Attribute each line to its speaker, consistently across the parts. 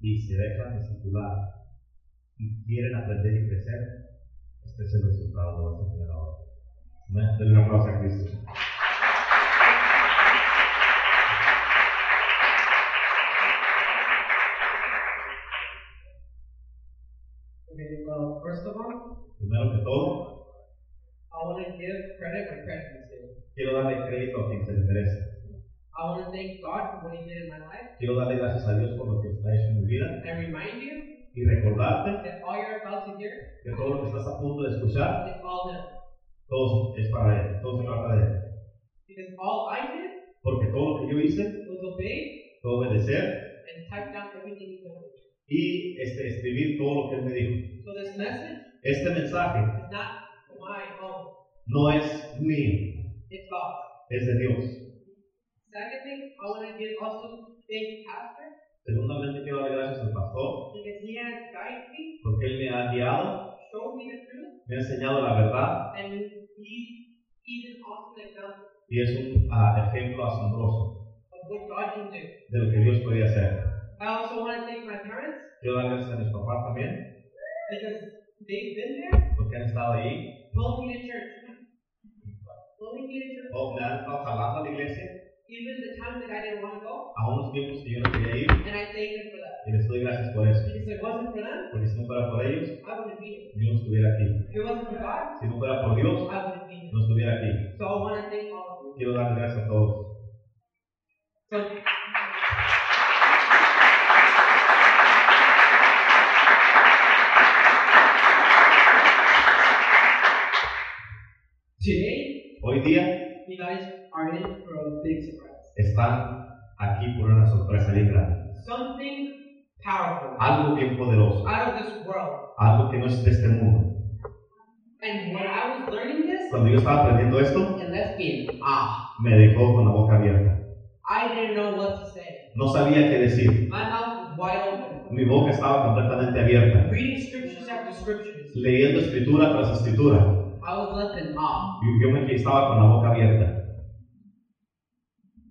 Speaker 1: y se dejan estipular y quieren aprender y crecer, este es el resultado de los entrenadores. Amén. Denle un aplauso a Cristo.
Speaker 2: Okay, well, first of all,
Speaker 1: Primero que todo,
Speaker 2: I want to give credit where credit is due.
Speaker 1: quiero darle crédito a quien se lo merece.
Speaker 2: I want to thank God for what He did in my life
Speaker 1: Quiero darle gracias a Dios por lo que está hecho en mi vida
Speaker 2: and remind you
Speaker 1: y recordarte
Speaker 2: that all you're about to hear
Speaker 1: que todo lo que estás a punto de escuchar,
Speaker 2: is all Him.
Speaker 1: todo es para Él, todo se trata de Él.
Speaker 2: Because all I did
Speaker 1: Porque todo lo que yo hice
Speaker 2: was obey
Speaker 1: fue obedecer
Speaker 2: and type down everything He told me.
Speaker 1: y este, escribir todo lo que Él me dijo.
Speaker 2: So this message
Speaker 1: Este mensaje
Speaker 2: is not my own,
Speaker 1: no es mío,
Speaker 2: it's God's.
Speaker 1: es de Dios.
Speaker 2: Second thing, I want to give also thank Pastor
Speaker 1: Segundamente quiero darle gracias al pastor
Speaker 2: because he has guided me,
Speaker 1: porque él me ha guiado,
Speaker 2: showed me the truth,
Speaker 1: me ha enseñado la verdad
Speaker 2: and he, he's an awesome example
Speaker 1: y es un ah, ejemplo asombroso
Speaker 2: of what God can do.
Speaker 1: de lo que Dios podía hacer.
Speaker 2: I also want to thank my parents
Speaker 1: Quiero dar gracias a mis papás también
Speaker 2: because they've been there,
Speaker 1: porque han estado ahí,
Speaker 2: pulling me to church, pulling me to church,
Speaker 1: o Oh, me han estado jalando a la iglesia
Speaker 2: even the time that I didn't want to go.
Speaker 1: a unos tiempos que yo no quería ir
Speaker 2: And I thank them for that
Speaker 1: y les doy gracias por eso.
Speaker 2: because if it wasn't for them,
Speaker 1: Porque si no fuera por ellos,
Speaker 2: I wouldn't be
Speaker 1: yo no estuviera aquí.
Speaker 2: here. If it wasn't for God,
Speaker 1: Si no fuera por Dios,
Speaker 2: I wouldn't be here.
Speaker 1: no estuviera aquí.
Speaker 2: So I want to thank all of you.
Speaker 1: Quiero darle gracias a todos.
Speaker 2: So today
Speaker 1: Hoy día
Speaker 2: You guys are in for a big surprise.
Speaker 1: están aquí por una sorpresa bien grande.
Speaker 2: Something powerful,
Speaker 1: Algo bien poderoso,
Speaker 2: out of this world.
Speaker 1: algo que no es de este mundo.
Speaker 2: And when I was learning this,
Speaker 1: Cuando yo estaba aprendiendo esto,
Speaker 2: and let's be an ah,
Speaker 1: me dejó con la boca abierta.
Speaker 2: I didn't know what to say.
Speaker 1: No sabía qué decir.
Speaker 2: My mouth was wide open,
Speaker 1: Mi boca estaba completamente abierta.
Speaker 2: reading scriptures after scriptures.
Speaker 1: Leyendo escritura tras escritura.
Speaker 2: I was left in awe.
Speaker 1: Yo, yo me quedé- estaba con la boca abierta.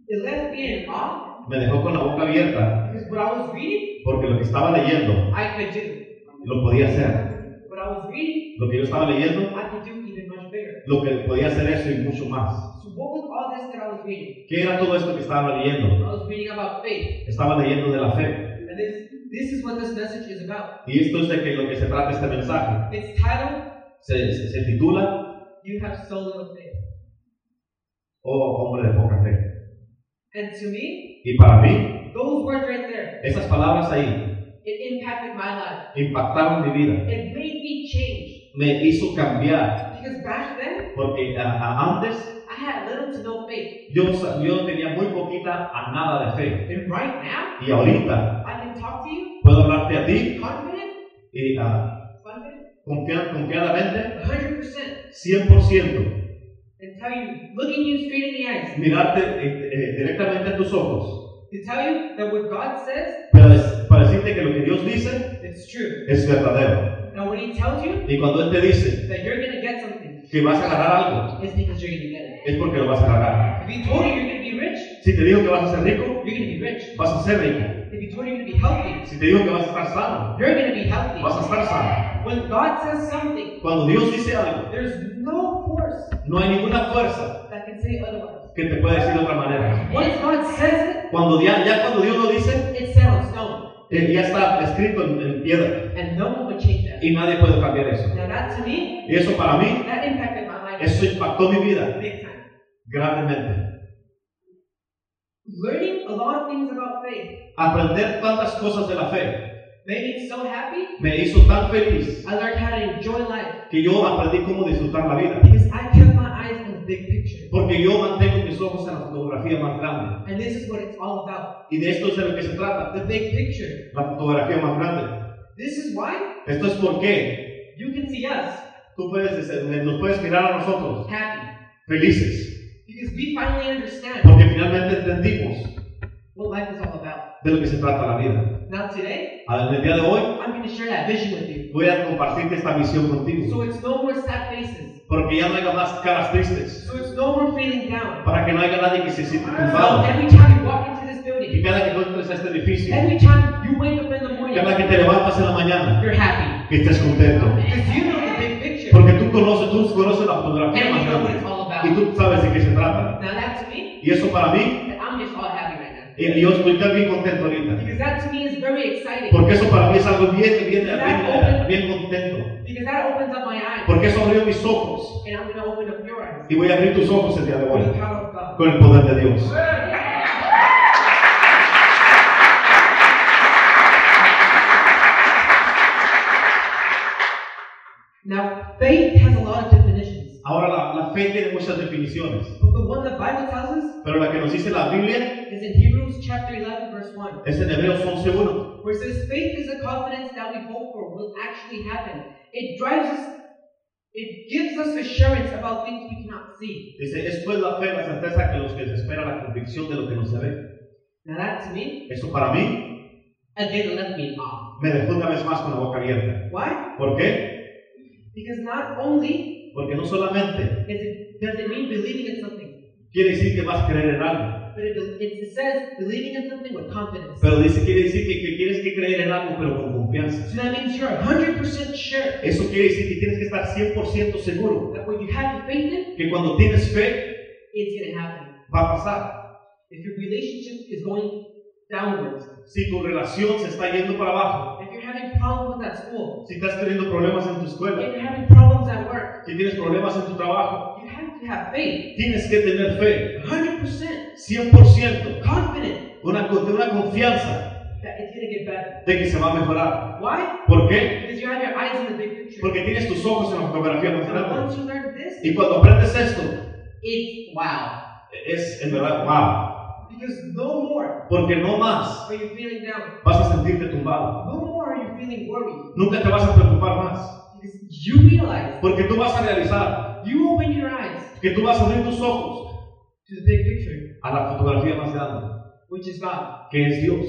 Speaker 2: It left me in awe
Speaker 1: Me dejó con la boca abierta
Speaker 2: because what I was reading,
Speaker 1: porque lo que estaba leyendo
Speaker 2: I could do.
Speaker 1: lo podía hacer.
Speaker 2: What I was reading,
Speaker 1: Lo que yo estaba leyendo
Speaker 2: I could do even much bigger.
Speaker 1: lo que podía hacer eso y mucho más.
Speaker 2: So what was all this that I was reading?
Speaker 1: ¿Qué era todo esto que estaba
Speaker 2: I
Speaker 1: leyendo?
Speaker 2: was reading about faith,
Speaker 1: Estaba leyendo de la fe.
Speaker 2: and this this is what this message is about.
Speaker 1: Y esto es de que lo que se trata este mensaje.
Speaker 2: It's titled
Speaker 1: Se, se- se titula
Speaker 2: you have so little faith.
Speaker 1: Oh hombre de poca fe.
Speaker 2: And to me,
Speaker 1: Y para mí,
Speaker 2: those words right there,
Speaker 1: esas palabras ahí
Speaker 2: it impacted my life.
Speaker 1: impactaron mi vida.
Speaker 2: It made me change.
Speaker 1: Me hizo cambiar.
Speaker 2: Because back then,
Speaker 1: Porque a- a- antes
Speaker 2: I had little to no faith.
Speaker 1: yo, sa- yo tenía muy poquita a nada de fe.
Speaker 2: And right now,
Speaker 1: Y ahorita
Speaker 2: I can talk to you
Speaker 1: puedo hablarte a ti
Speaker 2: confident,
Speaker 1: y, ah,
Speaker 2: confident,
Speaker 1: confia- confiadamente
Speaker 2: 100%,
Speaker 1: 100%.
Speaker 2: and tell you, looking you straight in the eyes,
Speaker 1: Mirarte eh, eh, directamente a tus ojos.
Speaker 2: to tell you that what God says,
Speaker 1: Para, des- para decirte que lo que Dios dice
Speaker 2: it's true.
Speaker 1: es verdadero.
Speaker 2: Now, when He tells you
Speaker 1: Y cuando Él te dice
Speaker 2: that you're going to get something,
Speaker 1: que vas a agarrar algo,
Speaker 2: it's because you're going to get it.
Speaker 1: es porque lo vas a agarrar.
Speaker 2: If He told you you're going to be rich,
Speaker 1: Si te digo que vas a ser rico,
Speaker 2: you're going to be rich.
Speaker 1: vas a ser rico.
Speaker 2: If He told you you're going to be healthy,
Speaker 1: Si te digo que vas a estar sano,
Speaker 2: you're going to be healthy.
Speaker 1: vas a estar sano.
Speaker 2: When God says something,
Speaker 1: Cuando Dios dice algo,
Speaker 2: there's no force
Speaker 1: no hay ninguna fuerza
Speaker 2: that can say otherwise.
Speaker 1: que te pueda decir de otra manera.
Speaker 2: Once God says
Speaker 1: Cuando ya, ya cuando Dios lo dice,
Speaker 2: it, it's set on stone,
Speaker 1: eh, ya está escrito en, en piedra
Speaker 2: and no one would change that.
Speaker 1: y nadie puede cambiar eso.
Speaker 2: Now, that to me,
Speaker 1: Y eso para mí,
Speaker 2: that impacted my life
Speaker 1: eso impactó mi vida
Speaker 2: big time.
Speaker 1: grandemente.
Speaker 2: Learning a lot of things about faith
Speaker 1: Aprender tantas cosas de la fe
Speaker 2: made me so happy.
Speaker 1: me hizo tan feliz
Speaker 2: I learned how to enjoy life
Speaker 1: que yo aprendí cómo disfrutar la vida.
Speaker 2: because I kept my eyes on the big picture,
Speaker 1: Porque yo mantengo mis ojos en la fotografía más grande.
Speaker 2: and this is what it's all about:
Speaker 1: Y de esto es de lo que se trata,
Speaker 2: the big picture.
Speaker 1: la fotografía más grande.
Speaker 2: This is why
Speaker 1: Esto es porque
Speaker 2: you can see us
Speaker 1: tú puedes, decir- eh, nos puedes mirar a nosotros
Speaker 2: happy
Speaker 1: felices.
Speaker 2: because we finally understand
Speaker 1: Porque finalmente entendimos
Speaker 2: what life is all about.
Speaker 1: de lo que se trata la vida.
Speaker 2: Now, today,
Speaker 1: En el día de hoy
Speaker 2: I'm going to share that vision with you.
Speaker 1: voy a compartirte esta misión contigo.
Speaker 2: So it's no more sad faces.
Speaker 1: porque ya no haya más caras tristes,
Speaker 2: So it's no more feeling down.
Speaker 1: para que no haya nadie que se sienta
Speaker 2: So
Speaker 1: culpado.
Speaker 2: every time you walk into this
Speaker 1: Y
Speaker 2: daily.
Speaker 1: cada que encuentres este edificio,
Speaker 2: Every time you wake up in the morning,
Speaker 1: cada que te levantas en la mañana,
Speaker 2: you're happy.
Speaker 1: que estés contento.
Speaker 2: Because you know the big picture.
Speaker 1: Porque tú conoces, tú conoces la fotografía
Speaker 2: And
Speaker 1: más
Speaker 2: you know what
Speaker 1: grande.
Speaker 2: it's all about.
Speaker 1: Y tú sabes de qué se trata.
Speaker 2: Now that to me,
Speaker 1: Y eso para mí,
Speaker 2: I'm just all happy right now.
Speaker 1: eh, yo estoy tan bien contento ahorita.
Speaker 2: Because that to me is very exciting.
Speaker 1: Porque eso para mí es algo bien, bien, bien, bien contento.
Speaker 2: Because that opens up my eyes.
Speaker 1: Porque eso abrió mis ojos.
Speaker 2: And I'm going to open up your eyes.
Speaker 1: Y voy a abrir tus ojos el día de
Speaker 2: For
Speaker 1: hoy.
Speaker 2: the power of God.
Speaker 1: Con el poder de Dios.
Speaker 2: Now, faith has a lot of definitions.
Speaker 1: Ahora la, la fe tiene muchas definiciones.
Speaker 2: But the one the Bible tells us
Speaker 1: Pero la que nos dice la Biblia
Speaker 2: is in Hebrews chapter 11, verse 1,
Speaker 1: es en Hebreos 11.1.
Speaker 2: where it says, Faith is a confidence that we hope for will actually happen. It drives us, it gives us assurance about things we cannot see.
Speaker 1: Dice, es pues la fe, la certeza que los que se espera, la convicción de lo que no se ve.
Speaker 2: Now, that to me,
Speaker 1: Eso para mí
Speaker 2: again, left me in awe.
Speaker 1: me dejó una vez más con la boca abierta.
Speaker 2: Why?
Speaker 1: ¿Por qué?
Speaker 2: Because not only
Speaker 1: Porque no solamente
Speaker 2: is it, does it mean believing in something,
Speaker 1: quiere decir que vas a creer en algo,
Speaker 2: but it, it says believing in something with confidence.
Speaker 1: pero dice, quiere decir que, que tienes que creer en algo, pero con confianza.
Speaker 2: So that means you're 100% sure
Speaker 1: Eso quiere decir que tienes que estar 100% seguro
Speaker 2: that what you have faith in,
Speaker 1: que cuando tienes fe,
Speaker 2: it's going to happen.
Speaker 1: va a pasar.
Speaker 2: If your relationship is going downwards,
Speaker 1: Si tu relación se está yendo para abajo,
Speaker 2: if you're having problems at school,
Speaker 1: si estás teniendo problemas en tu escuela,
Speaker 2: if you're having problems at work,
Speaker 1: si tienes problemas en tu trabajo,
Speaker 2: you have to have faith.
Speaker 1: tienes que tener fe.
Speaker 2: 100%
Speaker 1: 100%,
Speaker 2: confident
Speaker 1: una, con- una confianza
Speaker 2: that it's going to get better.
Speaker 1: de que se va a mejorar.
Speaker 2: Why?
Speaker 1: ¿Por qué?
Speaker 2: Because you have your eyes in the big picture.
Speaker 1: Porque tienes tus ojos en la fotografía más
Speaker 2: And
Speaker 1: grande.
Speaker 2: once you learn this,
Speaker 1: Y cuando aprendes esto,
Speaker 2: it's wow.
Speaker 1: es en verdad wow.
Speaker 2: Because no more
Speaker 1: Porque no más
Speaker 2: are you feeling down.
Speaker 1: vas a sentirte tumbado.
Speaker 2: No more are you feeling worried.
Speaker 1: Nunca te vas a preocupar más.
Speaker 2: Because you realize,
Speaker 1: Porque tú vas a realizar
Speaker 2: you open your eyes
Speaker 1: que tú vas a abrir tus ojos
Speaker 2: to the big picture,
Speaker 1: a la fotografía más grande,
Speaker 2: which is God.
Speaker 1: que es Dios.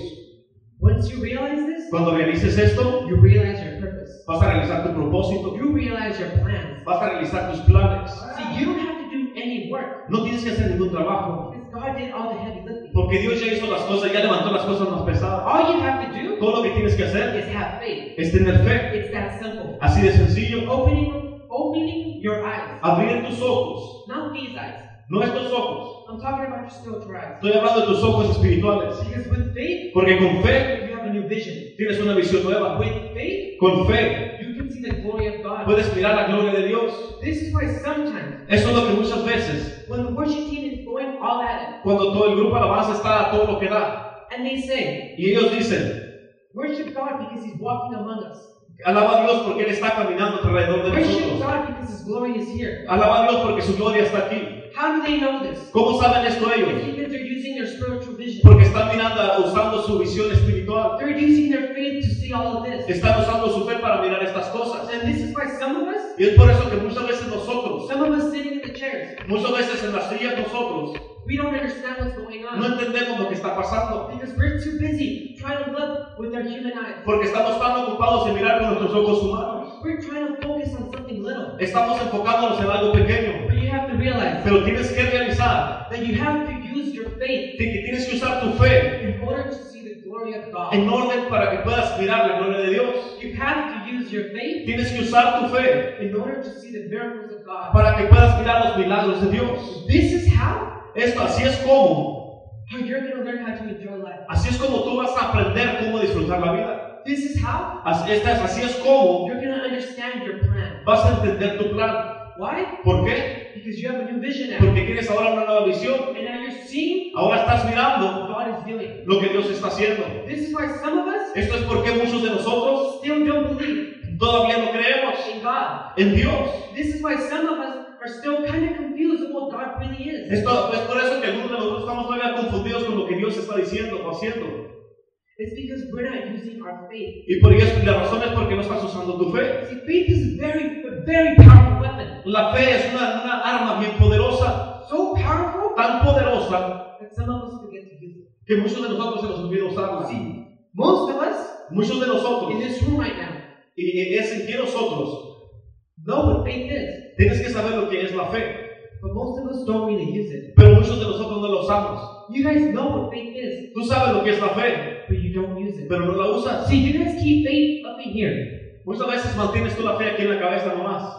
Speaker 2: Once you realize this,
Speaker 1: Cuando realices esto,
Speaker 2: you realize your purpose.
Speaker 1: vas a realizar tu propósito,
Speaker 2: You realize your plans.
Speaker 1: vas a realizar tus planes.
Speaker 2: See, you don't have to do any work
Speaker 1: No tienes que hacer ningún trabajo.
Speaker 2: because God did all the heavy lifting.
Speaker 1: Porque Dios ya hizo las cosas, ya levantó las cosas más pesadas.
Speaker 2: All you have to do
Speaker 1: Todo lo que tienes que hacer
Speaker 2: is have faith.
Speaker 1: es tener fe.
Speaker 2: It's that simple.
Speaker 1: Así de sencillo.
Speaker 2: Opening, opening your eyes,
Speaker 1: Abrir tus ojos,
Speaker 2: not these eyes.
Speaker 1: no estos ojos.
Speaker 2: I'm talking about your spiritual eyes.
Speaker 1: Estoy hablando de tus ojos espirituales.
Speaker 2: Because with faith,
Speaker 1: Porque con fe
Speaker 2: you have a new vision.
Speaker 1: tienes una visión nueva.
Speaker 2: With faith,
Speaker 1: Con fe
Speaker 2: you can see the glory of God.
Speaker 1: puedes mirar la gloria de Dios.
Speaker 2: This is why sometimes
Speaker 1: Eso es lo que muchas veces,
Speaker 2: when the worship team is going all at it,
Speaker 1: cuando todo el grupo alabanza está a todo lo que da,
Speaker 2: and they say,
Speaker 1: y ellos dicen,
Speaker 2: "Worship God because He's walking among us.
Speaker 1: alaba a Dios porque Él está caminando alrededor de
Speaker 2: Worship
Speaker 1: nosotros.
Speaker 2: God because His glory is here."
Speaker 1: Alaba a Dios porque su gloria está aquí.
Speaker 2: How do they know this?
Speaker 1: ¿Cómo saben esto ellos?
Speaker 2: Because they're using their spiritual vision.
Speaker 1: Porque están mirando, usando su visión espiritual.
Speaker 2: They're using their faith to see all of this.
Speaker 1: Están usando su fe para mirar estas cosas.
Speaker 2: And this is why some of us,
Speaker 1: Y es por eso que muchas veces nosotros,
Speaker 2: some of us sitting in the chairs,
Speaker 1: muchas veces en las sillas nosotros,
Speaker 2: we don't understand what's going
Speaker 1: no
Speaker 2: on.
Speaker 1: entendemos lo que está pasando.
Speaker 2: Because we're too busy trying to look with our human eyes.
Speaker 1: Porque estamos tan ocupados en mirar con nuestros ojos humanos.
Speaker 2: We're trying to focus on something little.
Speaker 1: Estamos enfocándonos en algo pequeño.
Speaker 2: But you have to realize
Speaker 1: Pero tienes que realizar
Speaker 2: that you have to use your faith
Speaker 1: que que tienes que usar tu fe
Speaker 2: in order to see the glory of God.
Speaker 1: en orden para que puedas mirar la gloria de Dios.
Speaker 2: You have to use your faith
Speaker 1: Tienes que usar tu fe
Speaker 2: in order to see the miracles of God.
Speaker 1: para que puedas mirar los milagros de Dios.
Speaker 2: This is how,
Speaker 1: Esto así es como,
Speaker 2: how you're going to learn how to enjoy life.
Speaker 1: así es como tú vas a aprender cómo disfrutar la vida.
Speaker 2: This is how
Speaker 1: Así, esta es- así es como
Speaker 2: you're going to understand your plan.
Speaker 1: vas a entender tu plan.
Speaker 2: Why?
Speaker 1: ¿Por qué?
Speaker 2: Because you have a new vision now.
Speaker 1: Porque tienes ahora una nueva visión.
Speaker 2: And now you're seeing
Speaker 1: Ahora estás mirando
Speaker 2: what God is doing.
Speaker 1: lo que Dios está haciendo.
Speaker 2: This is why some of us
Speaker 1: Esto es porque muchos de nosotros
Speaker 2: still don't believe
Speaker 1: Todavía no creemos
Speaker 2: in God.
Speaker 1: en Dios.
Speaker 2: This is why some of us are still kind of confused about what God really is.
Speaker 1: Esto es por eso que algunos de nosotros estamos todavía confundidos con lo que Dios está diciendo o haciendo.
Speaker 2: It's because we're not using our faith.
Speaker 1: Y por eso la razón es porque no estás usando tu fe.
Speaker 2: See, faith is a very, a very powerful weapon.
Speaker 1: La fe es una, una arma bien poderosa,
Speaker 2: So powerful
Speaker 1: tan poderosa
Speaker 2: that some of us forget to use it.
Speaker 1: que muchos de nosotros se nos olvida usarla.
Speaker 2: See, most of us
Speaker 1: Muchos de nosotros,
Speaker 2: in this room right now
Speaker 1: y es en que nosotros,
Speaker 2: know what faith is.
Speaker 1: tienes que saber lo que es la fe.
Speaker 2: But most of us don't really use it.
Speaker 1: Pero muchos de nosotros no lo usamos.
Speaker 2: You guys know what faith is,
Speaker 1: Tú sabes lo que es la fe,
Speaker 2: but you don't use it.
Speaker 1: pero no la usas.
Speaker 2: See, you guys keep faith up in here,
Speaker 1: Muchas veces mantienes tú la fe aquí en la cabeza nomás.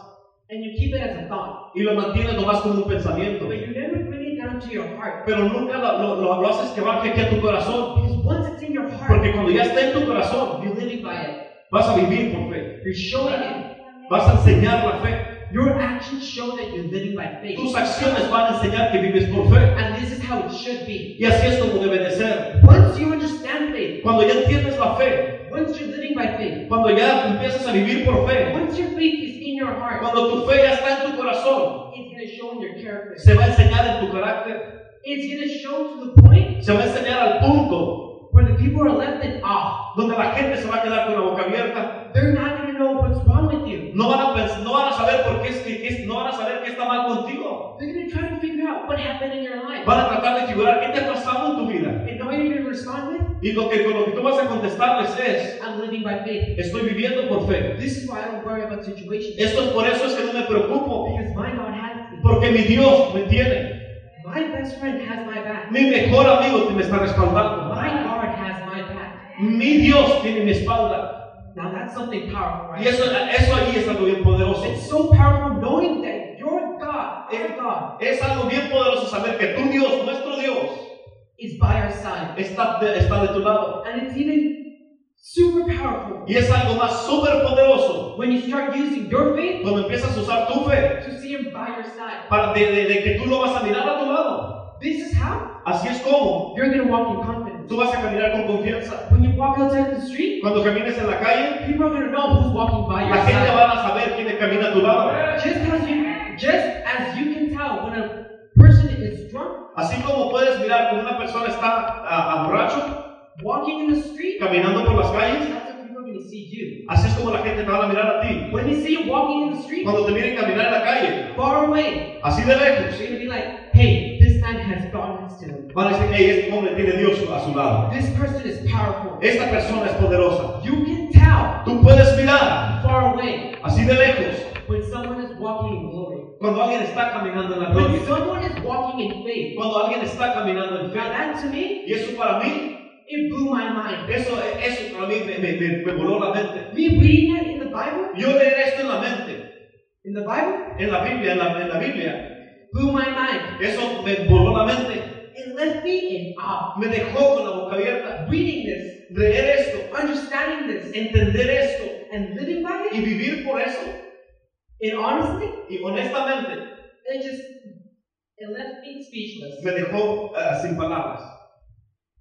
Speaker 2: and you keep it as a thought,
Speaker 1: Y lo mantienes nomás como un pensamiento.
Speaker 2: but you never bring it down to your heart.
Speaker 1: Pero nunca la- lo, lo- lo haces que baje aquí a tu corazón.
Speaker 2: Because once it's in your heart,
Speaker 1: Porque cuando ya está en tu corazón,
Speaker 2: you're living by it.
Speaker 1: vas a vivir por fe.
Speaker 2: You're showing it.
Speaker 1: Vas a enseñar la fe.
Speaker 2: Your actions show that you're living by faith.
Speaker 1: Tus acciones van a enseñar que vives por fe.
Speaker 2: And this is how it should be.
Speaker 1: Y así es como debe de ser.
Speaker 2: Once you understand faith,
Speaker 1: Cuando ya entiendes la fe,
Speaker 2: once you're living by faith,
Speaker 1: cuando ya empiezas a vivir por fe,
Speaker 2: once your faith is in your heart,
Speaker 1: cuando tu fe ya está en tu corazón,
Speaker 2: it's going to show in your character.
Speaker 1: se va a enseñar en tu carácter.
Speaker 2: It's going to show to the point
Speaker 1: Se va a enseñar al punto
Speaker 2: where the people are left in awe.
Speaker 1: donde la gente se va a quedar con la boca abierta.
Speaker 2: They're not going to know what's wrong with you.
Speaker 1: No van a, pens- no van a saber por qué es que es- no van a saber qué está mal contigo.
Speaker 2: They're going to try to figure out what happened in your life.
Speaker 1: Van a tratar de figurar qué te ha pasado en tu vida.
Speaker 2: And the way you're going to respond with,
Speaker 1: Y lo que, con lo que tú vas a contestarles es,
Speaker 2: I'm living by faith.
Speaker 1: estoy viviendo por fe.
Speaker 2: This is why I don't worry about situations.
Speaker 1: Esto es por eso es que no me preocupo.
Speaker 2: Because my God has me.
Speaker 1: Porque mi Dios me tiene.
Speaker 2: My best friend has my back.
Speaker 1: Mi mejor amigo te me está respaldando.
Speaker 2: My God has my back.
Speaker 1: Mi Dios tiene mi espalda.
Speaker 2: Now that's something powerful, right?
Speaker 1: Y eso, eso ahí es algo bien poderoso.
Speaker 2: It's so powerful knowing that your God, our God,
Speaker 1: Es algo bien poderoso saber que tu Dios, nuestro Dios,
Speaker 2: is by our side.
Speaker 1: está de, está de tu lado.
Speaker 2: And it's even super powerful
Speaker 1: Y es algo más súper poderoso
Speaker 2: when you start using your faith
Speaker 1: cuando empiezas a usar tu fe
Speaker 2: to see Him by your side.
Speaker 1: para de, de- de que tú lo vas a mirar a tu lado.
Speaker 2: This is how
Speaker 1: Así es como
Speaker 2: you're going to walk in confidence.
Speaker 1: tú vas a caminar con confianza.
Speaker 2: When you walk outside the street,
Speaker 1: Cuando camines en la calle,
Speaker 2: people are going to know who's walking by your
Speaker 1: la gente
Speaker 2: side.
Speaker 1: va a saber quién camina a tu lado.
Speaker 2: Just as you, just as you can tell when a person is drunk,
Speaker 1: Así como puedes mirar cuando una persona está a, a borracho
Speaker 2: walking in the street,
Speaker 1: caminando por las calles,
Speaker 2: that's what people are going to see you.
Speaker 1: así es como la gente te va a mirar a ti.
Speaker 2: When they see you walking in the street,
Speaker 1: Cuando te miren caminar en la calle,
Speaker 2: far away,
Speaker 1: así de lejos,
Speaker 2: they're going to be like, hey, this man has God next to him.
Speaker 1: van a decir, hey, este hombre tiene Dios a su lado.
Speaker 2: This person is powerful.
Speaker 1: Esta persona es poderosa.
Speaker 2: You can tell
Speaker 1: Tú puedes mirar
Speaker 2: far away
Speaker 1: así de lejos
Speaker 2: when someone is walking in glory.
Speaker 1: cuando alguien está caminando en la
Speaker 2: When
Speaker 1: gloria.
Speaker 2: someone is walking in faith.
Speaker 1: Cuando alguien está caminando en
Speaker 2: Now
Speaker 1: fe.
Speaker 2: that to me,
Speaker 1: Y eso para mí,
Speaker 2: it blew my mind.
Speaker 1: eso, eso para mí me, me, me- me voló la mente.
Speaker 2: Me reading that in the Bible,
Speaker 1: Yo leer esto en la mente,
Speaker 2: in the Bible,
Speaker 1: en la Biblia, en la, en la Biblia,
Speaker 2: blew my mind.
Speaker 1: eso me voló la mente.
Speaker 2: It left me in awe.
Speaker 1: Me dejó con la boca abierta.
Speaker 2: Reading this,
Speaker 1: Leer esto,
Speaker 2: understanding this,
Speaker 1: entender esto
Speaker 2: and living by it,
Speaker 1: y vivir por eso.
Speaker 2: it honestly,
Speaker 1: Y honestamente,
Speaker 2: it just, it left me speechless.
Speaker 1: me dejó ah, sin palabras.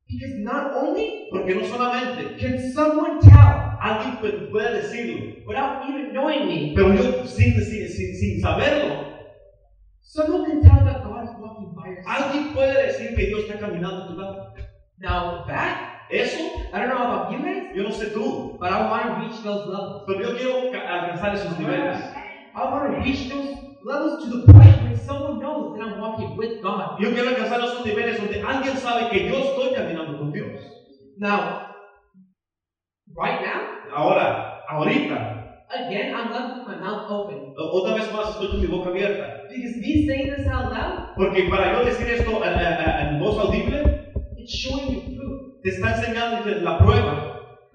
Speaker 2: Because not only
Speaker 1: Porque no solamente
Speaker 2: can someone tell
Speaker 1: alguien pu- puede decirlo,
Speaker 2: without even knowing me,
Speaker 1: pero yo sin, sin, sin, sin saberlo,
Speaker 2: someone can tell that God is walking by your side.
Speaker 1: alguien puede decir que Dios está caminando a tu lado.
Speaker 2: Now that,
Speaker 1: Eso,
Speaker 2: I don't know about you guys,
Speaker 1: yo no sé tú,
Speaker 2: but I want to reach those levels.
Speaker 1: pero yo quiero ca- alcanzar esos niveles.
Speaker 2: I want to reach those levels to the point where someone knows that I'm walking with God.
Speaker 1: Yo quiero alcanzar esos niveles donde alguien sabe que yo estoy caminando con Dios.
Speaker 2: Now, right now,
Speaker 1: Ahora, ahorita,
Speaker 2: again, I'm left with my mouth open.
Speaker 1: o- otra vez más estoy con mi boca abierta.
Speaker 2: Because me saying this out loud,
Speaker 1: Porque para yo decir esto a- a- a- en voz audible,
Speaker 2: it's showing you proof.
Speaker 1: te está enseñando que la prueba.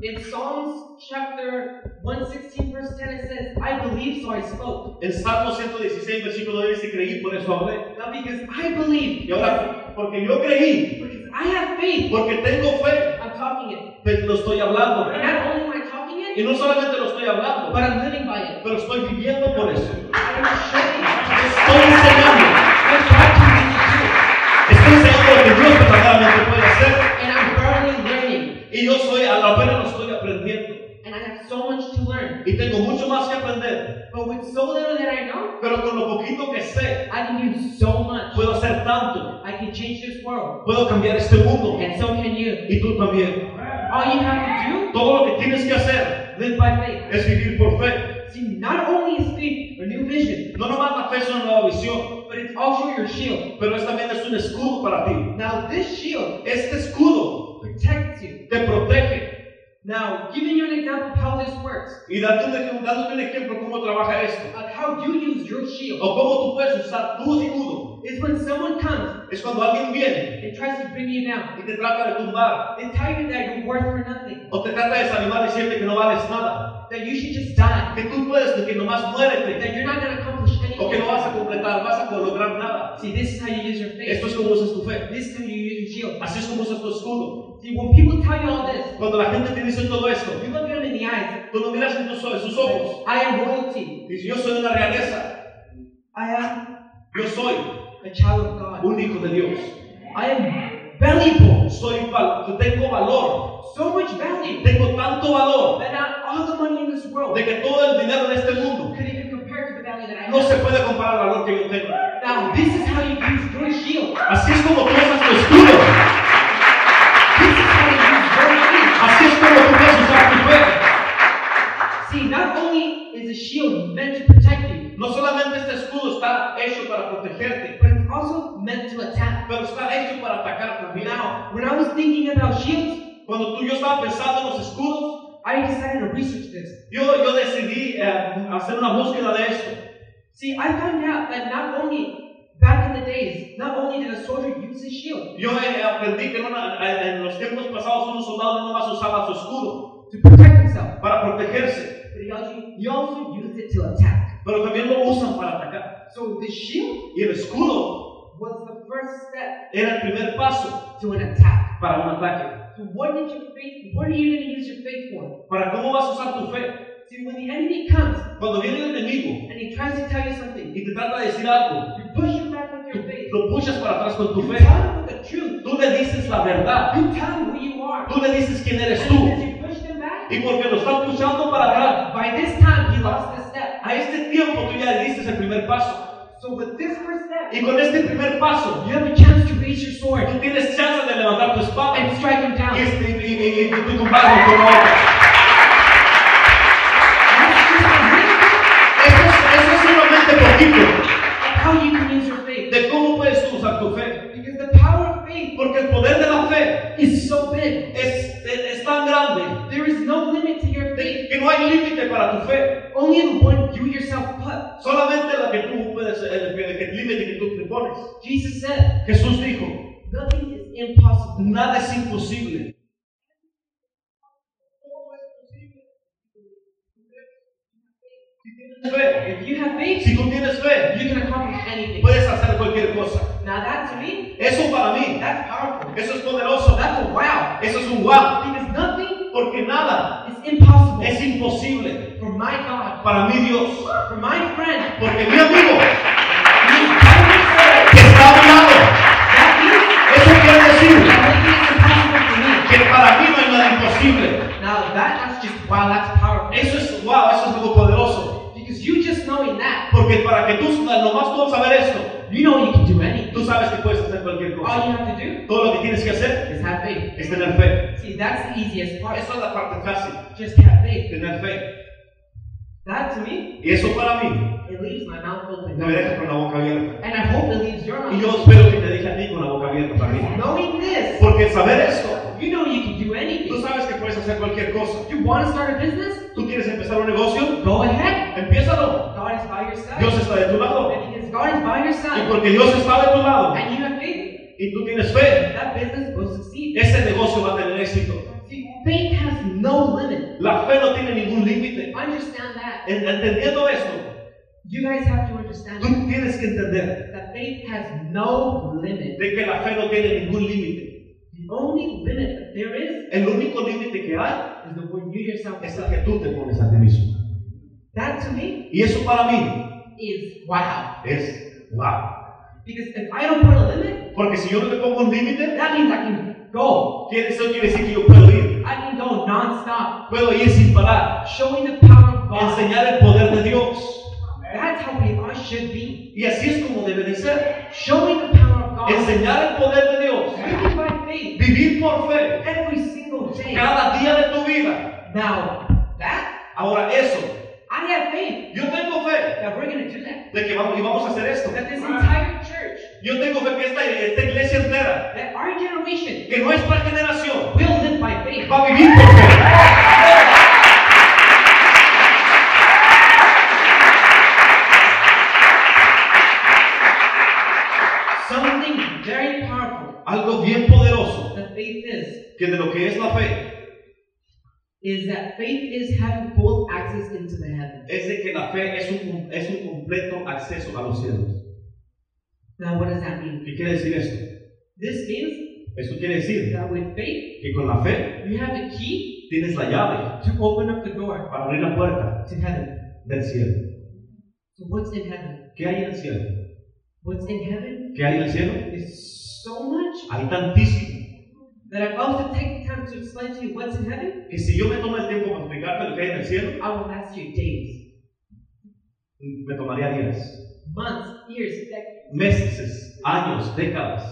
Speaker 2: In Psalms chapter 116, verse 10, it says, I believe, so I spoke.
Speaker 1: En Salmo 116, versículo 9 dice, creí, por eso hablé.
Speaker 2: Now, because I believe,
Speaker 1: Y ahora, porque yo creí,
Speaker 2: because I have faith,
Speaker 1: Porque tengo fe,
Speaker 2: I'm talking it.
Speaker 1: te lo estoy hablando.
Speaker 2: And not only am I talking it,
Speaker 1: Y no solamente lo estoy hablando,
Speaker 2: but I'm living by it.
Speaker 1: pero estoy viviendo por eso.
Speaker 2: I'm showing it.
Speaker 1: Estoy enseñando.
Speaker 2: I'm talking it too.
Speaker 1: Estoy enseñando lo que Dios verdaderamente puede hacer.
Speaker 2: and I'm barely learning,
Speaker 1: Y yo soy, a la pena lo estoy aprendiendo.
Speaker 2: and I have so much to learn.
Speaker 1: Y tengo mucho más que aprender.
Speaker 2: But with so little that I know,
Speaker 1: Pero con lo poquito que sé,
Speaker 2: I can do so much.
Speaker 1: puedo hacer tanto.
Speaker 2: I can change this world,
Speaker 1: Puedo cambiar este mundo.
Speaker 2: and so can you.
Speaker 1: Y tú también.
Speaker 2: All you have to
Speaker 1: Todo lo que tienes que hacer
Speaker 2: do, live by faith.
Speaker 1: es vivir por fe.
Speaker 2: See, not only is faith a new vision,
Speaker 1: No nomás la fe es una nueva visión,
Speaker 2: but it's also your shield.
Speaker 1: pero es también es un escudo para ti.
Speaker 2: Now, this shield
Speaker 1: Este escudo
Speaker 2: protects you.
Speaker 1: te protege.
Speaker 2: Now, giving you an example of how this works,
Speaker 1: Y dándote un ejemplo- dándote un ejemplo cómo trabaja esto.
Speaker 2: of how you use your shield,
Speaker 1: O cómo tú puedes usar tu escudo.
Speaker 2: is when someone comes
Speaker 1: Es cuando alguien viene
Speaker 2: and tries to bring you down.
Speaker 1: y te trata de tumbar.
Speaker 2: They tell you that you're worth for nothing,
Speaker 1: O te trata de desanimar diciendo que no vales nada.
Speaker 2: that you should just die,
Speaker 1: Que tú puedes, que nomás muérete.
Speaker 2: that you're not going to accomplish
Speaker 1: O que
Speaker 2: anything.
Speaker 1: no vas a completar, vas a lograr nada.
Speaker 2: See, this is how you use your faith.
Speaker 1: Esto es como usas tu fe.
Speaker 2: This is how you use your shield.
Speaker 1: Así es como usas tu escudo.
Speaker 2: See, when people tell you all this,
Speaker 1: Cuando la gente te dice todo esto,
Speaker 2: you look at them in the eyes.
Speaker 1: tú lo miras en, tus, en sus ojos.
Speaker 2: I am royalty.
Speaker 1: Dices, yo soy una realeza.
Speaker 2: I am
Speaker 1: Yo soy
Speaker 2: a child of God.
Speaker 1: un hijo de Dios.
Speaker 2: I am valuable.
Speaker 1: Soy, val- tengo valor.
Speaker 2: So much value
Speaker 1: Tengo tanto valor
Speaker 2: that not all the money in this world
Speaker 1: de que todo el dinero de este mundo
Speaker 2: could even compare to the value that I
Speaker 1: no
Speaker 2: have.
Speaker 1: se puede comparar al valor que yo tengo.
Speaker 2: Now, this is how you use your shield.
Speaker 1: Así es como tú usas tu escudo.
Speaker 2: This is how you use your faith.
Speaker 1: Así es como tú puedes usar tu fe.
Speaker 2: See, not only is a shield meant to protect you,
Speaker 1: No solamente este escudo está hecho para protegerte,
Speaker 2: but it's also meant to attack.
Speaker 1: pero está hecho para atacar también.
Speaker 2: Now, when I was thinking about shields,
Speaker 1: Cuando tú y yo estaba pensando en los escudos,
Speaker 2: I decided to research this.
Speaker 1: yo, yo decidí eh, hacer una búsqueda de esto.
Speaker 2: See, I found out that not only back in the days, not only did a soldier use his shield
Speaker 1: Yo eh, aprendí que en, una- eh, en los tiempos pasados unos soldados no más usaban su escudo
Speaker 2: to protect himself,
Speaker 1: para protegerse,
Speaker 2: but he also, he also used it to attack.
Speaker 1: pero también lo usan para atacar.
Speaker 2: So the shield
Speaker 1: Y el escudo
Speaker 2: was the first step
Speaker 1: era el primer paso
Speaker 2: to an attack.
Speaker 1: para un ataque.
Speaker 2: So what did your faith? What are you going to use your faith for?
Speaker 1: Para cómo vas a usar tu fe.
Speaker 2: See, when the enemy comes
Speaker 1: Cuando viene el enemigo
Speaker 2: and he tries to tell you something,
Speaker 1: y te trata de decir algo,
Speaker 2: you push him back with your faith.
Speaker 1: lo puchas para atrás con tu
Speaker 2: You
Speaker 1: fe.
Speaker 2: tell him the truth.
Speaker 1: Tú le dices la verdad.
Speaker 2: You tell him who you are.
Speaker 1: Tú le dices quién eres
Speaker 2: And
Speaker 1: tú.
Speaker 2: since you pushed him back,
Speaker 1: Y porque lo estás puchando para atrás,
Speaker 2: by this time he lost his step.
Speaker 1: a este tiempo tú ya le diste el primer paso.
Speaker 2: So with this first step,
Speaker 1: Y con este primer paso,
Speaker 2: you have a chance to raise your sword
Speaker 1: tú tienes chance de levantar tu espada
Speaker 2: and strike him down.
Speaker 1: y, este, y, y, y- y tú tumbarlo con la otra.
Speaker 2: That's just a little
Speaker 1: Eso es, eso es solamente poquito
Speaker 2: bit of how you can use your faith.
Speaker 1: de cómo puedes tú usar tu fe.
Speaker 2: Because the power of faith
Speaker 1: Porque el poder de la fe
Speaker 2: is so big.
Speaker 1: es, es, es tan grande
Speaker 2: There is no limit to your
Speaker 1: de-
Speaker 2: faith.
Speaker 1: que no hay límite para tu fe.
Speaker 2: Only the one you yourself put.
Speaker 1: Solamente la que tú puedes, el, el- el límite que tú te pones.
Speaker 2: Jesus said,
Speaker 1: Jesús dijo,
Speaker 2: nothing is impossible.
Speaker 1: Nada es imposible. Fe.
Speaker 2: If you have faith,
Speaker 1: Si tú tienes fe,
Speaker 2: you can accomplish anything.
Speaker 1: puedes hacer cualquier cosa.
Speaker 2: Now that to me,
Speaker 1: Eso para mí,
Speaker 2: that's powerful.
Speaker 1: eso es poderoso.
Speaker 2: That's a wow.
Speaker 1: Eso es un wow.
Speaker 2: Because nothing
Speaker 1: Porque nada
Speaker 2: is impossible
Speaker 1: es imposible
Speaker 2: for my God,
Speaker 1: para mi Dios.
Speaker 2: for my friend.
Speaker 1: Porque mi amigo
Speaker 2: That
Speaker 1: que está a mi lado,
Speaker 2: means
Speaker 1: eso quiere decir
Speaker 2: that nothing is impossible
Speaker 1: que para mí no hay nada imposible.
Speaker 2: for me. Now that, that's just wow, that's powerful.
Speaker 1: Eso es wow, eso es algo poderoso.
Speaker 2: Because you just knowing that,
Speaker 1: Porque para que tú, nomás tú saber esto,
Speaker 2: you know you can do anything.
Speaker 1: tú sabes que puedes hacer cualquier cosa.
Speaker 2: All you have to do
Speaker 1: Todo lo que tienes que hacer
Speaker 2: is have faith.
Speaker 1: es tener fe.
Speaker 2: See, that's the easiest part.
Speaker 1: Esa es la parte fácil,
Speaker 2: Just have faith.
Speaker 1: tener fe.
Speaker 2: That to me
Speaker 1: Y eso para mí
Speaker 2: It leaves my mouth open.
Speaker 1: me deja con la boca abierta.
Speaker 2: And I hope it leaves your
Speaker 1: Y
Speaker 2: mouth
Speaker 1: yo espero que te deje a ti con la boca abierta también.
Speaker 2: open. Knowing this,
Speaker 1: Porque saber esto,
Speaker 2: you know you can do
Speaker 1: tú
Speaker 2: anything.
Speaker 1: sabes que puedes hacer cualquier cosa.
Speaker 2: You want to start a business?
Speaker 1: Tú quieres empezar un negocio,
Speaker 2: Go ahead.
Speaker 1: empiézalo.
Speaker 2: God is by your side.
Speaker 1: Dios está de tu lado.
Speaker 2: And because God is by your
Speaker 1: Y
Speaker 2: side,
Speaker 1: porque Dios está de tu lado
Speaker 2: and you have faith,
Speaker 1: y tú tienes fe,
Speaker 2: that business will succeed.
Speaker 1: ese negocio va a tener éxito.
Speaker 2: See, faith has no limit.
Speaker 1: La fe no tiene ningún límite.
Speaker 2: Understand that.
Speaker 1: En- Entendiendo esto,
Speaker 2: You guys have to understand
Speaker 1: tú
Speaker 2: that,
Speaker 1: tienes que entender
Speaker 2: that faith has no limit.
Speaker 1: de que la fe no tiene ningún límite.
Speaker 2: The only limit that there is
Speaker 1: El único límite que hay
Speaker 2: is the one you yourself
Speaker 1: es la que tú te pones a ti mismo.
Speaker 2: That to me
Speaker 1: Y eso para mí
Speaker 2: is wow.
Speaker 1: es wow.
Speaker 2: Because if I don't put a limit,
Speaker 1: Porque si yo no te pongo un límite,
Speaker 2: that means I can go.
Speaker 1: ¿quiere- eso quiere decir que yo puedo ir.
Speaker 2: I can go non-stop,
Speaker 1: Puedo ir sin parar.
Speaker 2: showing the power of God.
Speaker 1: Enseñar el poder de Dios.
Speaker 2: That's how we all should be.
Speaker 1: Y así es como debe de ser.
Speaker 2: Showing the power of God.
Speaker 1: Enseñar el poder de Dios.
Speaker 2: Living by faith
Speaker 1: Vivir por fe.
Speaker 2: every single day.
Speaker 1: Cada día de tu vida.
Speaker 2: Now, that,
Speaker 1: Ahora eso.
Speaker 2: I have faith
Speaker 1: Yo tengo fe
Speaker 2: that we're going to do that.
Speaker 1: de que vamos, y vamos a hacer esto.
Speaker 2: That this entire church,
Speaker 1: Yo tengo fe que esta, esta iglesia entera,
Speaker 2: that our generation
Speaker 1: que nuestra generación
Speaker 2: will live by faith.
Speaker 1: va a vivir por fe.
Speaker 2: is that faith is having full access into the heavens.
Speaker 1: es de que la fe es un, es un completo acceso a los cielos.
Speaker 2: Now, what does that mean?
Speaker 1: ¿Qué quiere decir esto?
Speaker 2: This means
Speaker 1: Esto quiere decir
Speaker 2: that with faith,
Speaker 1: que con la fe
Speaker 2: you have the key
Speaker 1: tienes la llave
Speaker 2: to open up the door
Speaker 1: para abrir la puerta
Speaker 2: to heaven.
Speaker 1: del cielo.
Speaker 2: So, what's in heaven?
Speaker 1: ¿Qué hay en el cielo?
Speaker 2: What's in heaven
Speaker 1: ¿Qué hay en el cielo?
Speaker 2: is so much
Speaker 1: Hay tantísimo
Speaker 2: that if I was to take the time to explain to you what's in heaven,
Speaker 1: que si yo me tomo el tiempo para explicarte lo que hay en el cielo,
Speaker 2: I will last you days,
Speaker 1: me tomaría días,
Speaker 2: months, years, decades,
Speaker 1: meses, años, décadas,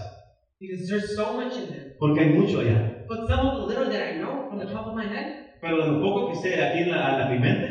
Speaker 2: because there's so much in there.
Speaker 1: porque hay mucho allá.
Speaker 2: But some of the little that I know from the top of my head
Speaker 1: Pero de lo poco que sé aquí en la, en mi mente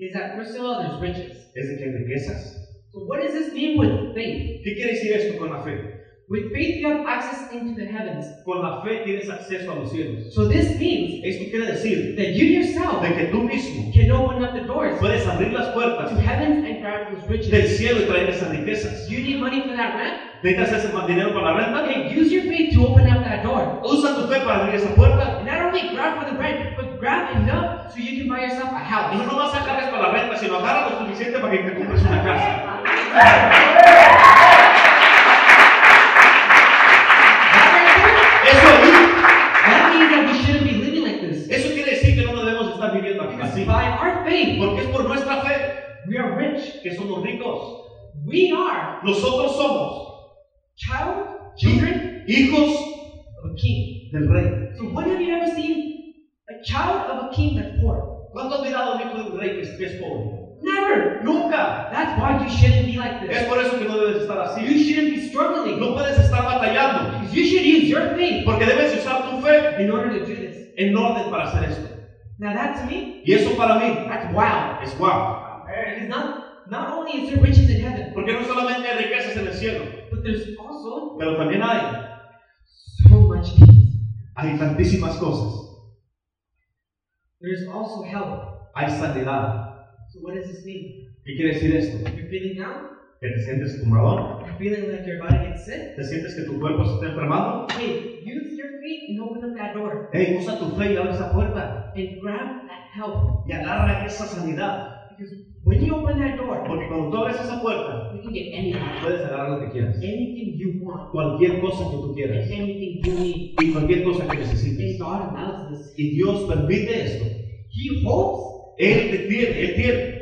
Speaker 2: is that first of all, there's riches.
Speaker 1: es de que hay riquezas.
Speaker 2: So, what does this mean with faith?
Speaker 1: ¿Qué quiere decir esto con la fe?
Speaker 2: With faith, you have access into the heavens.
Speaker 1: Con la fe tienes acceso a los cielos.
Speaker 2: So this means
Speaker 1: Esto quiere decir
Speaker 2: that you yourself
Speaker 1: de que tú mismo
Speaker 2: can open up the doors
Speaker 1: puedes abrir las
Speaker 2: to
Speaker 1: puertas
Speaker 2: heavens and grab those
Speaker 1: del
Speaker 2: riches.
Speaker 1: cielo y traer esas riquezas.
Speaker 2: You need money for that rent?
Speaker 1: Necesitas ese dinero para la renta.
Speaker 2: Okay, use your faith to open up that door.
Speaker 1: Usa tu fe para abrir esa puerta.
Speaker 2: And not only grab for the rent, but grab enough so you can buy yourself
Speaker 1: Y no
Speaker 2: a house.
Speaker 1: nomás agarres para la renta, sino agarra lo suficiente para que te compres una casa.
Speaker 2: That, right
Speaker 1: Eso ahí,
Speaker 2: there, that means that we shouldn't be living like this.
Speaker 1: eso quiere decir que no debemos estar viviendo así.
Speaker 2: Because by our faith,
Speaker 1: Porque es por nuestra fe
Speaker 2: we are rich.
Speaker 1: que somos ricos.
Speaker 2: We are
Speaker 1: Nosotros somos
Speaker 2: child, children
Speaker 1: hijos
Speaker 2: of a king.
Speaker 1: del rey.
Speaker 2: So when have you ever seen a child of a king that's poor?
Speaker 1: ¿Cuánto has mirado a un hijo de un rey que es, que es pobre?
Speaker 2: Never.
Speaker 1: Nunca.
Speaker 2: That's why you shouldn't be like
Speaker 1: Es
Speaker 2: this.
Speaker 1: por eso que no debes estar así.
Speaker 2: You shouldn't be struggling.
Speaker 1: No puedes estar batallando.
Speaker 2: Because you should use your faith
Speaker 1: Porque debes usar tu fe
Speaker 2: in order to do this.
Speaker 1: en orden para hacer esto.
Speaker 2: Now that to me,
Speaker 1: Y eso para mí
Speaker 2: that's wow.
Speaker 1: es wow.
Speaker 2: Because not not only is there riches in heaven,
Speaker 1: Porque no solamente hay riquezas en el cielo,
Speaker 2: but there's also
Speaker 1: pero también hay,
Speaker 2: so much peace.
Speaker 1: hay tantísimas cosas.
Speaker 2: There's also help.
Speaker 1: Hay sanidad.
Speaker 2: So what does this mean?
Speaker 1: ¿Qué quiere decir esto?
Speaker 2: You're feeling down?
Speaker 1: Que te sientes tumbador,
Speaker 2: You're feeling like your body gets sick?
Speaker 1: te sientes que tu cuerpo se está enfermando.
Speaker 2: Hey, use your faith and open up that door
Speaker 1: Hey, usa tu fe y abre esa puerta
Speaker 2: and grab that help.
Speaker 1: y agarra esa sanidad.
Speaker 2: Because when you open that door,
Speaker 1: Porque cuando tú abres esa puerta,
Speaker 2: you can get anything,
Speaker 1: puedes agarrar lo que quieras.
Speaker 2: anything you want,
Speaker 1: Cualquier cosa que tú
Speaker 2: and
Speaker 1: quieras
Speaker 2: anything you need.
Speaker 1: y cualquier cosa que
Speaker 2: And
Speaker 1: necesites.
Speaker 2: God allows this.
Speaker 1: Y Dios permite esto.
Speaker 2: He hopes,
Speaker 1: Él te tiene, Él tiene.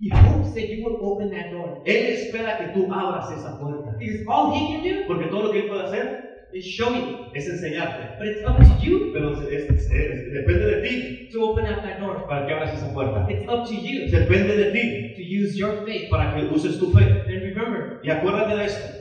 Speaker 2: he hopes that you will open that door.
Speaker 1: Él espera que tú abras esa puerta.
Speaker 2: Because all he can do
Speaker 1: Porque todo lo que Él puede hacer
Speaker 2: is show you.
Speaker 1: es enseñarte.
Speaker 2: But it's up to you
Speaker 1: Pero es- es- es- es- depende de ti
Speaker 2: to open up that door.
Speaker 1: para que abras esa puerta.
Speaker 2: It's up to you
Speaker 1: Depende de ti
Speaker 2: to use your faith.
Speaker 1: para que uses tu fe.
Speaker 2: And remember,
Speaker 1: Y acuérdate de esto.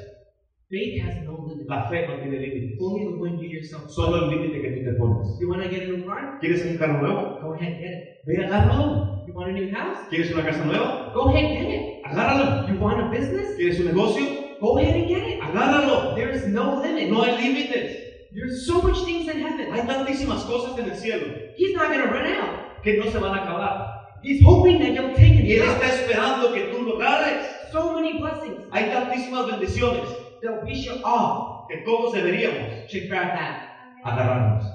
Speaker 2: faith has no limit.
Speaker 1: La fe no tiene límite.
Speaker 2: Only the one you yourself.
Speaker 1: Solo el límite que tú te pones.
Speaker 2: You want to get a new car?
Speaker 1: ¿Quieres un carro nuevo?
Speaker 2: Go ahead, get it.
Speaker 1: Ve, agárralo.
Speaker 2: You want a new house?
Speaker 1: ¿Quieres una casa nueva?
Speaker 2: Go ahead, get it.
Speaker 1: Agárralo.
Speaker 2: You want a business?
Speaker 1: ¿Quieres un negocio?
Speaker 2: Go ahead and get it.
Speaker 1: Agárralo.
Speaker 2: There is no limit.
Speaker 1: No hay límites.
Speaker 2: There's so much things in heaven.
Speaker 1: Hay tantísimas cosas en el cielo
Speaker 2: He's not gonna run out.
Speaker 1: que no se van a acabar.
Speaker 2: He's hoping that you'll take
Speaker 1: Y
Speaker 2: it.
Speaker 1: Él
Speaker 2: up.
Speaker 1: está esperando que tú lo agarres.
Speaker 2: So many blessings
Speaker 1: Hay tantísimas bendiciones
Speaker 2: that we should all
Speaker 1: que todos deberíamos
Speaker 2: should grab that.
Speaker 1: agarrarnos.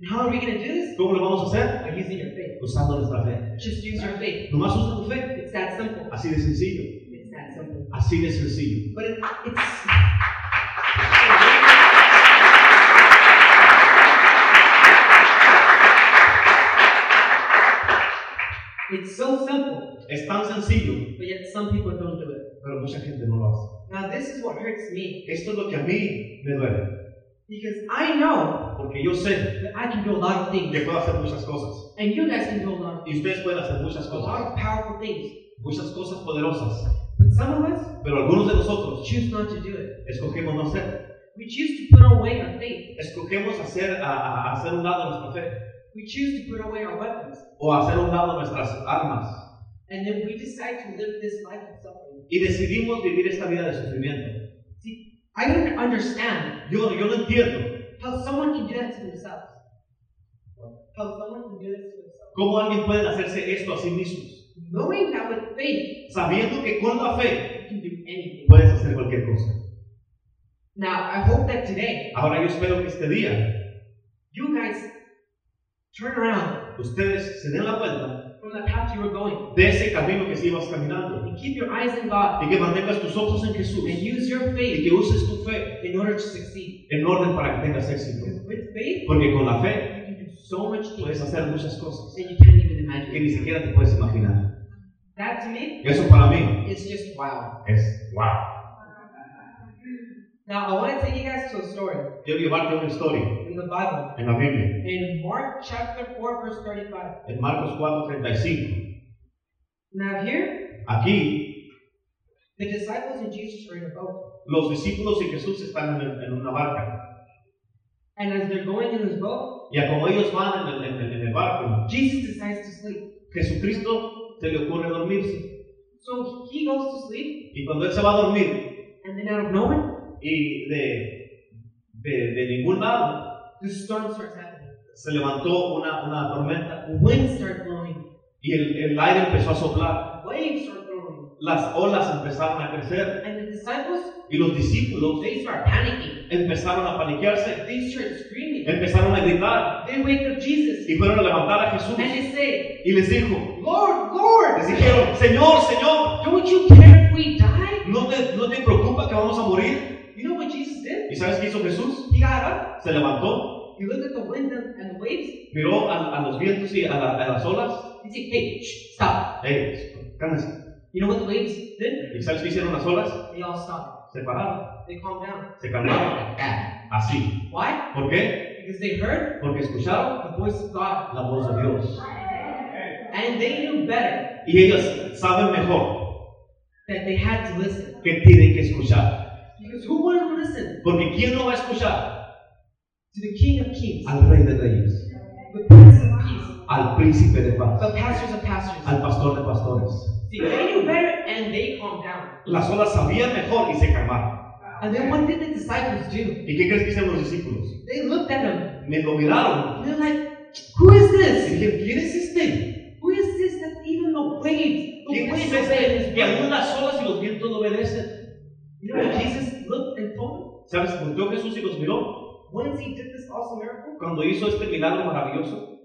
Speaker 2: And how are we gonna do this?
Speaker 1: ¿Cómo lo vamos a hacer?
Speaker 2: By using your faith.
Speaker 1: Usando nuestra fe.
Speaker 2: Just use your faith.
Speaker 1: Nomás usa tu fe.
Speaker 2: It's that simple.
Speaker 1: Así de sencillo.
Speaker 2: It's that simple.
Speaker 1: Así de sencillo.
Speaker 2: But it, it's it's so simple,
Speaker 1: Es tan sencillo,
Speaker 2: but yet some people don't do it.
Speaker 1: pero mucha gente no lo hace.
Speaker 2: Now this is what hurts me
Speaker 1: Esto es lo que a mí me duele.
Speaker 2: because I know
Speaker 1: Porque yo sé
Speaker 2: that I can do a lot of
Speaker 1: que
Speaker 2: things,
Speaker 1: puedo hacer muchas cosas.
Speaker 2: and you guys can do a lot,
Speaker 1: Y ustedes pueden hacer muchas
Speaker 2: a lot
Speaker 1: cosas.
Speaker 2: of powerful things.
Speaker 1: Muchas cosas poderosas.
Speaker 2: But some of us
Speaker 1: Pero algunos de nosotros
Speaker 2: choose not to do it.
Speaker 1: escogemos no hacer.
Speaker 2: We choose to put away our faith.
Speaker 1: Escogemos hacer, a, a- a hacer un lado nuestra fe.
Speaker 2: We choose to put away our weapons,
Speaker 1: O hacer un lado nuestras armas.
Speaker 2: and then we decide to live this life of suffering.
Speaker 1: Y decidimos vivir esta vida de sufrimiento.
Speaker 2: I don't understand
Speaker 1: Yo, yo no entiendo
Speaker 2: how someone can do that to themselves. How someone can do that to themselves.
Speaker 1: cómo alguien puede hacerse esto a sí mismos.
Speaker 2: Knowing that with faith,
Speaker 1: Sabiendo que con la fe
Speaker 2: you can do anything.
Speaker 1: puedes hacer cualquier cosa.
Speaker 2: Now, I hope that today
Speaker 1: Ahora yo espero que este día
Speaker 2: you guys Turn around
Speaker 1: Ustedes se den la vuelta
Speaker 2: from that path you were going
Speaker 1: de ese camino que ibas caminando
Speaker 2: and keep your eyes on God
Speaker 1: y que mantengas tus ojos en Jesús
Speaker 2: and
Speaker 1: y
Speaker 2: use your faith
Speaker 1: que uses tu fe
Speaker 2: in order to succeed.
Speaker 1: en orden para que tengas éxito.
Speaker 2: Because with faith,
Speaker 1: Porque con la
Speaker 2: you
Speaker 1: fe
Speaker 2: can do so much things
Speaker 1: puedes hacer muchas cosas
Speaker 2: that you can't even
Speaker 1: que
Speaker 2: imagine.
Speaker 1: ni siquiera te puedes imaginar.
Speaker 2: That to me
Speaker 1: Eso para mí
Speaker 2: is just wow.
Speaker 3: Es wow.
Speaker 2: Now I want to take you guys to a story
Speaker 1: Quiero llevarte una historia
Speaker 2: in the Bible
Speaker 1: en la Biblia,
Speaker 2: in Mark chapter 4, verse 35.
Speaker 1: en Marcos 4:35.
Speaker 2: Now here,
Speaker 1: Aquí
Speaker 2: the disciples and Jesus are in a boat.
Speaker 1: los discípulos y Jesús están en, en una barca
Speaker 2: And as they're going in this boat,
Speaker 1: y a como ellos van en el, en el- en el barco,
Speaker 2: Jesus decides to sleep.
Speaker 1: Jesucristo se le ocurre dormirse
Speaker 2: So he goes to sleep,
Speaker 1: y cuando él se va a dormir
Speaker 2: and then out of nowhere,
Speaker 1: y de, de, de ningún lado
Speaker 2: the storm starts happening.
Speaker 1: se levantó una, una tormenta
Speaker 2: Winds start blowing,
Speaker 1: y el, el aire empezó a soplar,
Speaker 2: waves start blowing,
Speaker 1: las olas empezaron a crecer
Speaker 2: and the disciples
Speaker 1: y los discípulos
Speaker 2: they start panicking.
Speaker 1: empezaron a paniquearse,
Speaker 2: They start screaming.
Speaker 1: empezaron a gritar
Speaker 2: They wake up Jesus,
Speaker 1: y fueron a levantar a
Speaker 2: and
Speaker 1: Jesús
Speaker 2: they say,
Speaker 1: y les dijo,
Speaker 2: "Lord, Lord,
Speaker 1: les dijeron, Señor, Señor,
Speaker 2: don't you care if we die?"
Speaker 1: ¿no te, no te preocupa que vamos a morir?
Speaker 2: You know what Jesus did?
Speaker 1: ¿Y sabes qué hizo Jesús?
Speaker 2: He got up,
Speaker 1: Se levantó,
Speaker 2: he looked at the wind and and the waves,
Speaker 1: miró a, a los vientos y a, la- a las olas,
Speaker 2: he said, "Hey, shh, stop."
Speaker 1: eh, cálmense.
Speaker 2: You know what the waves did?
Speaker 1: ¿Y sabes qué hicieron las olas?
Speaker 2: They all stopped.
Speaker 1: Se pararon,
Speaker 2: They calmed down.
Speaker 1: se calmaron, así.
Speaker 2: Why?
Speaker 1: ¿Por qué?
Speaker 2: Because they heard
Speaker 1: Porque escucharon
Speaker 2: the voice of God,
Speaker 1: la voz de Dios.
Speaker 2: and they knew better
Speaker 1: Y ellos saben mejor
Speaker 2: that they had to listen.
Speaker 1: que tienen que escuchar.
Speaker 2: Because who would have listened
Speaker 1: Porque ¿quién no va a escuchar?
Speaker 2: to the King of Kings,
Speaker 1: Al Rey de Reyes,
Speaker 2: the Prince of Peace,
Speaker 1: al Príncipe de Paz,
Speaker 2: the pastors of pastors?
Speaker 1: al Pastor de Pastores.
Speaker 2: See, they knew better and they calmed down.
Speaker 1: Las olas sabían mejor y se calmaron.
Speaker 2: And then what did the disciples do?
Speaker 1: ¿Y qué crees que hicieron los discípulos?
Speaker 2: They looked at him
Speaker 1: Me lo miraron
Speaker 2: and they're like, Who is
Speaker 1: y
Speaker 2: this?
Speaker 1: dijeron, ¿quién es este?
Speaker 2: Who is this that even the waves, the
Speaker 1: ¿Quién
Speaker 2: waves
Speaker 1: es
Speaker 2: obey
Speaker 1: este
Speaker 2: his
Speaker 1: que aún
Speaker 2: word?
Speaker 1: las olas y los vientos lo obedecen?
Speaker 2: You know what Jesus looked and told
Speaker 1: ¿Sabes? Volteó Jesús y los miró.
Speaker 2: them? Once he did this awesome miracle,
Speaker 1: Cuando hizo este milagro maravilloso,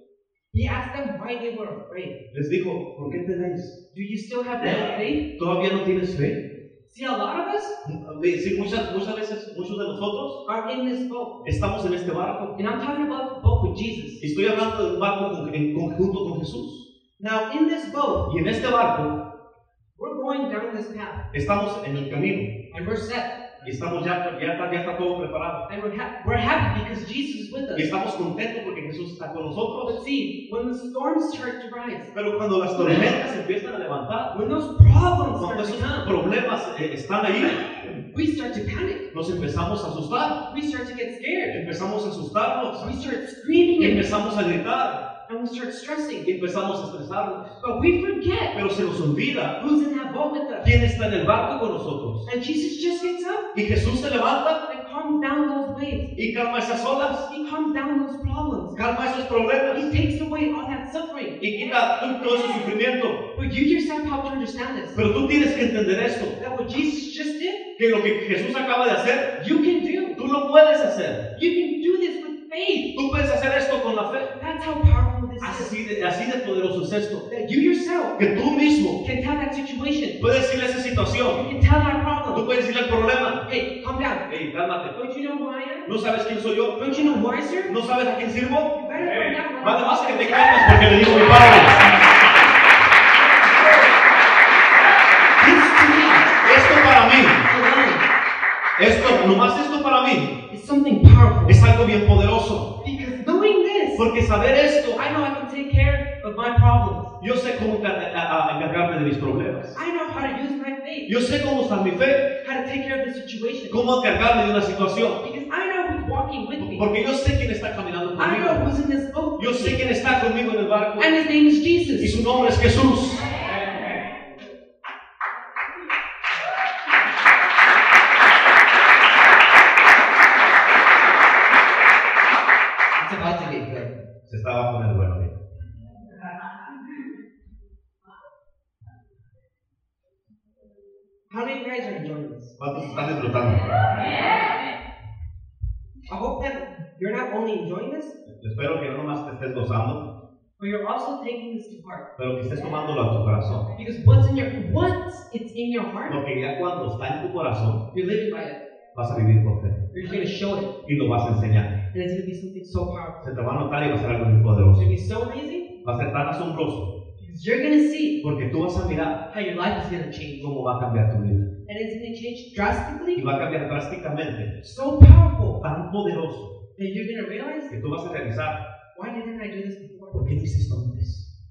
Speaker 2: he asked them why they were afraid.
Speaker 1: les dijo, ¿por qué tenéis?
Speaker 2: Do you still have no faith?
Speaker 1: ¿Todavía no tienes fe?
Speaker 2: See, a lot of us
Speaker 1: Sí, muchas, muchas veces, muchos de nosotros
Speaker 2: are in this boat.
Speaker 1: Estamos en este barco.
Speaker 2: And I'm talking about the boat with Jesus.
Speaker 1: Estoy hablando de un barco con- en conjunto con Jesús.
Speaker 2: Now, in this boat,
Speaker 1: Y en este barco
Speaker 2: We're going down this path,
Speaker 1: estamos en el camino.
Speaker 2: and we're set,
Speaker 1: Y estamos ya, ya, está, ya está todo preparado.
Speaker 2: and we're, ha- we're happy because Jesus is with us.
Speaker 1: Y estamos contentos porque Jesús está con nosotros.
Speaker 2: But see, when the storms start to rise,
Speaker 1: Pero cuando las tormentas se empiezan a levantar,
Speaker 2: when those problems
Speaker 1: cuando
Speaker 2: start to
Speaker 1: esos
Speaker 2: come,
Speaker 1: problemas eh, están ahí,
Speaker 2: we start to panic,
Speaker 1: nos empezamos a asustar.
Speaker 2: we start to get scared,
Speaker 1: Empezamos a asustarnos.
Speaker 2: we start
Speaker 1: Y
Speaker 2: screaming,
Speaker 1: empezamos a gritar.
Speaker 2: and, and we start stressing.
Speaker 1: Y empezamos a estresarnos.
Speaker 2: But we forget
Speaker 1: Pero se nos olvida
Speaker 2: who's in that boat with us.
Speaker 1: quién está en el barco con nosotros.
Speaker 2: And Jesus just gets up
Speaker 1: Y Jesús se levanta
Speaker 2: and calms down those waves.
Speaker 1: y calma esas olas.
Speaker 2: He calms down those problems.
Speaker 1: Calma esos problemas.
Speaker 2: He takes away all that suffering.
Speaker 1: y quita tú todo ese sufrimiento.
Speaker 2: But you yourself have to understand this.
Speaker 1: Pero tú tienes que entender esto,
Speaker 2: That what Jesus just did,
Speaker 1: que lo que Jesús acaba de hacer,
Speaker 2: you can do.
Speaker 1: tú lo puedes hacer.
Speaker 2: You can do this with faith.
Speaker 1: Tú puedes hacer esto con la fe.
Speaker 2: That's how powerful this is.
Speaker 1: Así de, así de poderoso es esto.
Speaker 2: That you yourself
Speaker 1: Que tú mismo
Speaker 2: can tell that situation.
Speaker 1: puedes decirle a esa
Speaker 2: You
Speaker 1: situación,
Speaker 2: can tell that
Speaker 1: tú
Speaker 2: problem.
Speaker 1: puedes decirle al problema,
Speaker 2: Hey, calm down.
Speaker 1: hey, cálmate.
Speaker 2: Don't you know who I am?
Speaker 1: No sabes quién soy yo,
Speaker 2: Don't you know who I serve?
Speaker 1: no sabes a quién sirvo.
Speaker 2: You better calm down.
Speaker 1: Vale más que te calmes porque le digo mi padre.
Speaker 2: This
Speaker 1: Esto para mí,
Speaker 2: to
Speaker 1: esto, nomás esto para mí,
Speaker 2: me alone is something powerful.
Speaker 1: es algo bien poderoso.
Speaker 2: Because knowing this,
Speaker 1: Porque saber esto,
Speaker 2: I know I can take care of my problems.
Speaker 1: yo sé cómo encar- a- a- encargarme de mis problemas.
Speaker 2: I know how to use my faith,
Speaker 1: Yo sé cómo usar mi fe,
Speaker 2: how to take care of the situation.
Speaker 1: cómo encargarme de una situación.
Speaker 2: Because I know who's walking with me.
Speaker 1: Porque yo sé quién está caminando
Speaker 2: I know
Speaker 1: conmigo.
Speaker 2: who's in this boat.
Speaker 1: Yo sé quién está conmigo en el barco.
Speaker 2: And his name is
Speaker 1: Y
Speaker 2: Jesus.
Speaker 1: su nombre es Jesús.
Speaker 2: It's about to get good.
Speaker 3: Se estaba poniendo bueno. mira.
Speaker 2: How many of you guys are enjoying this?
Speaker 3: ¿Cuántos están disfrutando?
Speaker 2: I hope that You're not only enjoying this,
Speaker 1: Espero que no nomás te estés gozando,
Speaker 2: but you're also taking this to heart.
Speaker 1: pero que estés tomándolo a tu corazón.
Speaker 2: Because what's in your once it's in your heart,
Speaker 1: Porque ya cuando está en tu corazón,
Speaker 2: you're living by it.
Speaker 1: vas a vivir por fe
Speaker 2: You're going to show it,
Speaker 1: y lo vas a enseñar.
Speaker 2: and it's going to be something so powerful.
Speaker 1: Se te va a notar y va a ser algo muy
Speaker 2: It's
Speaker 1: poderoso.
Speaker 2: going to be so amazing
Speaker 1: Va a ser tan asombroso
Speaker 2: because you're going to see
Speaker 1: porque tú vas a mirar
Speaker 2: how your life is going to change,
Speaker 1: cómo va a cambiar tu vida.
Speaker 2: and it's going to change
Speaker 1: Y
Speaker 2: drastically,
Speaker 1: va a cambiar drásticamente.
Speaker 2: so powerful
Speaker 1: Tan poderoso
Speaker 2: that you're going to realize,
Speaker 1: que tú vas a realizar
Speaker 2: why didn't I do this before?
Speaker 1: por qué no hiciste antes.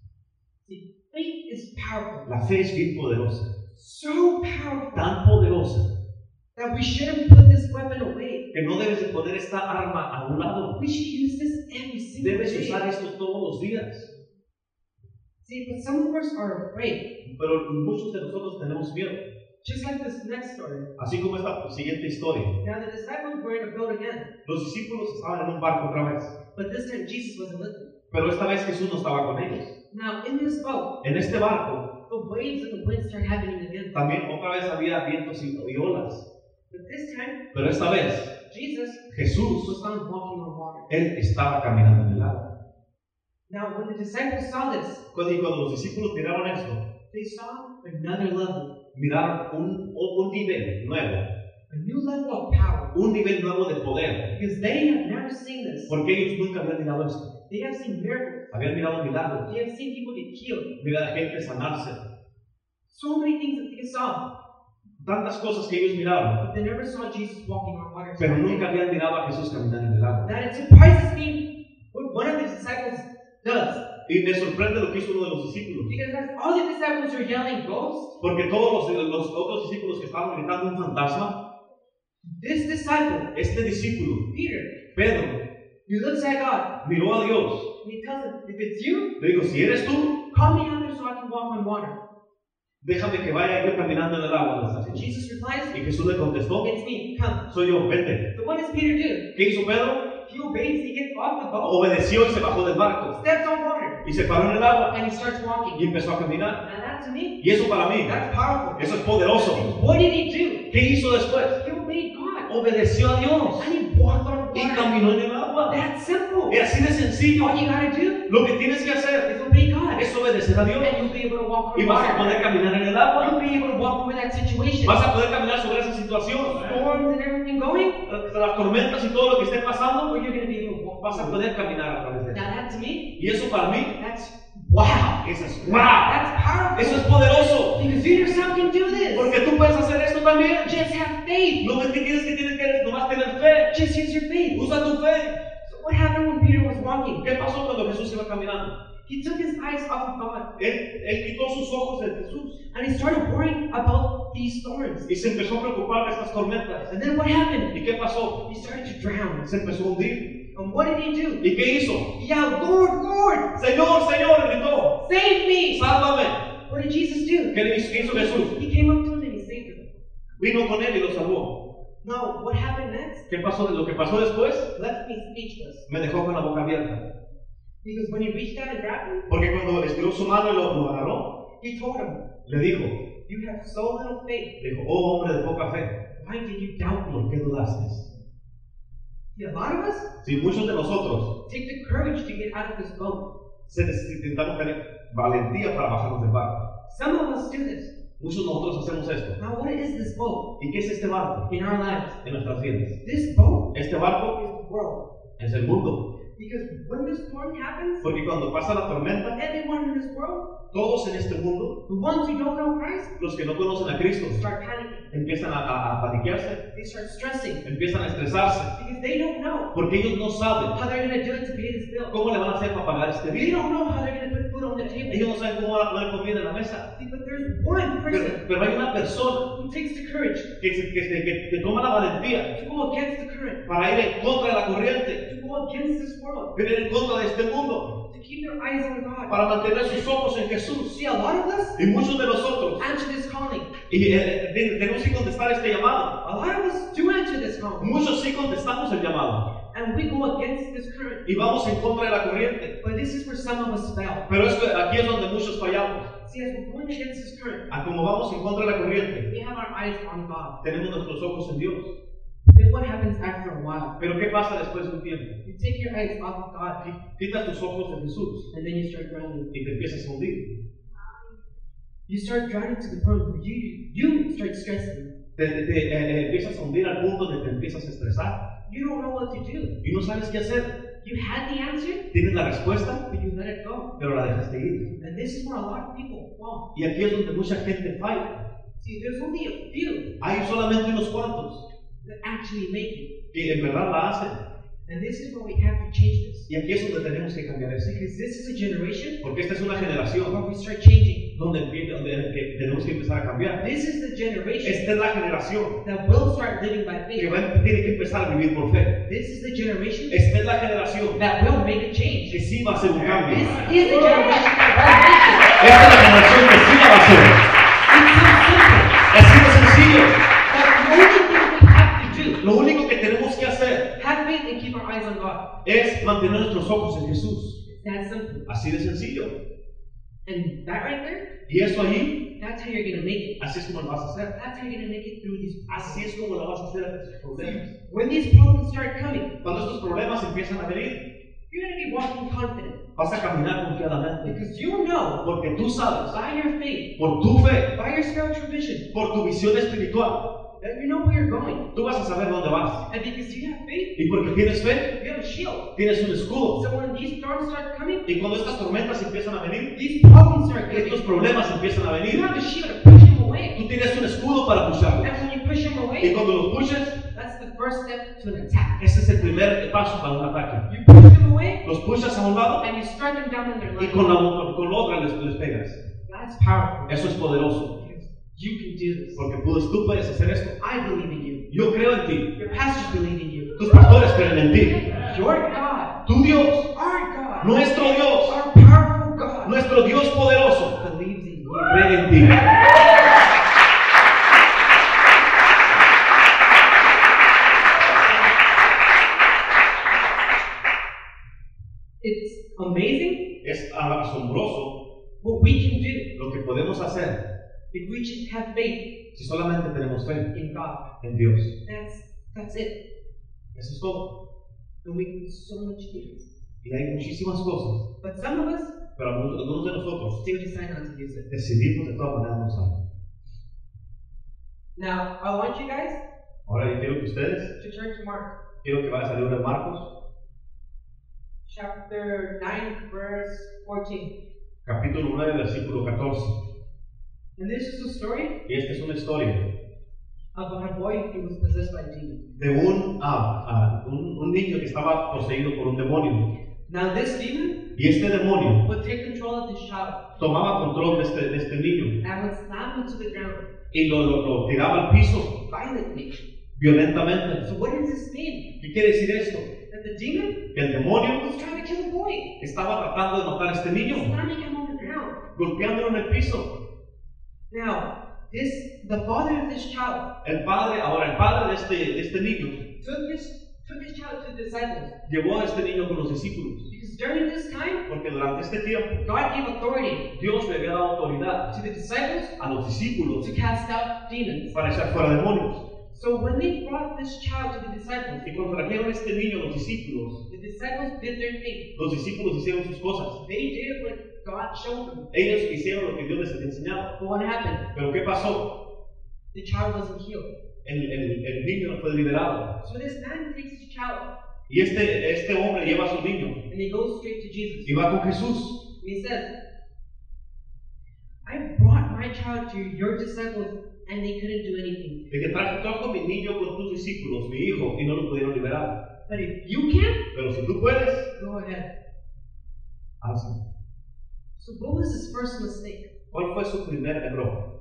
Speaker 2: Faith is powerful,
Speaker 1: La fe es bien poderosa.
Speaker 2: so powerful
Speaker 1: Tan poderosa
Speaker 2: that we shouldn't put this weapon away.
Speaker 1: que no debes de poner esta arma a un lado.
Speaker 2: We should use this every single
Speaker 1: Debes usar
Speaker 2: day.
Speaker 1: esto todos los días.
Speaker 2: See, but some of us are afraid,
Speaker 1: Pero muchos de nosotros tenemos miedo.
Speaker 2: just like this next story.
Speaker 1: Así como esta siguiente historia.
Speaker 2: Now the disciples were in a boat again,
Speaker 1: Los discípulos estaban en un barco otra vez.
Speaker 2: but this time Jesus wasn't with them.
Speaker 1: Pero esta vez Jesús no estaba con ellos.
Speaker 2: Now in this boat,
Speaker 1: En este barco
Speaker 2: the waves and the wind start happening again.
Speaker 1: También otra vez había vientos y y olas,
Speaker 2: But this time,
Speaker 1: pero esta vez
Speaker 2: Jesus
Speaker 1: Jesús,
Speaker 2: was found walking on water.
Speaker 1: él estaba caminando en el agua.
Speaker 2: Now when the disciples saw this,
Speaker 1: Cuando, y cuando los discípulos miraron esto,
Speaker 2: they saw another level,
Speaker 1: miraron un, o- un nivel nuevo,
Speaker 2: a new level of power.
Speaker 1: un nivel nuevo de poder,
Speaker 2: Because they have never seen this.
Speaker 1: porque ellos nunca habían mirado esto.
Speaker 2: They have seen miracles.
Speaker 1: Habían mirado milagros,
Speaker 2: They have seen people get healed.
Speaker 1: mirar a gente sanarse,
Speaker 2: So many things that they saw,
Speaker 1: tantas cosas que ellos miraron,
Speaker 2: but they never saw Jesus walking on water.
Speaker 1: pero nunca habían mirado a Jesús caminando en el agua.
Speaker 2: That it surprises me what one of the disciples does.
Speaker 1: Y me sorprende lo que hizo uno de los discípulos,
Speaker 2: Because as all the disciples are yelling ghost,
Speaker 1: porque todos los, los otros discípulos que estaban gritando un fantasma,
Speaker 2: this disciple,
Speaker 1: este discípulo,
Speaker 2: Peter,
Speaker 1: Pedro,
Speaker 2: he looks at God
Speaker 1: miró a Dios
Speaker 2: and he tells him, If it's you,
Speaker 1: Le digo, si eres tú,
Speaker 2: call me out there so I can walk on water.
Speaker 1: déjame que vaya yo caminando en el agua. donde estás
Speaker 2: And
Speaker 1: Jesús.
Speaker 2: Jesus replies,
Speaker 1: Y Jesús le contestó,
Speaker 2: It's me, come.
Speaker 1: soy yo, vete.
Speaker 2: So what does Peter do?
Speaker 1: ¿Qué hizo Pedro?
Speaker 2: He obeys, he gets off the boat,
Speaker 1: Obedeció y se bajó del barco.
Speaker 2: steps on water,
Speaker 1: Y se paró en el agua
Speaker 2: and he starts
Speaker 1: y
Speaker 2: walking.
Speaker 1: empezó a caminar.
Speaker 2: Now that to me,
Speaker 1: Y eso para mí,
Speaker 2: that's powerful.
Speaker 1: eso es poderoso.
Speaker 2: What did he do?
Speaker 1: ¿Qué hizo después?
Speaker 2: He obeyed God.
Speaker 1: Obedeció a Dios
Speaker 2: And he walked on
Speaker 1: y
Speaker 2: water. Oh,
Speaker 1: caminó en el agua.
Speaker 2: That's simple.
Speaker 1: Y así de sencillo.
Speaker 2: All you gotta do
Speaker 1: Lo que tienes que hacer
Speaker 2: is obey God.
Speaker 1: es obedecer a Dios
Speaker 2: And you'll be able to walk
Speaker 1: y
Speaker 2: on
Speaker 1: vas a
Speaker 2: water.
Speaker 1: poder caminar en el agua.
Speaker 2: You'll be able to walk over that situation.
Speaker 1: Vas a poder caminar sobre esa situación.
Speaker 2: Storms and everything going,
Speaker 1: Las tormentas y todo lo que esté pasando,
Speaker 2: well, you're gonna be able to walk.
Speaker 1: vas a poder caminar a través de
Speaker 2: Now
Speaker 1: eso.
Speaker 2: that to me,
Speaker 1: Y eso para mí
Speaker 2: that's wow.
Speaker 1: Eso es wow.
Speaker 2: That's powerful.
Speaker 1: Eso es poderoso.
Speaker 2: Because you yourself can do this.
Speaker 1: Porque tú puedes hacer esto también.
Speaker 2: Just have faith.
Speaker 1: Lo que tienes que tienes que es nomás tener fe.
Speaker 2: Just use your faith.
Speaker 1: Usa tu fe.
Speaker 2: So what happened when Peter was walking?
Speaker 1: ¿Qué pasó cuando Jesús iba caminando?
Speaker 2: He took his eyes off of God
Speaker 1: Él, él quitó sus ojos de Jesús
Speaker 2: and he started worrying about these storms.
Speaker 1: y se empezó a preocupar de estas tormentas.
Speaker 2: And then what happened?
Speaker 1: ¿Y qué pasó?
Speaker 2: He started to drown.
Speaker 1: Se empezó a hundir.
Speaker 2: And what did he do?
Speaker 1: ¿Y qué hizo?
Speaker 2: He yelled, Lord, Lord,
Speaker 1: Señor, Señor, gritó.
Speaker 2: save me!
Speaker 1: Sálvame.
Speaker 2: What did Jesus do?
Speaker 1: ¿Qué le hizo, qué hizo Jesús?
Speaker 2: He came up to him and he saved him.
Speaker 1: Vino con él y lo salvó.
Speaker 2: Now, what happened next
Speaker 1: ¿Qué pasó? Lo que pasó después
Speaker 2: left me speechless.
Speaker 1: me dejó con la boca abierta.
Speaker 2: Because when he reached out and grabbed him,
Speaker 1: Porque cuando estiró su mano y lo, lo agarró,
Speaker 2: he told him,
Speaker 1: le dijo,
Speaker 2: You have so little faith.
Speaker 1: le dijo, oh hombre de poca fe,
Speaker 2: Why did you doubt me?
Speaker 1: ¿Por qué dudaste?
Speaker 2: See, a lot of us
Speaker 1: Si muchos de nosotros
Speaker 2: take the courage to get out of this boat.
Speaker 1: se necesitamos tener valentía para bajarnos del barco,
Speaker 2: Some of us do this.
Speaker 1: muchos de nosotros hacemos esto.
Speaker 2: Now, what is this boat
Speaker 1: ¿Y qué es este barco
Speaker 2: in our lives?
Speaker 1: en nuestras vidas?
Speaker 2: This boat
Speaker 1: Este barco
Speaker 2: is the world.
Speaker 1: es el mundo,
Speaker 2: Because when the storm happens,
Speaker 1: porque cuando pasa la tormenta,
Speaker 2: everyone in this world,
Speaker 1: todos en este mundo,
Speaker 2: the ones who don't know Christ,
Speaker 1: los que no conocen a Cristo,
Speaker 2: start panicking.
Speaker 1: empiezan a, a- a paniquearse,
Speaker 2: They start stressing
Speaker 1: empiezan a estresarse,
Speaker 2: because they don't know
Speaker 1: porque ellos no saben
Speaker 2: how they're going to do it to pay this bill.
Speaker 1: cómo le van a hacer para pagar este
Speaker 2: They
Speaker 1: bien.
Speaker 2: don't know how they're going to put food on the table.
Speaker 1: Ellos no saben cómo van a poner comida en la mesa.
Speaker 2: See, But there's one
Speaker 1: Pero,
Speaker 2: person
Speaker 1: pero hay una persona
Speaker 2: who takes the courage
Speaker 1: que, se- que se- que- que toma la valentía
Speaker 2: to go against the current,
Speaker 1: para ir en contra de la corriente.
Speaker 2: to go against this world,
Speaker 1: vivir en contra de este mundo
Speaker 2: to keep their eyes on God.
Speaker 1: para mantener sus ojos en Jesús.
Speaker 2: See, a lot of us
Speaker 1: Y muchos de nosotros,
Speaker 2: answer this calling.
Speaker 1: y eh, te- tenemos que contestar este llamado.
Speaker 2: A lot of us do answer this calling,
Speaker 1: Muchos sí contestamos el llamado
Speaker 2: and we go against this current.
Speaker 1: y vamos en contra de la corriente.
Speaker 2: But this is where some of us fail.
Speaker 1: Pero es que aquí es donde muchos fallamos.
Speaker 2: See, as we're going against this current,
Speaker 1: A como vamos en contra de la corriente,
Speaker 2: we have our eyes on God.
Speaker 1: tenemos nuestros ojos en Dios.
Speaker 2: Then what happens after a while?
Speaker 1: Pero ¿qué pasa después de un tiempo?
Speaker 2: You take your eyes off God
Speaker 1: Quitas tus ojos de Jesús
Speaker 2: and then you start drowning.
Speaker 1: y te empiezas a hundir.
Speaker 2: You start drowning to the point where you you start stressing.
Speaker 1: Te, te- te, eh, eh, empiezas a hundir al punto donde te empiezas a estresar
Speaker 2: You don't know what to do.
Speaker 1: y no sabes qué hacer.
Speaker 2: You had the answer,
Speaker 1: Tienes la respuesta,
Speaker 2: but you let it go.
Speaker 1: pero la dejaste ir.
Speaker 2: And this is where a lot of people fall.
Speaker 1: Y aquí es donde mucha gente falla.
Speaker 2: See, there's only a few
Speaker 1: Hay solamente unos cuantos
Speaker 2: that actually make it.
Speaker 1: que en verdad la hacen.
Speaker 2: And this is where we have to change this.
Speaker 1: Y aquí es donde tenemos que cambiar eso.
Speaker 2: Because this is a generation
Speaker 1: Porque esta es una generación
Speaker 2: where we start changing.
Speaker 1: donde, empie- donde- que tenemos que empezar a cambiar.
Speaker 2: This is the generation
Speaker 1: Esta es la generación
Speaker 2: that will start living by
Speaker 1: que
Speaker 2: faith.
Speaker 1: va a- tiene que empezar a vivir por fe.
Speaker 2: This is the generation
Speaker 1: Esta es la generación
Speaker 2: that will make a change.
Speaker 1: que sí va a hacer un cambio.
Speaker 2: This
Speaker 1: Esta
Speaker 2: is the generation that
Speaker 1: es la generación que sí la va a hacer.
Speaker 2: will make a change. It's so simple.
Speaker 1: Así de sencillo.
Speaker 2: But the only thing we have to do,
Speaker 1: Lo único que tenemos que hacer
Speaker 2: have faith and keep our eyes on God.
Speaker 1: es mantener nuestros ojos en Jesús.
Speaker 2: It's that simple.
Speaker 1: Así de sencillo.
Speaker 2: And that right there,
Speaker 1: Y eso ahí,
Speaker 2: that's how you're going to make it.
Speaker 1: así es como lo vas a hacer.
Speaker 2: That's how you're going to make it through these
Speaker 1: Así es como lo vas a hacer a tus problemas.
Speaker 2: When these problems start coming,
Speaker 1: Cuando estos problemas empiezan a venir,
Speaker 2: you're going to be walking confident
Speaker 1: vas a caminar confiadamente.
Speaker 2: because you know
Speaker 1: Porque tú sabes,
Speaker 2: by your faith,
Speaker 1: por tu fe,
Speaker 2: by your spiritual vision,
Speaker 1: por tu visión espiritual,
Speaker 2: that you know where you're going.
Speaker 1: tú vas a saber dónde vas.
Speaker 2: And because you have faith,
Speaker 1: Y porque tienes fe,
Speaker 2: you have a shield.
Speaker 1: tienes un escudo.
Speaker 2: So when these storms start coming,
Speaker 1: Y cuando estas tormentas empiezan a venir,
Speaker 2: these problems start
Speaker 1: estos
Speaker 2: coming.
Speaker 1: problemas empiezan a
Speaker 2: You
Speaker 1: venir,
Speaker 2: have a shield to push them away.
Speaker 1: tú tienes un escudo para pucharlos.
Speaker 2: And when you push them
Speaker 1: Y
Speaker 2: away,
Speaker 1: cuando los puches,
Speaker 2: that's the first step to an attack.
Speaker 1: ese es el primer paso para un ataque.
Speaker 2: You push them away
Speaker 1: Los puchas a un lado
Speaker 2: and you strike them down in their
Speaker 1: y
Speaker 2: line.
Speaker 1: con la, con la otra les, les pegas.
Speaker 2: That's powerful.
Speaker 1: Eso es poderoso.
Speaker 2: You can do this.
Speaker 1: Porque puedes, tú puedes hacer esto.
Speaker 2: I believe in you.
Speaker 1: Yo creo en ti.
Speaker 2: Your pastors believe in you.
Speaker 1: Tus pastores creen en ti.
Speaker 2: Your God,
Speaker 1: Tu Dios,
Speaker 2: our God,
Speaker 1: nuestro Dios,
Speaker 2: our powerful God
Speaker 1: nuestro Dios poderoso,
Speaker 2: believes in you.
Speaker 1: cree en ti.
Speaker 2: It's amazing
Speaker 1: Es asombroso
Speaker 2: what we can do
Speaker 1: lo que podemos hacer
Speaker 2: if we just have faith
Speaker 1: si solamente tenemos fe
Speaker 2: in God.
Speaker 1: en Dios.
Speaker 2: That's that's it.
Speaker 1: Eso es todo.
Speaker 2: And we can do so much things.
Speaker 1: Y hay muchísimas cosas,
Speaker 2: But some of us
Speaker 1: pero algunos, algunos de nosotros
Speaker 2: they decide not to use it.
Speaker 1: decidimos de todas maneras no usarlo.
Speaker 2: Now I want you guys
Speaker 1: Ahora yo quiero que ustedes,
Speaker 2: to turn to Mark
Speaker 1: quiero que vayan a libro de Marcos,
Speaker 2: chapter nine verse fourteen.
Speaker 1: capítulo 9, versículo 14.
Speaker 2: And this is a story
Speaker 1: Y esta es una historia
Speaker 2: about a boy who was possessed by a demon.
Speaker 1: de un, ah, ah, un, un niño que estaba poseído por un demonio.
Speaker 2: Now this demon
Speaker 1: Y este demonio
Speaker 2: would take control of this child
Speaker 1: tomaba control de este, de este niño
Speaker 2: and would slam him to the ground
Speaker 1: y lo, lo- lo tiraba al piso
Speaker 2: violently.
Speaker 1: violentamente.
Speaker 2: So what does this mean?
Speaker 1: ¿Qué quiere decir esto?
Speaker 2: That the demon
Speaker 1: Que el demonio
Speaker 2: was trying to kill the boy,
Speaker 1: estaba tratando de matar a este niño,
Speaker 2: slamming him on the ground.
Speaker 1: golpeándolo en el piso.
Speaker 2: Now, this the father of this child
Speaker 1: El padre, ahora el padre de este, de este niño,
Speaker 2: took this took his child to the disciples
Speaker 1: llevó a este niño con los discípulos,
Speaker 2: because during this time
Speaker 1: porque durante este tiempo
Speaker 2: God gave authority
Speaker 1: Dios le había dado autoridad
Speaker 2: to the disciples
Speaker 1: a los discípulos
Speaker 2: to cast out demons.
Speaker 1: para echar fuera demonios.
Speaker 2: So when they brought this child to the disciples,
Speaker 1: Y cuando trajeron a este niño a los discípulos,
Speaker 2: the disciples did their thing.
Speaker 1: los discípulos hicieron sus cosas.
Speaker 2: They did what God showed them.
Speaker 1: Ellos hicieron lo que Dios les había enseñado.
Speaker 2: But what happened?
Speaker 1: Pero ¿qué pasó?
Speaker 2: The child wasn't healed.
Speaker 1: El, el- el niño no fue liberado.
Speaker 2: So this man takes his child
Speaker 1: Y este, este hombre lleva a su niño
Speaker 2: and he goes straight to Jesus.
Speaker 1: y va con Jesús.
Speaker 2: And he says, I brought my child to your disciples and they couldn't do anything.
Speaker 1: De que traje trajo mi niño con tus discípulos, mi hijo, y no lo pudieron liberar.
Speaker 2: But if you can,
Speaker 1: Pero si tú puedes,
Speaker 2: go ahead.
Speaker 1: hazlo.
Speaker 2: So what was his first mistake?
Speaker 1: ¿Cuál fue su primer error?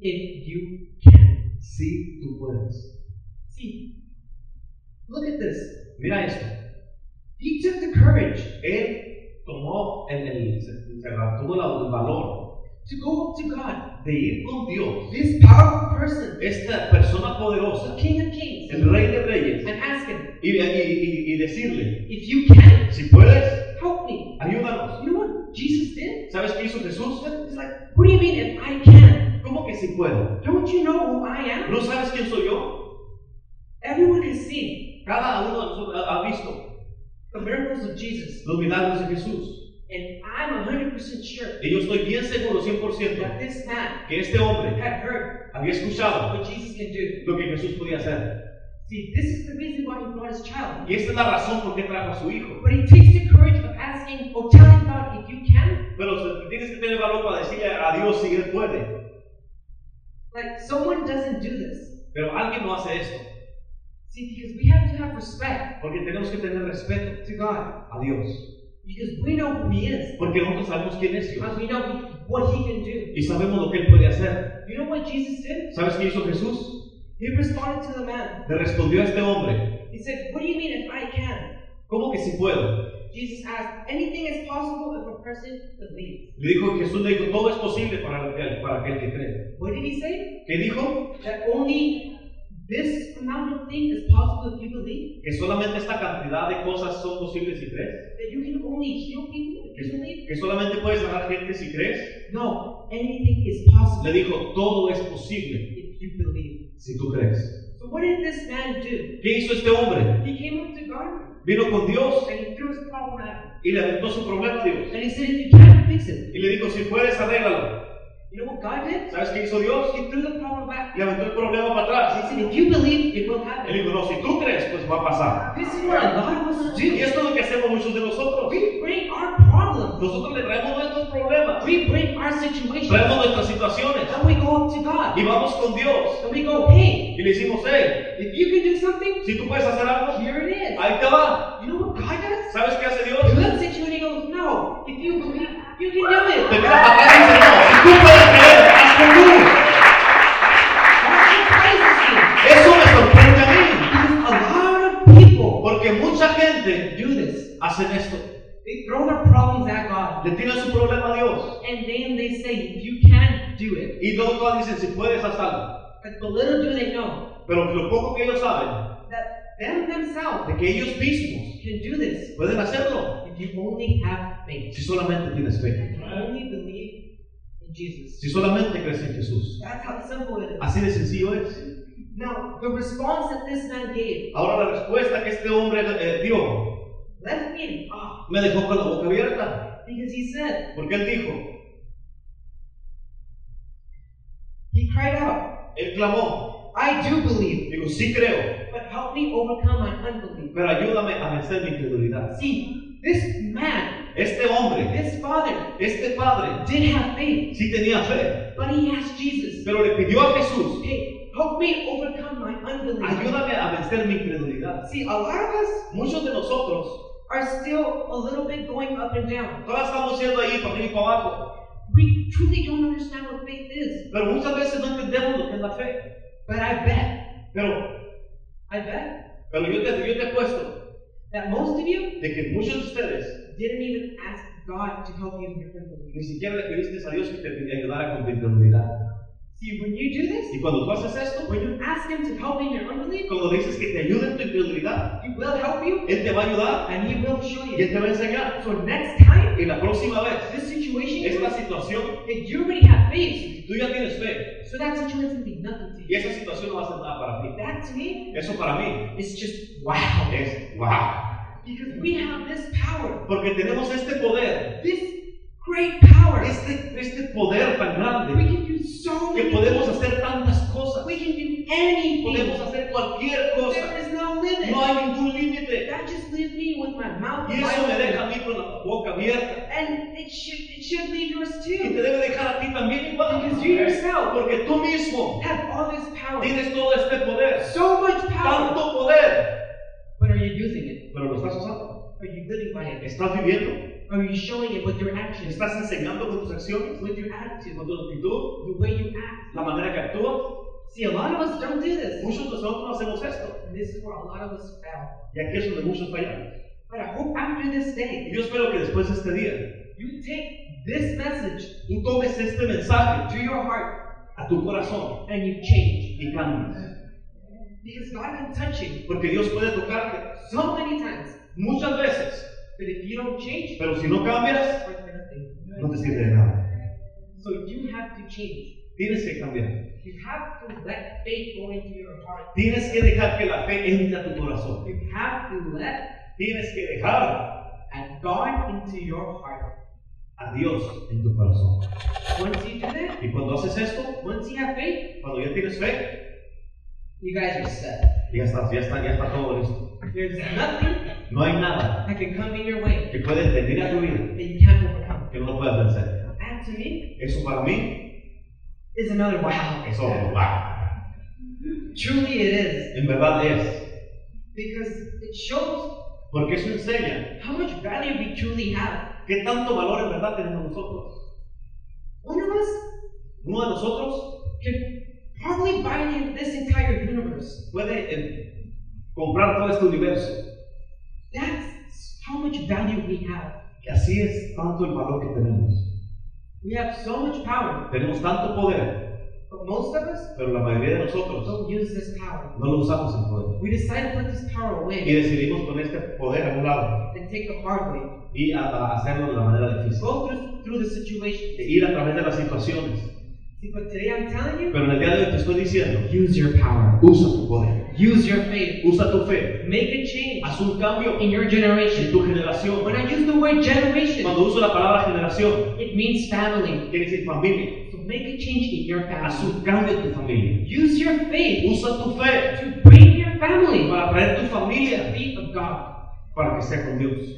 Speaker 2: If you can.
Speaker 1: Sí, tú puedes.
Speaker 2: See, look at this.
Speaker 1: Mira esto.
Speaker 2: He took the courage
Speaker 1: Él tomó en el, se, se la- tuvo la- el valor
Speaker 2: to go up to God,
Speaker 1: de ir con Dios.
Speaker 2: this powerful person,
Speaker 1: Esta persona
Speaker 2: the
Speaker 1: poderosa,
Speaker 2: King of Kings,
Speaker 1: el rey de reyes,
Speaker 2: and ask him,
Speaker 1: y, y- y- y decirle,
Speaker 2: if you can,
Speaker 1: si puedes,
Speaker 2: help me.
Speaker 1: ayúdanos.
Speaker 2: You know what Jesus did?
Speaker 1: ¿Sabes qué hizo Jesús?
Speaker 2: He's like, what do you mean if I can?
Speaker 1: ¿Cómo que si puedo?
Speaker 2: Don't you know who I am?
Speaker 1: ¿No sabes quién soy yo?
Speaker 2: Everyone has seen
Speaker 1: Cada uno de nosotros ha ha visto
Speaker 2: the miracles of Jesus,
Speaker 1: los milagros de Jesús.
Speaker 2: and I'm 100% sure
Speaker 1: Y yo estoy bien seguro, 100%,
Speaker 2: that this man
Speaker 1: que este hombre
Speaker 2: had heard
Speaker 1: había escuchado
Speaker 2: what Jesus can do.
Speaker 1: lo que Jesús podía hacer.
Speaker 2: See, this is the reason why he brought his child.
Speaker 1: Y esta es la razón por qué trajo a su hijo.
Speaker 2: But it takes the courage of asking or telling God if you can.
Speaker 1: Pero o sea, tienes que tener valor para decirle a Dios si Él puede.
Speaker 2: Like, someone doesn't do this.
Speaker 1: Pero alguien no hace esto.
Speaker 2: See, because we have to have respect
Speaker 1: Porque tenemos que tener respeto
Speaker 2: to God,
Speaker 1: a Dios.
Speaker 2: because we know who he is,
Speaker 1: Porque nosotros sabemos quién es Dios.
Speaker 2: and we know he- what he can do.
Speaker 1: Y sabemos lo que Él puede hacer.
Speaker 2: You know what Jesus did?
Speaker 1: ¿Sabes qué hizo Jesús?
Speaker 2: He responded to the man.
Speaker 1: Le respondió a este hombre.
Speaker 2: He said, What do you mean if I can?
Speaker 1: ¿Cómo que si puedo?
Speaker 2: Jesus asked, Anything is possible if a person believes.
Speaker 1: Le dijo Jesús, le dijo, todo es posible para, para aquel que cree.
Speaker 2: What did he say?
Speaker 1: ¿Qué dijo?
Speaker 2: That only this amount of thing is possible if you believe?
Speaker 1: que solamente esta cantidad de cosas son posibles si crees,
Speaker 2: That you can only heal people if you believe?
Speaker 1: que solamente puedes sanar gente si crees.
Speaker 2: No, anything is possible
Speaker 1: Le dijo, todo es posible
Speaker 2: if you believe.
Speaker 1: si tú crees.
Speaker 2: So what did this man do?
Speaker 1: ¿Qué hizo este hombre?
Speaker 2: He came up to God
Speaker 1: Vino con Dios
Speaker 2: and he threw his problem at him.
Speaker 1: y le aventó su problema a Dios.
Speaker 2: And he said, If you can, fix it.
Speaker 1: Y le dijo, si puedes, arréglalo.
Speaker 2: You know what God did?
Speaker 1: ¿Sabes qué hizo Dios?
Speaker 2: He threw the problem back.
Speaker 1: Le aventó el problema para
Speaker 2: He
Speaker 1: atrás.
Speaker 2: said, If you believe, it will happen.
Speaker 1: Él dijo, no, si tú crees, pues va a pasar.
Speaker 2: This is what a lot of us
Speaker 1: Y
Speaker 2: do.
Speaker 1: esto es lo que hacemos muchos de nosotros.
Speaker 2: We bring our problems.
Speaker 1: Nosotros le traemos nuestros problemas,
Speaker 2: We bring our situations.
Speaker 1: traemos nuestras situaciones
Speaker 2: And we go up to God.
Speaker 1: y vamos con Dios.
Speaker 2: And we go, hey,
Speaker 1: Y le decimos, hey,
Speaker 2: if you can do something,
Speaker 1: si tú puedes hacer algo,
Speaker 2: here it is.
Speaker 1: ahí te va.
Speaker 2: You know what God does?
Speaker 1: ¿Sabes qué hace Dios?
Speaker 2: He looks at you and he goes, no, if you believe, you can do
Speaker 1: Te
Speaker 2: it.
Speaker 1: mira para atrás y dice, no, si tú puedes creer, hazlo
Speaker 2: God
Speaker 1: tú. Eso me sorprende a mí.
Speaker 2: praises you. Because a lot of people
Speaker 1: Porque mucha gente
Speaker 2: do this.
Speaker 1: hacen esto.
Speaker 2: They throw their problems at God.
Speaker 1: Le tiran su problema a Dios.
Speaker 2: And then they say, if you can do it.
Speaker 1: Y todos, todos dicen, si puedes, haz algo.
Speaker 2: But little do they know
Speaker 1: Pero lo poco que ellos saben,
Speaker 2: that them themselves
Speaker 1: de que ellos mismos
Speaker 2: can do this
Speaker 1: pueden hacerlo.
Speaker 2: if you only have faith.
Speaker 1: Si solamente tienes fe.
Speaker 2: If you only believe in Jesus.
Speaker 1: Si solamente crees en Jesús.
Speaker 2: That's how simple it is.
Speaker 1: Así de sencillo es.
Speaker 2: Now, the response that this man gave
Speaker 1: Ahora la respuesta que este hombre eh, dio
Speaker 2: left me in awe
Speaker 1: me dejó con la boca abierta.
Speaker 2: because he said,
Speaker 1: Porque él dijo,
Speaker 2: he cried out,
Speaker 1: él clamó.
Speaker 2: I do believe,
Speaker 1: Digo, sí creo,
Speaker 2: but help me overcome my unbelief.
Speaker 1: pero ayúdame a vencer mi incredulidad.
Speaker 2: See, this man,
Speaker 1: Este hombre,
Speaker 2: this father,
Speaker 1: este padre,
Speaker 2: did have faith,
Speaker 1: sí tenía fe,
Speaker 2: but he asked Jesus,
Speaker 1: pero le pidió a Jesús,
Speaker 2: hey, help me overcome my unbelief.
Speaker 1: ayúdame a vencer mi incredulidad.
Speaker 2: See, a lot of us
Speaker 1: Muchos de nosotros
Speaker 2: are still a little bit going up and down.
Speaker 1: todavía estamos siendo ahí para arriba y para abajo,
Speaker 2: We truly don't understand what faith is,
Speaker 1: pero muchas veces no entendemos lo que es la fe.
Speaker 2: but I bet,
Speaker 1: Pero,
Speaker 2: I bet
Speaker 1: pero yo, te, yo te apuesto
Speaker 2: that most of you
Speaker 1: de que muchos de ustedes
Speaker 2: didn't even ask God to help you in your unbelief.
Speaker 1: ni siquiera le pediste a Dios que te ayudara con tu incredulidad.
Speaker 2: See, when you do this,
Speaker 1: Y cuando tú haces esto, pues,
Speaker 2: when you ask Him to help you in your unbelief,
Speaker 1: cuando le dices que te ayude en tu incredulidad,
Speaker 2: He will help you
Speaker 1: Él te va a ayudar
Speaker 2: and He will show
Speaker 1: y Él
Speaker 2: you.
Speaker 1: te va a enseñar.
Speaker 2: So next time,
Speaker 1: Y la próxima vez,
Speaker 2: this situation
Speaker 1: esta
Speaker 2: comes,
Speaker 1: situación,
Speaker 2: if you already have faith,
Speaker 1: tú ya tienes fe
Speaker 2: so that situation can be nothing to
Speaker 1: y
Speaker 2: you.
Speaker 1: esa situación no va a ser nada para ti.
Speaker 2: That to me
Speaker 1: Eso para mí
Speaker 2: is just wow.
Speaker 1: es wow.
Speaker 2: Because we have this power,
Speaker 1: Porque tenemos este poder,
Speaker 2: this great power.
Speaker 1: este, este poder tan
Speaker 2: We
Speaker 1: grande,
Speaker 2: can do so
Speaker 1: que
Speaker 2: many
Speaker 1: podemos
Speaker 2: things.
Speaker 1: hacer tantas cosas,
Speaker 2: We can do
Speaker 1: podemos
Speaker 2: anything.
Speaker 1: hacer cualquier cosa,
Speaker 2: There is no
Speaker 1: no
Speaker 2: limit.
Speaker 1: hay ningún límite.
Speaker 2: That just leaves me with my mouth
Speaker 1: Y eso me
Speaker 2: wide
Speaker 1: deja a
Speaker 2: open.
Speaker 1: mí con la boca abierta.
Speaker 2: And it should it should leave yours
Speaker 1: Y te
Speaker 2: too.
Speaker 1: debe dejar a ti también igual.
Speaker 2: Because you yourself
Speaker 1: Porque tú mismo
Speaker 2: have all this power.
Speaker 1: tienes todo este poder,
Speaker 2: So much power.
Speaker 1: tanto poder,
Speaker 2: But are you using it?
Speaker 1: pero lo estás usando.
Speaker 2: Are you living by it?
Speaker 1: Estás viviendo,
Speaker 2: Are you showing it with your actions,
Speaker 1: estás enseñando con tus acciones,
Speaker 2: with your attitude,
Speaker 1: con tu actitud,
Speaker 2: the way you act?
Speaker 1: la manera que actúas.
Speaker 2: See, a lot of us don't do this.
Speaker 1: Muchos de nosotros no hacemos esto.
Speaker 2: And this is where a lot of us fail.
Speaker 1: Y aquí es donde muchos fallamos.
Speaker 2: But I hope after this
Speaker 1: Y
Speaker 2: day,
Speaker 1: yo espero que después de este día,
Speaker 2: you take this message
Speaker 1: tú tomes este mensaje
Speaker 2: to your heart
Speaker 1: a tu corazón
Speaker 2: and you change.
Speaker 1: y cambies.
Speaker 2: Because God can touch you
Speaker 1: Porque Dios puede tocarte
Speaker 2: so many times.
Speaker 1: muchas veces,
Speaker 2: But if you don't change,
Speaker 1: pero si no cambias,
Speaker 2: it's worth nothing.
Speaker 1: no te sirve de nada.
Speaker 2: So you have to change.
Speaker 1: Tienes que cambiar.
Speaker 2: You have to let faith go into your heart.
Speaker 1: Tienes que dejar que la fe entre a tu corazón.
Speaker 2: You have to let
Speaker 1: Tienes que dejar
Speaker 2: and God into your heart.
Speaker 1: a Dios en tu corazón.
Speaker 2: Once you do that,
Speaker 1: Y cuando haces esto,
Speaker 2: once you have faith,
Speaker 1: cuando ya tienes fe,
Speaker 2: you guys are set.
Speaker 1: ya estás, ya está, ya está todo listo.
Speaker 2: There's nothing
Speaker 1: No hay nada
Speaker 2: that can come in your way
Speaker 1: que puedes venir a tu vida
Speaker 2: that you can't overcome.
Speaker 1: que no lo puedas vencer.
Speaker 2: That to me
Speaker 1: Eso para mí
Speaker 2: is another wow.
Speaker 1: es otro wow.
Speaker 2: Truly it is.
Speaker 1: En verdad es.
Speaker 2: Because it shows
Speaker 1: Porque eso enseña
Speaker 2: how much value we truly have.
Speaker 1: qué tanto valor en verdad tenemos nosotros.
Speaker 2: One of us
Speaker 1: Uno de nosotros
Speaker 2: can probably buy the- this entire universe.
Speaker 1: puede eh, comprar todo este universo.
Speaker 2: That's how much value we have.
Speaker 1: Y así es tanto el valor que tenemos.
Speaker 2: We have so much power,
Speaker 1: Tenemos tanto poder,
Speaker 2: but most of us
Speaker 1: pero la mayoría de nosotros
Speaker 2: don't use this power.
Speaker 1: no lo usamos en poder.
Speaker 2: We decide to put this power
Speaker 1: Y
Speaker 2: away
Speaker 1: decidimos poner este poder a un lado
Speaker 2: and take a hard way.
Speaker 1: y a- a hacerlo de la manera difícil.
Speaker 2: Go through, through the situation.
Speaker 1: De ir a través de las situaciones.
Speaker 2: See, but today I'm telling you,
Speaker 1: Pero en el día de hoy te estoy diciendo,
Speaker 2: use your power.
Speaker 1: usa tu poder,
Speaker 2: Use your faith.
Speaker 1: usa tu fe,
Speaker 2: Make a change
Speaker 1: haz un cambio
Speaker 2: in your
Speaker 1: en
Speaker 2: generation.
Speaker 1: tu generación.
Speaker 2: When I use the word generation,
Speaker 1: Cuando uso la palabra generación,
Speaker 2: it means family.
Speaker 1: quiere decir familia.
Speaker 2: So make a change in your
Speaker 1: Haz
Speaker 2: family.
Speaker 1: un cambio en tu familia.
Speaker 2: Use your faith
Speaker 1: Usa tu fe
Speaker 2: to bring your family
Speaker 1: para traer tu
Speaker 2: to the
Speaker 1: familia
Speaker 2: feet of God.
Speaker 1: para que sea con Dios.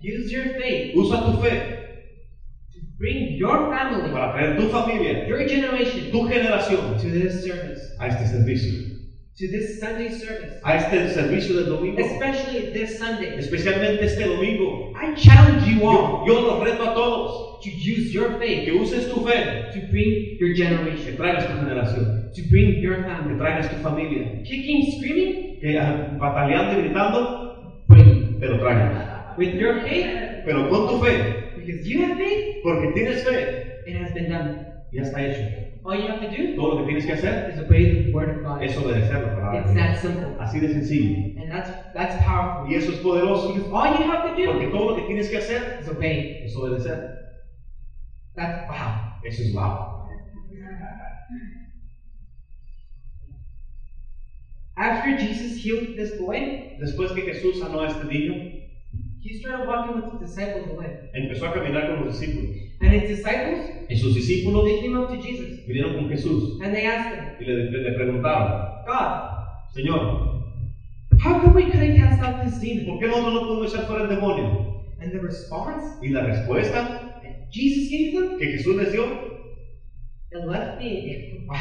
Speaker 2: Use your faith
Speaker 1: Usa tu fe
Speaker 2: to bring your family
Speaker 1: para traer tu familia,
Speaker 2: your generation
Speaker 1: tu generación,
Speaker 2: to this service,
Speaker 1: a este servicio.
Speaker 2: to this Sunday service,
Speaker 1: A este servicio del domingo.
Speaker 2: especially this Sunday.
Speaker 1: Especialmente este domingo.
Speaker 2: I challenge you all
Speaker 1: Yo, yo los reto a todos.
Speaker 2: to use your faith
Speaker 1: que uses tu fe,
Speaker 2: to bring
Speaker 1: que
Speaker 2: your generation,
Speaker 1: traigas tu generación,
Speaker 2: to bring your
Speaker 1: que
Speaker 2: family.
Speaker 1: traigas tu familia,
Speaker 2: Kicking, screaming,
Speaker 1: que ah, pataleando y gritando,
Speaker 2: bring
Speaker 1: pero traigas.
Speaker 2: with your faith,
Speaker 1: Pero con tu fe,
Speaker 2: because you have faith,
Speaker 1: porque tienes fe,
Speaker 2: it has been done.
Speaker 1: ya está hecho.
Speaker 2: All you have to do
Speaker 1: Todo lo que tienes que hacer
Speaker 2: is obey the word of God.
Speaker 1: es obedecer la palabra. de
Speaker 2: It's
Speaker 1: Dios.
Speaker 2: that simple,
Speaker 1: Así de sencillo.
Speaker 2: and that's that's powerful.
Speaker 1: Y eso es poderoso,
Speaker 2: Because all you have to do
Speaker 1: porque todo lo que tienes que hacer
Speaker 2: is obey.
Speaker 1: es obedecer.
Speaker 2: That's wow.
Speaker 1: Eso es wow.
Speaker 2: After Jesus healed this boy,
Speaker 1: Después que Jesús sanó a este niño,
Speaker 2: he started walking with the disciples away.
Speaker 1: empezó a caminar con los discípulos.
Speaker 2: And his disciples,
Speaker 1: Y sus
Speaker 2: well,
Speaker 1: discípulos
Speaker 2: they came up to Jesus
Speaker 1: vinieron con Jesús
Speaker 2: and they asked him,
Speaker 1: y le, le- le preguntaron,
Speaker 2: God,
Speaker 1: Señor,
Speaker 2: how come we couldn't cast out this demon?
Speaker 1: ¿por qué nosotros no podemos echar fuera el demonio?
Speaker 2: And the response
Speaker 1: Y la respuesta
Speaker 2: that Jesus gave them,
Speaker 1: que Jesús les dio,
Speaker 2: it left me. Wow.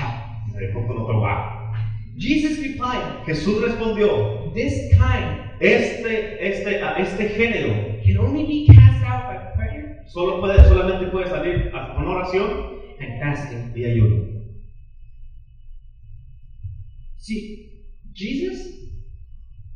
Speaker 1: se dejó con otro wow.
Speaker 2: Jesus replied,
Speaker 1: Jesús respondió,
Speaker 2: This kind
Speaker 1: este, este, a este género
Speaker 2: can only be cast out by prayer
Speaker 1: solo puede, solamente puede salir a- con oración
Speaker 2: and fasting.
Speaker 1: y ayuno.
Speaker 2: See, Jesus,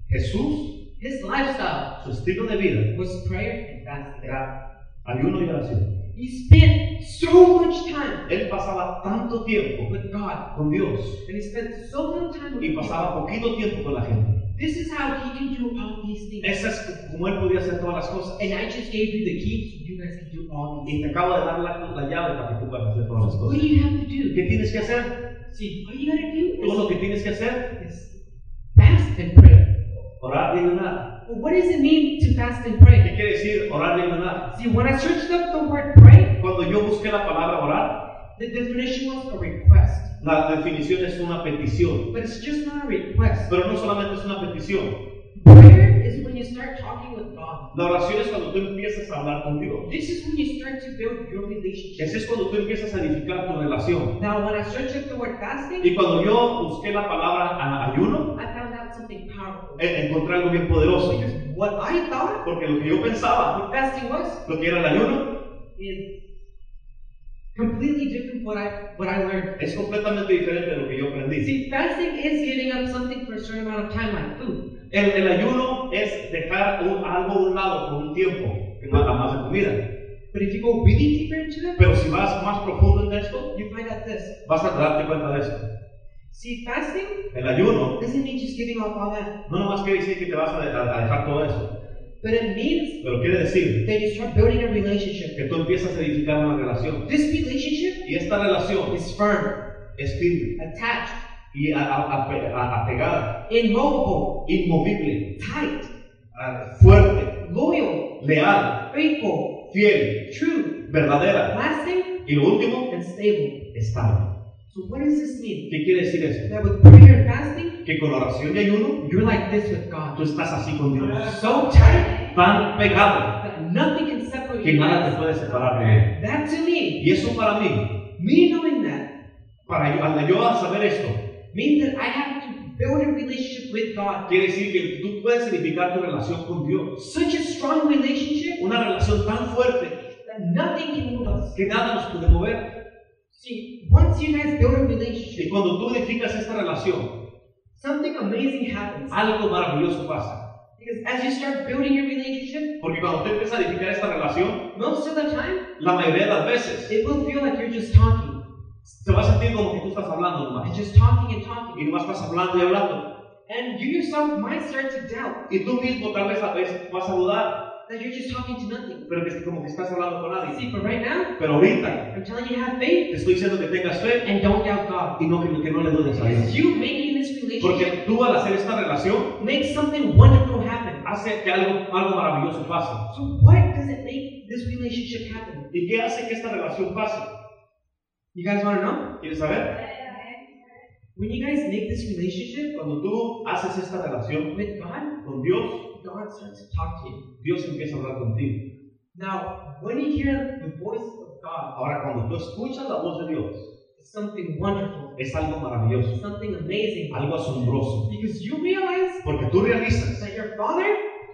Speaker 1: Jesús,
Speaker 2: his lifestyle
Speaker 1: su estilo de vida
Speaker 2: was prayer and fasting.
Speaker 1: era ayuno y oración.
Speaker 2: He spent so much time
Speaker 1: Él pasaba tanto tiempo
Speaker 2: with God,
Speaker 1: con Dios
Speaker 2: and he spent so little time with
Speaker 1: y
Speaker 2: people.
Speaker 1: pasaba poquito tiempo con la gente.
Speaker 2: This is how he can do all these things.
Speaker 1: Esa es como él podía hacer todas las cosas.
Speaker 2: And I just gave you the key, so you guys can do all these.
Speaker 1: Y te acabo de dar la, la llave para que tú puedas hacer todas las
Speaker 2: What
Speaker 1: cosas.
Speaker 2: do you have to do?
Speaker 1: ¿Qué tienes que hacer?
Speaker 2: See, all you gotta do
Speaker 1: Todo lo que tienes que hacer,
Speaker 2: is, is fast and pray.
Speaker 1: orar y ayunar.
Speaker 2: Well, what does it mean to fast and
Speaker 1: ¿Qué
Speaker 2: pray?
Speaker 1: quiere decir orar y ayunar?
Speaker 2: See, when I searched up the word pray,
Speaker 1: Cuando yo busqué la palabra orar,
Speaker 2: the definition was a request.
Speaker 1: la definición es una petición.
Speaker 2: But it's just not a request.
Speaker 1: Pero no solamente es una petición.
Speaker 2: Prayer is when you start talking with God.
Speaker 1: La oración es cuando tú empiezas a hablar con Dios.
Speaker 2: This is when you start to build your relationship.
Speaker 1: Ese es cuando tú empiezas a edificar tu relación.
Speaker 2: Now, when I searched up the word fasting,
Speaker 1: Y cuando yo busqué la palabra a- ayuno,
Speaker 2: I found out something powerful.
Speaker 1: eh, encontré algo bien poderoso.
Speaker 2: Because what I thought
Speaker 1: Porque lo que yo pensaba,
Speaker 2: what fasting was
Speaker 1: lo que era el ayuno,
Speaker 2: is completely different what I what I learned.
Speaker 1: es completamente diferente de lo que yo aprendí.
Speaker 2: See, fasting is giving up something for a certain amount of time, like food.
Speaker 1: El, el ayuno es dejar un- algo a un lado por un tiempo, que no es la más de comida.
Speaker 2: But if you go really deeper into it,
Speaker 1: Pero si vas más profundo en esto,
Speaker 2: you find out this.
Speaker 1: vas a darte cuenta de esto.
Speaker 2: See, fasting
Speaker 1: El ayuno
Speaker 2: doesn't mean just giving up all that,
Speaker 1: No nomás quiere decir que te vas a, a- a dejar todo eso,
Speaker 2: but it means
Speaker 1: pero quiere decir
Speaker 2: that you start building a relationship.
Speaker 1: que tú empiezas a edificar una relación.
Speaker 2: This relationship
Speaker 1: Y esta relación
Speaker 2: is firm.
Speaker 1: es firme
Speaker 2: attached,
Speaker 1: y a- a- ape- a- apegada,
Speaker 2: immovable,
Speaker 1: inmovible,
Speaker 2: tight,
Speaker 1: ah, fuerte,
Speaker 2: loyal,
Speaker 1: leal,
Speaker 2: faithful,
Speaker 1: fiel,
Speaker 2: true,
Speaker 1: verdadera.
Speaker 2: lasting,
Speaker 1: Y lo último,
Speaker 2: and stable.
Speaker 1: estable.
Speaker 2: So what does this mean?
Speaker 1: ¿Qué quiere decir eso?
Speaker 2: That with prayer and fasting,
Speaker 1: Que con oración y ayuno,
Speaker 2: you're like this with God.
Speaker 1: tú estás así con Dios.
Speaker 2: So tight
Speaker 1: Tan pegado
Speaker 2: that nothing can separate
Speaker 1: que
Speaker 2: you.
Speaker 1: nada te
Speaker 2: guys.
Speaker 1: puede separar de Él.
Speaker 2: That to me,
Speaker 1: Y eso para mí,
Speaker 2: me knowing that,
Speaker 1: para yo, al yo saber esto,
Speaker 2: means that I have to build a relationship with God.
Speaker 1: quiere decir que tú puedes significar tu relación con Dios.
Speaker 2: Such a strong relationship
Speaker 1: Una relación tan fuerte
Speaker 2: that nothing can move us.
Speaker 1: que nada nos puede mover.
Speaker 2: See, once you guys build a relationship,
Speaker 1: Y cuando tú edificas esta relación,
Speaker 2: something amazing happens.
Speaker 1: algo maravilloso pasa.
Speaker 2: Because as you start building your relationship,
Speaker 1: Porque cuando tú empiezas a edificar esta relación,
Speaker 2: most of the time,
Speaker 1: la mayoría de las veces
Speaker 2: it will feel like you're just talking.
Speaker 1: se va a sentir como que tú estás hablando nomás.
Speaker 2: And just talking and talking.
Speaker 1: Y nomás estás hablando y hablando.
Speaker 2: And you yourself might start to doubt
Speaker 1: Y tú mismo tal vez a veces vas a dudar,
Speaker 2: that you're just talking to nothing.
Speaker 1: pero que es como que estás hablando con nadie.
Speaker 2: See, but right now,
Speaker 1: Pero ahorita
Speaker 2: I'm telling you, have faith
Speaker 1: te estoy diciendo que tengas fe
Speaker 2: and don't doubt God.
Speaker 1: y no que, que no le dudes a Dios.
Speaker 2: Because you making this relationship
Speaker 1: Porque tú al hacer esta relación,
Speaker 2: makes something wonderful happen.
Speaker 1: hace que algo, algo maravilloso pase.
Speaker 2: So what does it make this relationship happen?
Speaker 1: ¿Y qué hace que esta relación pase?
Speaker 2: You guys want to know?
Speaker 1: ¿Quieres saber?
Speaker 2: When you guys make this relationship
Speaker 1: Cuando tú haces esta relación
Speaker 2: with God,
Speaker 1: con Dios,
Speaker 2: God starts to talk to you.
Speaker 1: Dios empieza a hablar contigo.
Speaker 2: Now, when you hear the voice of God,
Speaker 1: Ahora, cuando tú escuchas la voz de Dios,
Speaker 2: it's something wonderful,
Speaker 1: es algo maravilloso,
Speaker 2: something amazing,
Speaker 1: algo asombroso.
Speaker 2: because you realize
Speaker 1: Porque tú realizas
Speaker 2: that your Father,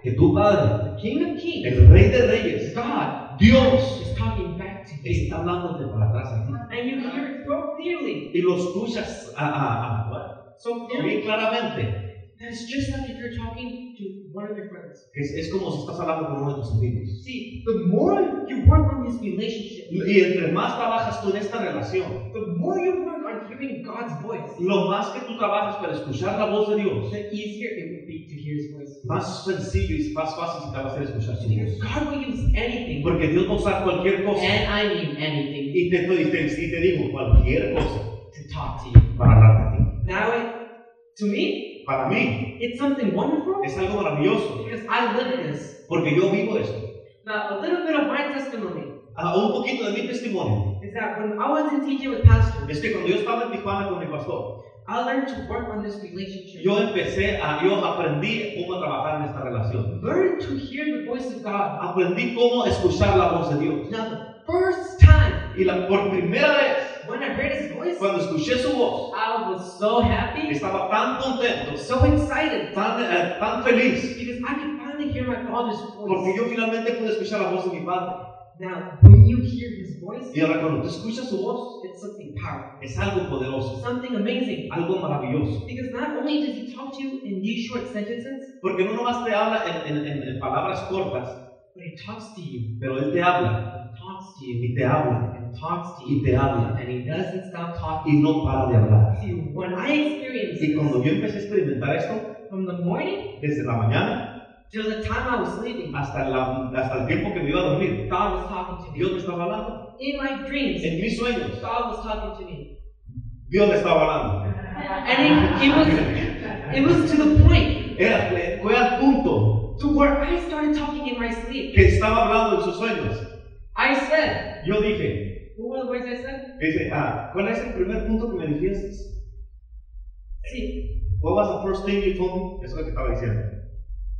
Speaker 1: que tu Padre,
Speaker 2: the King of Kings,
Speaker 1: el Rey de Reyes,
Speaker 2: God,
Speaker 1: Dios,
Speaker 2: is talking back to you,
Speaker 1: está hablándote para atrás a ti.
Speaker 2: and you hear it so clearly,
Speaker 1: Y lo escuchas a, a- a-
Speaker 2: so clearly
Speaker 1: bien claramente.
Speaker 2: that it's just like if you're talking to one of your friends.
Speaker 1: Es, es como si estás hablando con uno de tus amigos.
Speaker 2: See, the more you work on this relationship,
Speaker 1: Y entre más trabajas tú en esta relación,
Speaker 2: the more you work on hearing God's voice,
Speaker 1: lo más que tú trabajas para escuchar la voz de Dios,
Speaker 2: the easier it would be to hear His voice.
Speaker 1: más sencillo y más fácil se te va a hacer escuchar su
Speaker 2: Because
Speaker 1: voz.
Speaker 2: God will use anything,
Speaker 1: Porque Dios va a usar cualquier cosa
Speaker 2: and I mean anything,
Speaker 1: y te, y te, y te digo cualquier cosa
Speaker 2: to talk to you.
Speaker 1: para hablar de ti.
Speaker 2: Now, it, to me,
Speaker 1: Para mí
Speaker 2: it's something wonderful
Speaker 1: es algo maravilloso
Speaker 2: because I live this.
Speaker 1: porque yo vivo esto.
Speaker 2: Now, a little bit of my testimony
Speaker 1: Ah, un poquito de mi testimonio
Speaker 2: is that when I was in teaching with Pastor,
Speaker 1: es que cuando yo estaba en Tijuana con mi pastor,
Speaker 2: I learned to work on this relationship.
Speaker 1: yo empecé a, yo aprendí cómo trabajar en esta relación.
Speaker 2: Learn to hear the voice of God.
Speaker 1: Aprendí cómo escuchar la voz de Dios.
Speaker 2: Now, the first time
Speaker 1: Y la, por primera vez,
Speaker 2: when I heard His voice,
Speaker 1: cuando escuché su voz,
Speaker 2: I was so happy,
Speaker 1: Estaba tan contento,
Speaker 2: so excited
Speaker 1: tan, eh, tan feliz,
Speaker 2: because I could finally hear my Father's
Speaker 1: porque
Speaker 2: voice.
Speaker 1: yo finalmente pude escuchar la voz de mi padre.
Speaker 2: Now, when you hear His voice,
Speaker 1: Y ahora cuando tú escuchas su voz,
Speaker 2: it's something powerful,
Speaker 1: es algo poderoso,
Speaker 2: something amazing.
Speaker 1: algo maravilloso.
Speaker 2: Because not only does he talk to you in these short sentences,
Speaker 1: Porque no nomás te habla en, en- en- en palabras cortas,
Speaker 2: but he talks to you,
Speaker 1: pero Él te habla,
Speaker 2: and talks to you,
Speaker 1: y te habla,
Speaker 2: and talks to
Speaker 1: y
Speaker 2: you,
Speaker 1: te habla,
Speaker 2: and he doesn't stop talking
Speaker 1: y no para de hablar.
Speaker 2: to you. When I experienced
Speaker 1: Y
Speaker 2: this,
Speaker 1: cuando yo empecé a experimentar esto,
Speaker 2: from the morning
Speaker 1: desde la mañana
Speaker 2: till the time I was sleeping,
Speaker 1: hasta, la- hasta el tiempo que me iba a dormir,
Speaker 2: God was talking to me.
Speaker 1: Dios me estaba hablando.
Speaker 2: In my dreams,
Speaker 1: En mis sueños,
Speaker 2: God was talking to me.
Speaker 1: Dios me estaba hablando.
Speaker 2: And it, it was it was to the point
Speaker 1: Era, fue- fue al punto
Speaker 2: to where I started talking in my sleep.
Speaker 1: que estaba hablando en sus sueños.
Speaker 2: I said,
Speaker 1: Yo dije,
Speaker 2: what were the words I said?
Speaker 1: Dice, ah, ¿cuál es el primer punto que me dijiste?
Speaker 2: See,
Speaker 1: What was the first thing you told me? Eso es lo que estaba diciendo.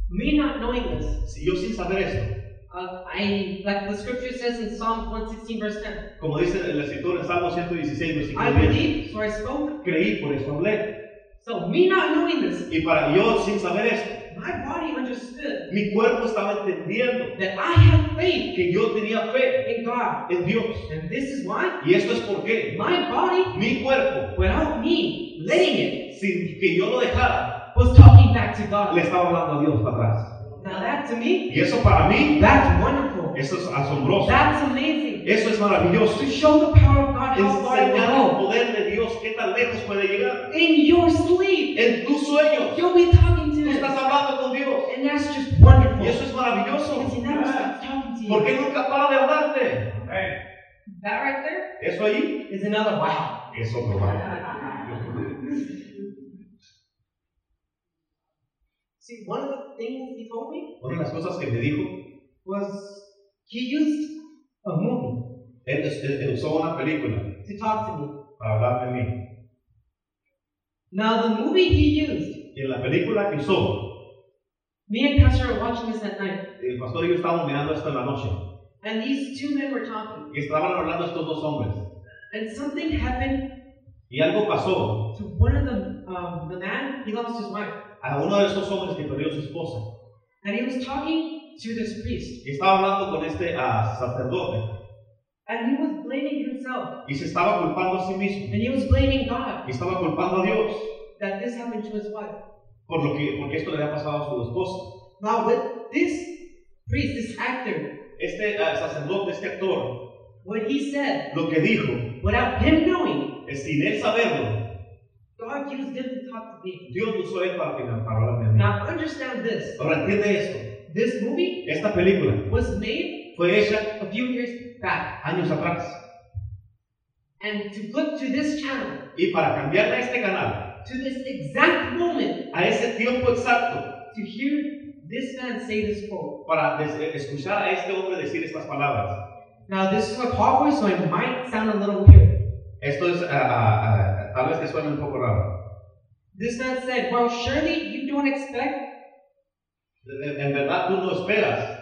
Speaker 2: me not knowing this,
Speaker 1: Si yo sin saber esto,
Speaker 2: uh, I like the scripture says in Psalm 116 verse 10.
Speaker 1: como dice el escritor en Salmo 116,
Speaker 2: I
Speaker 1: versículo 10,
Speaker 2: believe, so I spoke.
Speaker 1: creí, por eso hablé.
Speaker 2: So me not knowing this,
Speaker 1: Y para yo sin saber esto,
Speaker 2: my body understood
Speaker 1: mi cuerpo estaba entendiendo
Speaker 2: that I have faith
Speaker 1: que yo tenía fe
Speaker 2: in God.
Speaker 1: en Dios.
Speaker 2: And this is why
Speaker 1: Y esto es porque
Speaker 2: my body,
Speaker 1: mi cuerpo,
Speaker 2: without me letting it,
Speaker 1: sin que yo lo dejara,
Speaker 2: was talking back to God.
Speaker 1: le estaba hablando a Dios para atrás.
Speaker 2: Now that to me,
Speaker 1: Y eso para mí,
Speaker 2: that's wonderful.
Speaker 1: eso es asombroso.
Speaker 2: That's amazing.
Speaker 1: Eso es maravilloso.
Speaker 2: To show the power of God how far it will
Speaker 1: Enseñar el
Speaker 2: go.
Speaker 1: poder de Dios, qué tan lejos puede llegar.
Speaker 2: In your sleep,
Speaker 1: En tus sueños.
Speaker 2: you'll be talking to
Speaker 1: Tú estás
Speaker 2: Him.
Speaker 1: hablando con Dios.
Speaker 2: And that's just
Speaker 1: Y
Speaker 2: wonderful.
Speaker 1: eso es maravilloso.
Speaker 2: Because He never stops talking to you.
Speaker 1: Porque Él nunca para de hablarte.
Speaker 2: That right there
Speaker 1: Eso ahí,
Speaker 2: is another wow.
Speaker 1: eso no vale.
Speaker 2: See, one of the things he told me
Speaker 1: Una de las cosas que me dijo,
Speaker 2: was he used a movie
Speaker 1: él, él- él usó una película
Speaker 2: to talk to me.
Speaker 1: para hablar de mí.
Speaker 2: Now, the movie he used,
Speaker 1: Y en la película que usó,
Speaker 2: me and Pastor are watching this at night,
Speaker 1: el pastor y yo estábamos mirando esto en la noche.
Speaker 2: and these two men were talking,
Speaker 1: Y estaban hablando estos dos hombres.
Speaker 2: and something happened
Speaker 1: Y algo pasó
Speaker 2: to one of them. Um, the man he lost his wife,
Speaker 1: a uno de estos hombres que perdió su esposa.
Speaker 2: and he was talking to this priest,
Speaker 1: Y estaba hablando con este ah, sacerdote.
Speaker 2: and he was blaming himself,
Speaker 1: Y se estaba culpando a sí mismo.
Speaker 2: and he was blaming God
Speaker 1: Y estaba culpando a Dios
Speaker 2: that this happened to his wife.
Speaker 1: por lo que, porque esto le había pasado a su esposa.
Speaker 2: Now, with this priest, this actor,
Speaker 1: Este ah, sacerdote, este actor,
Speaker 2: what he said,
Speaker 1: lo que dijo,
Speaker 2: without him knowing,
Speaker 1: es sin él saberlo,
Speaker 2: God used him to talk to me.
Speaker 1: Dios lo usó a él para que me hablara de mí.
Speaker 2: Now, understand this.
Speaker 1: Ahora entiende esto.
Speaker 2: This movie
Speaker 1: Esta película
Speaker 2: was made
Speaker 1: fue hecha
Speaker 2: a few years back,
Speaker 1: años atrás.
Speaker 2: and to put to this channel,
Speaker 1: Y para cambiarla a este canal,
Speaker 2: to this exact moment,
Speaker 1: a ese tiempo exacto,
Speaker 2: to hear this man say this quote.
Speaker 1: para des- escuchar a este hombre decir estas palabras.
Speaker 2: Now, this is a cowboy, so it might sound a little weird.
Speaker 1: Esto es, ah, ah, ah, tal vez te suene un poco raro.
Speaker 2: This man said, Well, surely you don't expect
Speaker 1: En en verdad tú no esperas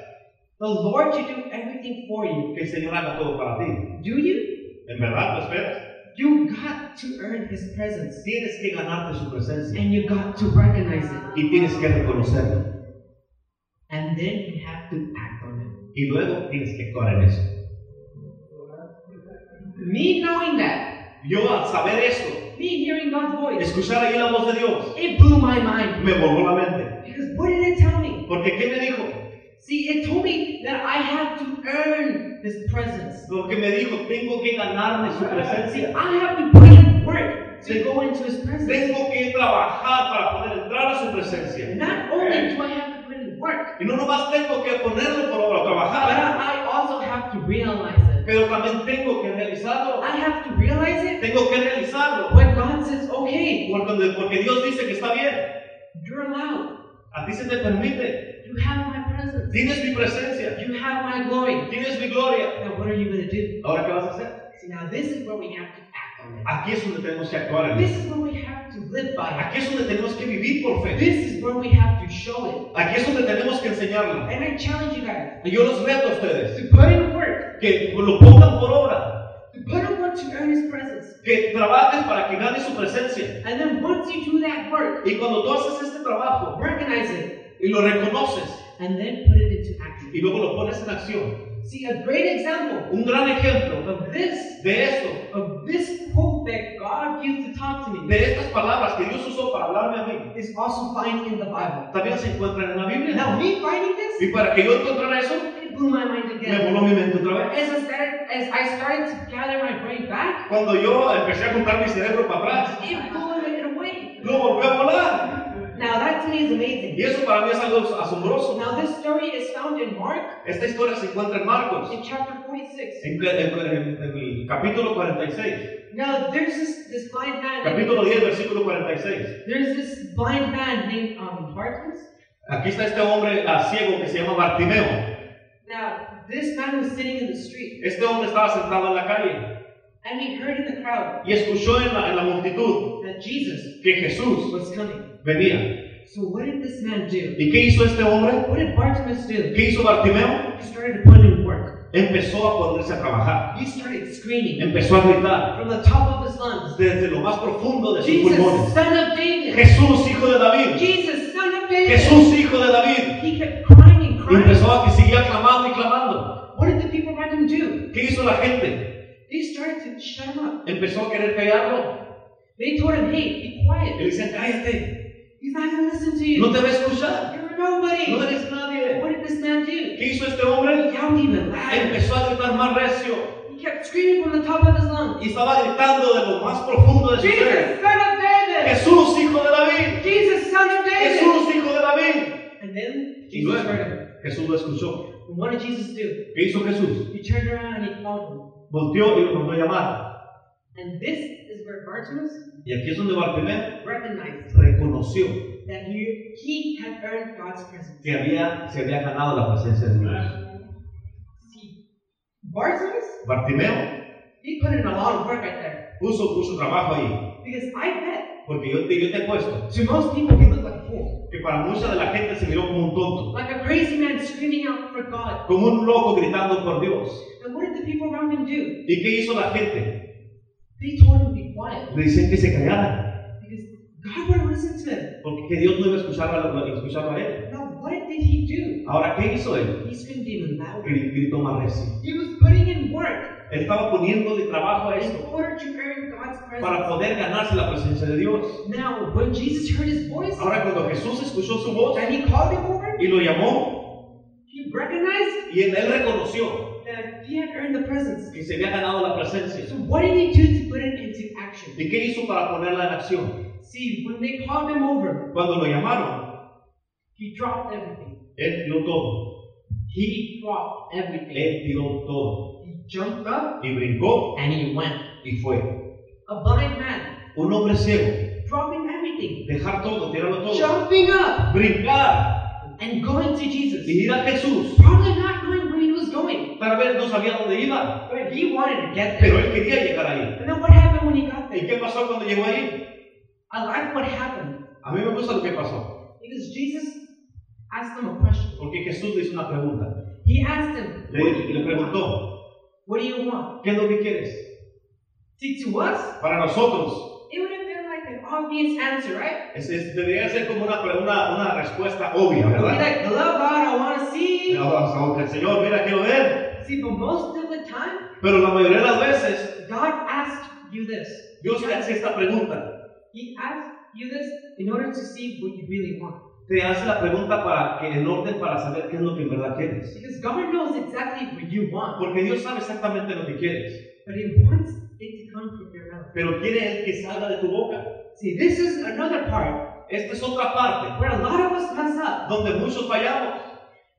Speaker 2: the Lord to do everything for you,
Speaker 1: que el Señor haga todo para ti.
Speaker 2: do you?
Speaker 1: En verdad lo esperas.
Speaker 2: You got to earn his presence,
Speaker 1: Tienes que ganarte su presencia
Speaker 2: and you got to recognize it,
Speaker 1: y tienes que reconocerlo.
Speaker 2: and then you have to act on it.
Speaker 1: Y luego tienes que actuar en eso.
Speaker 2: Me knowing that,
Speaker 1: Yo al saber eso,
Speaker 2: me hearing God's voice,
Speaker 1: escuchar ahí la voz de Dios,
Speaker 2: it blew my mind.
Speaker 1: me voló la mente.
Speaker 2: Because what did it tell me?
Speaker 1: Porque ¿qué me dijo?
Speaker 2: See, it told me that I have to earn His presence.
Speaker 1: Porque me dijo, tengo que ganarme su
Speaker 2: See,
Speaker 1: presencia.
Speaker 2: I have to put in work to go into His presence.
Speaker 1: Tengo que trabajar para poder entrar a su presencia.
Speaker 2: Not only do I have to put in work,
Speaker 1: Y no nomás tengo que ponerlo por obra,
Speaker 2: but
Speaker 1: trabajar,
Speaker 2: I also have to realize it.
Speaker 1: pero también tengo que realizarlo.
Speaker 2: I have to realize it
Speaker 1: Tengo que realizarlo.
Speaker 2: when God says, okay,
Speaker 1: Porque, porque Dios dice que está bien.
Speaker 2: you're allowed.
Speaker 1: A ti se te permite.
Speaker 2: You have my presence.
Speaker 1: Tienes mi presencia.
Speaker 2: You have my glory.
Speaker 1: Tienes mi gloria.
Speaker 2: Now, what are you going to do?
Speaker 1: Ahora, ¿qué vas a hacer?
Speaker 2: See, now this is where we have to act on
Speaker 1: Aquí es donde tenemos que actuar.
Speaker 2: it.
Speaker 1: hermano.
Speaker 2: This is where we have to live by
Speaker 1: Aquí es donde tenemos que vivir por fe.
Speaker 2: it. This is where we have to show it.
Speaker 1: Aquí es donde tenemos que enseñarlo.
Speaker 2: And I challenge you guys
Speaker 1: Y yo los reto a ustedes
Speaker 2: to put in work,
Speaker 1: que lo pongan por obra.
Speaker 2: to put in work to earn His presence.
Speaker 1: Que trabajes para que ganes su presencia.
Speaker 2: And then once you do that work,
Speaker 1: Y cuando tú haces este trabajo
Speaker 2: recognize it,
Speaker 1: y lo reconoces
Speaker 2: and then put it into action.
Speaker 1: y luego lo pones en acción.
Speaker 2: See, a great example
Speaker 1: Un gran ejemplo
Speaker 2: of this,
Speaker 1: de esto,
Speaker 2: of this quote that God used to talk to me,
Speaker 1: de estas palabras que Dios usó para hablarme a mí,
Speaker 2: is also found in the Bible.
Speaker 1: también se encuentran en la Biblia.
Speaker 2: Now, me finding this,
Speaker 1: Y para que yo encontrara eso,
Speaker 2: it blew my mind
Speaker 1: me
Speaker 2: again.
Speaker 1: voló mi mente otra vez.
Speaker 2: As I started, as I started to gather my brain back,
Speaker 1: Cuando yo empecé a juntar mi cerebro para atrás,
Speaker 2: it blew it away.
Speaker 1: lo volvió a volar.
Speaker 2: Now, that to me is amazing.
Speaker 1: Y eso para mí es algo asombroso.
Speaker 2: Now, this story is found in Mark,
Speaker 1: Esta historia se encuentra en Marcos,
Speaker 2: in chapter 46.
Speaker 1: en, en- en- en el capítulo 46,
Speaker 2: Now there's this, this blind man.
Speaker 1: capítulo 10, versículo 46.
Speaker 2: There's this blind man named um, Bartimaeus.
Speaker 1: Aquí está este hombre ah, ciego que se llama Bartimeo.
Speaker 2: Now this man was sitting in the street
Speaker 1: Este hombre estaba sentado en la calle
Speaker 2: and he heard in the crowd
Speaker 1: y escuchó en la, en la multitud
Speaker 2: that Jesus
Speaker 1: que Jesús
Speaker 2: was coming.
Speaker 1: venía.
Speaker 2: So what did this man do?
Speaker 1: ¿Y qué hizo este hombre?
Speaker 2: What did Bartimaeus do?
Speaker 1: ¿Qué hizo Bartimeo?
Speaker 2: He started to put in work.
Speaker 1: Empezó a ponerse a trabajar,
Speaker 2: He started screaming
Speaker 1: empezó a gritar.
Speaker 2: from the top of his lungs,
Speaker 1: desde lo más profundo de sus pulmones.
Speaker 2: Jesus, son of David!
Speaker 1: Jesús, hijo de David.
Speaker 2: Jesus, son of David!
Speaker 1: Jesús, hijo de David.
Speaker 2: He kept crying and
Speaker 1: Y
Speaker 2: crying.
Speaker 1: empezó a que seguía clamando y clamando.
Speaker 2: What did the people around him do?
Speaker 1: ¿Qué hizo la gente?
Speaker 2: They started to shut him up.
Speaker 1: Empezó a querer callarlo.
Speaker 2: They told him, hey, be quiet.
Speaker 1: Y le decían, cállate,
Speaker 2: He's not going to listen to you.
Speaker 1: no te va a escuchar.
Speaker 2: You're nobody.
Speaker 1: No eres nadie.
Speaker 2: What did this man do?
Speaker 1: ¿Qué hizo este hombre?
Speaker 2: He yelled even louder.
Speaker 1: Empezó a gritar más recio.
Speaker 2: He kept screaming from the top of his lungs.
Speaker 1: Y estaba gritando de lo más profundo de su ser.
Speaker 2: Jesus,
Speaker 1: Jesús,
Speaker 2: son of David!
Speaker 1: hijo de David.
Speaker 2: Jesus, son of David!
Speaker 1: Jesús, hijo de David.
Speaker 2: And then
Speaker 1: Y
Speaker 2: Jesus
Speaker 1: luego
Speaker 2: heard him.
Speaker 1: Jesús lo escuchó.
Speaker 2: And what did Jesus do?
Speaker 1: ¿Qué hizo Jesús?
Speaker 2: He turned around and he called him.
Speaker 1: Volteó y lo mandó a llamar.
Speaker 2: And this is where Bartimaeus
Speaker 1: Y aquí es donde Bartimeo
Speaker 2: recognized
Speaker 1: reconoció
Speaker 2: that he, he had earned God's presence.
Speaker 1: que había, se había ganado la presencia de Dios.
Speaker 2: See, Bartimaeus,
Speaker 1: Bartimeo
Speaker 2: he put in a lot of work right there.
Speaker 1: puso mucho trabajo ahí,
Speaker 2: Because I bet
Speaker 1: porque yo te, yo te apuesto
Speaker 2: to most people he looked like a fool.
Speaker 1: que para mucha de la gente se miró como un tonto,
Speaker 2: Like a crazy man screaming out for God.
Speaker 1: como un loco gritando por Dios.
Speaker 2: And what did the people around him do?
Speaker 1: ¿Y qué hizo la gente?
Speaker 2: They told him to be quiet
Speaker 1: Le decían que se callara,
Speaker 2: because God wouldn't listen to him.
Speaker 1: porque que Dios no iba a escucharlo a, escucharlo a él.
Speaker 2: Now, what did he do?
Speaker 1: Ahora, ¿qué hizo él?
Speaker 2: He screamed even louder.
Speaker 1: Gri- Gritó más recio.
Speaker 2: He was putting in work
Speaker 1: Él Estaba poniéndole trabajo a
Speaker 2: in
Speaker 1: esto
Speaker 2: order to earn God's
Speaker 1: para
Speaker 2: presence.
Speaker 1: poder ganarse la presencia de Dios.
Speaker 2: Now, when Jesus heard his voice
Speaker 1: Ahora, cuando Jesús escuchó su voz
Speaker 2: and he called him over,
Speaker 1: y lo llamó,
Speaker 2: he recognized
Speaker 1: y él, él reconoció
Speaker 2: that he had earned the presence.
Speaker 1: que se había ganado la presencia.
Speaker 2: So, what did he do to put it into action?
Speaker 1: ¿Y qué hizo para ponerla en acción?
Speaker 2: See, when they called him over,
Speaker 1: Cuando lo llamaron,
Speaker 2: he dropped everything.
Speaker 1: él tiró todo.
Speaker 2: He dropped everything.
Speaker 1: Él tiró todo.
Speaker 2: He jumped up
Speaker 1: Y brincó
Speaker 2: and he went.
Speaker 1: y fue.
Speaker 2: A blind man
Speaker 1: Un hombre ciego.
Speaker 2: dropping everything,
Speaker 1: Dejar todo, tirarlo todo.
Speaker 2: jumping up.
Speaker 1: Brincar
Speaker 2: and going to Jesus.
Speaker 1: y ir a Jesús.
Speaker 2: Probably not knowing where he was going,
Speaker 1: Tal vez no sabía dónde iba,
Speaker 2: but he wanted to get
Speaker 1: pero
Speaker 2: there.
Speaker 1: él quería llegar ahí.
Speaker 2: And then what happened when he got
Speaker 1: ¿Y
Speaker 2: there?
Speaker 1: qué pasó cuando llegó ahí?
Speaker 2: I like what happened
Speaker 1: A mí me gusta lo que pasó.
Speaker 2: because Jesus asked him a question.
Speaker 1: Porque Jesús le hizo una pregunta.
Speaker 2: He asked him,
Speaker 1: Le, le preguntó,
Speaker 2: What do you want?
Speaker 1: ¿qué es lo que quieres?
Speaker 2: See, to us,
Speaker 1: Para nosotros,
Speaker 2: it would have been like an obvious answer, right?
Speaker 1: es, es- debería ser como una, pre- una, una respuesta obvia,
Speaker 2: We'd be
Speaker 1: ¿verdad?
Speaker 2: like, Hello, God, I want to see. you."
Speaker 1: Ahora vamos a- Señor, mira, quiero ver.
Speaker 2: See, but most of the time,
Speaker 1: Pero la mayoría de las veces,
Speaker 2: God asked you this.
Speaker 1: Dios te hace esta pregunta.
Speaker 2: He asked you this in order to see what you really want.
Speaker 1: Te hace la pregunta para que en orden para saber qué es lo que en verdad quieres.
Speaker 2: Because God knows exactly what you want.
Speaker 1: Porque Dios sabe exactamente lo que quieres,
Speaker 2: but he wants it to come from your mouth.
Speaker 1: pero quiere el que salga de tu boca.
Speaker 2: See, this is another part
Speaker 1: Esta es otra parte
Speaker 2: where a lot of us mess up
Speaker 1: donde muchos fallamos,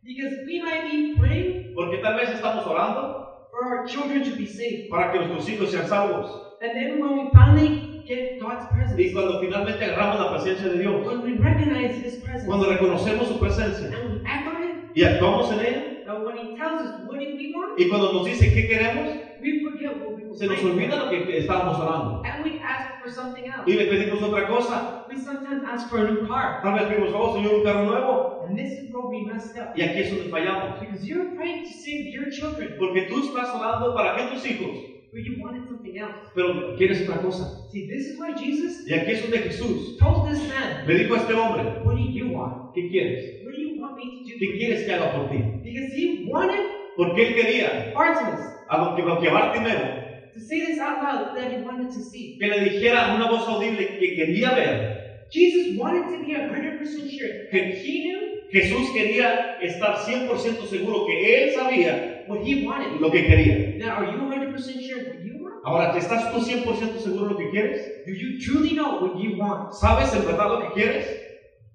Speaker 2: because we might be praying
Speaker 1: porque tal vez estamos orando
Speaker 2: for our children to be saved,
Speaker 1: para que nuestros hijos sean salvos.
Speaker 2: and then when we finally get God's
Speaker 1: Y
Speaker 2: presence,
Speaker 1: cuando finalmente agarramos la presencia de Dios,
Speaker 2: when we recognize His presence
Speaker 1: cuando reconocemos su presencia
Speaker 2: and we act on it,
Speaker 1: y actuamos en ella,
Speaker 2: and when He tells us what do we want,
Speaker 1: y cuando nos dice qué queremos,
Speaker 2: we forget what we were
Speaker 1: se nos
Speaker 2: praying
Speaker 1: olvida
Speaker 2: for,
Speaker 1: lo que estábamos orando.
Speaker 2: and we ask for something else.
Speaker 1: Y le pedimos otra cosa.
Speaker 2: We sometimes ask for a new car,
Speaker 1: Tal vez pedimos, oh Señor, un carro nuevo.
Speaker 2: and this is where we messed up
Speaker 1: Y aquí es donde fallamos.
Speaker 2: because you're praying to save your children,
Speaker 1: Porque tú estás orando para que tus hijos,
Speaker 2: but you wanted something else.
Speaker 1: pero quieres otra cosa.
Speaker 2: See, this is why Jesus
Speaker 1: Y aquí es donde Jesús
Speaker 2: told this man.
Speaker 1: le dijo a este hombre,
Speaker 2: What do you want?
Speaker 1: ¿qué quieres?
Speaker 2: What do you want me to do?
Speaker 1: ¿Qué quieres que haga por ti?
Speaker 2: Because he wanted
Speaker 1: Porque él quería
Speaker 2: Bartimaeus
Speaker 1: a lo que, lo que Bartimeo,
Speaker 2: to say this out loud that he wanted to see.
Speaker 1: que le dijera a una voz audible que quería ver.
Speaker 2: Jesus wanted to be a 100% sure that he knew
Speaker 1: Jesús quería estar 100% seguro que él sabía
Speaker 2: what he wanted.
Speaker 1: lo que quería.
Speaker 2: Now, are you 100% sure what you want?
Speaker 1: Ahora, ¿estás tú 100% seguro lo que quieres?
Speaker 2: Do you truly know what you want?
Speaker 1: ¿Sabes en verdad lo que quieres?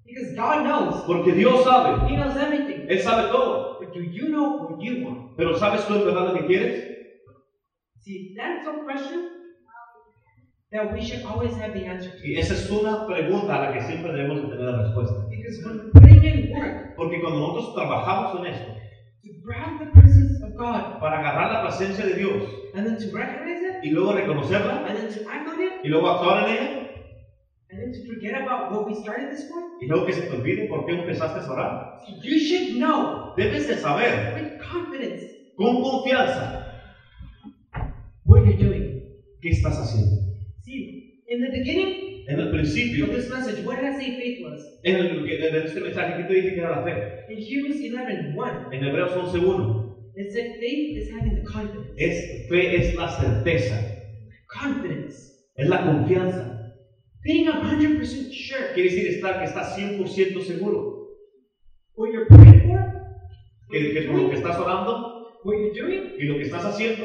Speaker 2: Because God knows.
Speaker 1: Porque Dios sabe,
Speaker 2: He knows everything.
Speaker 1: Él sabe todo.
Speaker 2: But do you know what you want?
Speaker 1: Pero ¿sabes tú en verdad lo que quieres?
Speaker 2: See, that's a question that we should always have the answer to.
Speaker 1: Y esa es una pregunta a la que siempre debemos de tener la respuesta.
Speaker 2: Because when putting in work
Speaker 1: Porque cuando nosotros trabajamos en esto,
Speaker 2: to grab the presence of God
Speaker 1: para agarrar la presencia de Dios
Speaker 2: and then to recognize it
Speaker 1: y luego reconocerla
Speaker 2: and then to act on it
Speaker 1: y luego actuar en ella
Speaker 2: And then to forget about what we started this for?
Speaker 1: y luego que se te olvide por qué empezaste a orar,
Speaker 2: You should know
Speaker 1: debes de saber
Speaker 2: with confidence
Speaker 1: con confianza
Speaker 2: what you're doing.
Speaker 1: qué estás haciendo.
Speaker 2: See, in the beginning
Speaker 1: En el
Speaker 2: of
Speaker 1: principio,
Speaker 2: this message, what did I say faith was?
Speaker 1: en el que- en este mensaje que te dije que era la fe,
Speaker 2: In Hebrews 11 1,
Speaker 1: en Hebreos 11.1,
Speaker 2: it said faith is having the confidence.
Speaker 1: es, fe es la certeza,
Speaker 2: Confidence.
Speaker 1: es la confianza.
Speaker 2: Being 100% sure
Speaker 1: Quiere decir estar que estás 100% seguro
Speaker 2: what you're praying for, what
Speaker 1: que,
Speaker 2: you're
Speaker 1: que por lo que
Speaker 2: doing,
Speaker 1: estás orando
Speaker 2: what you're doing
Speaker 1: y lo que estás haciendo,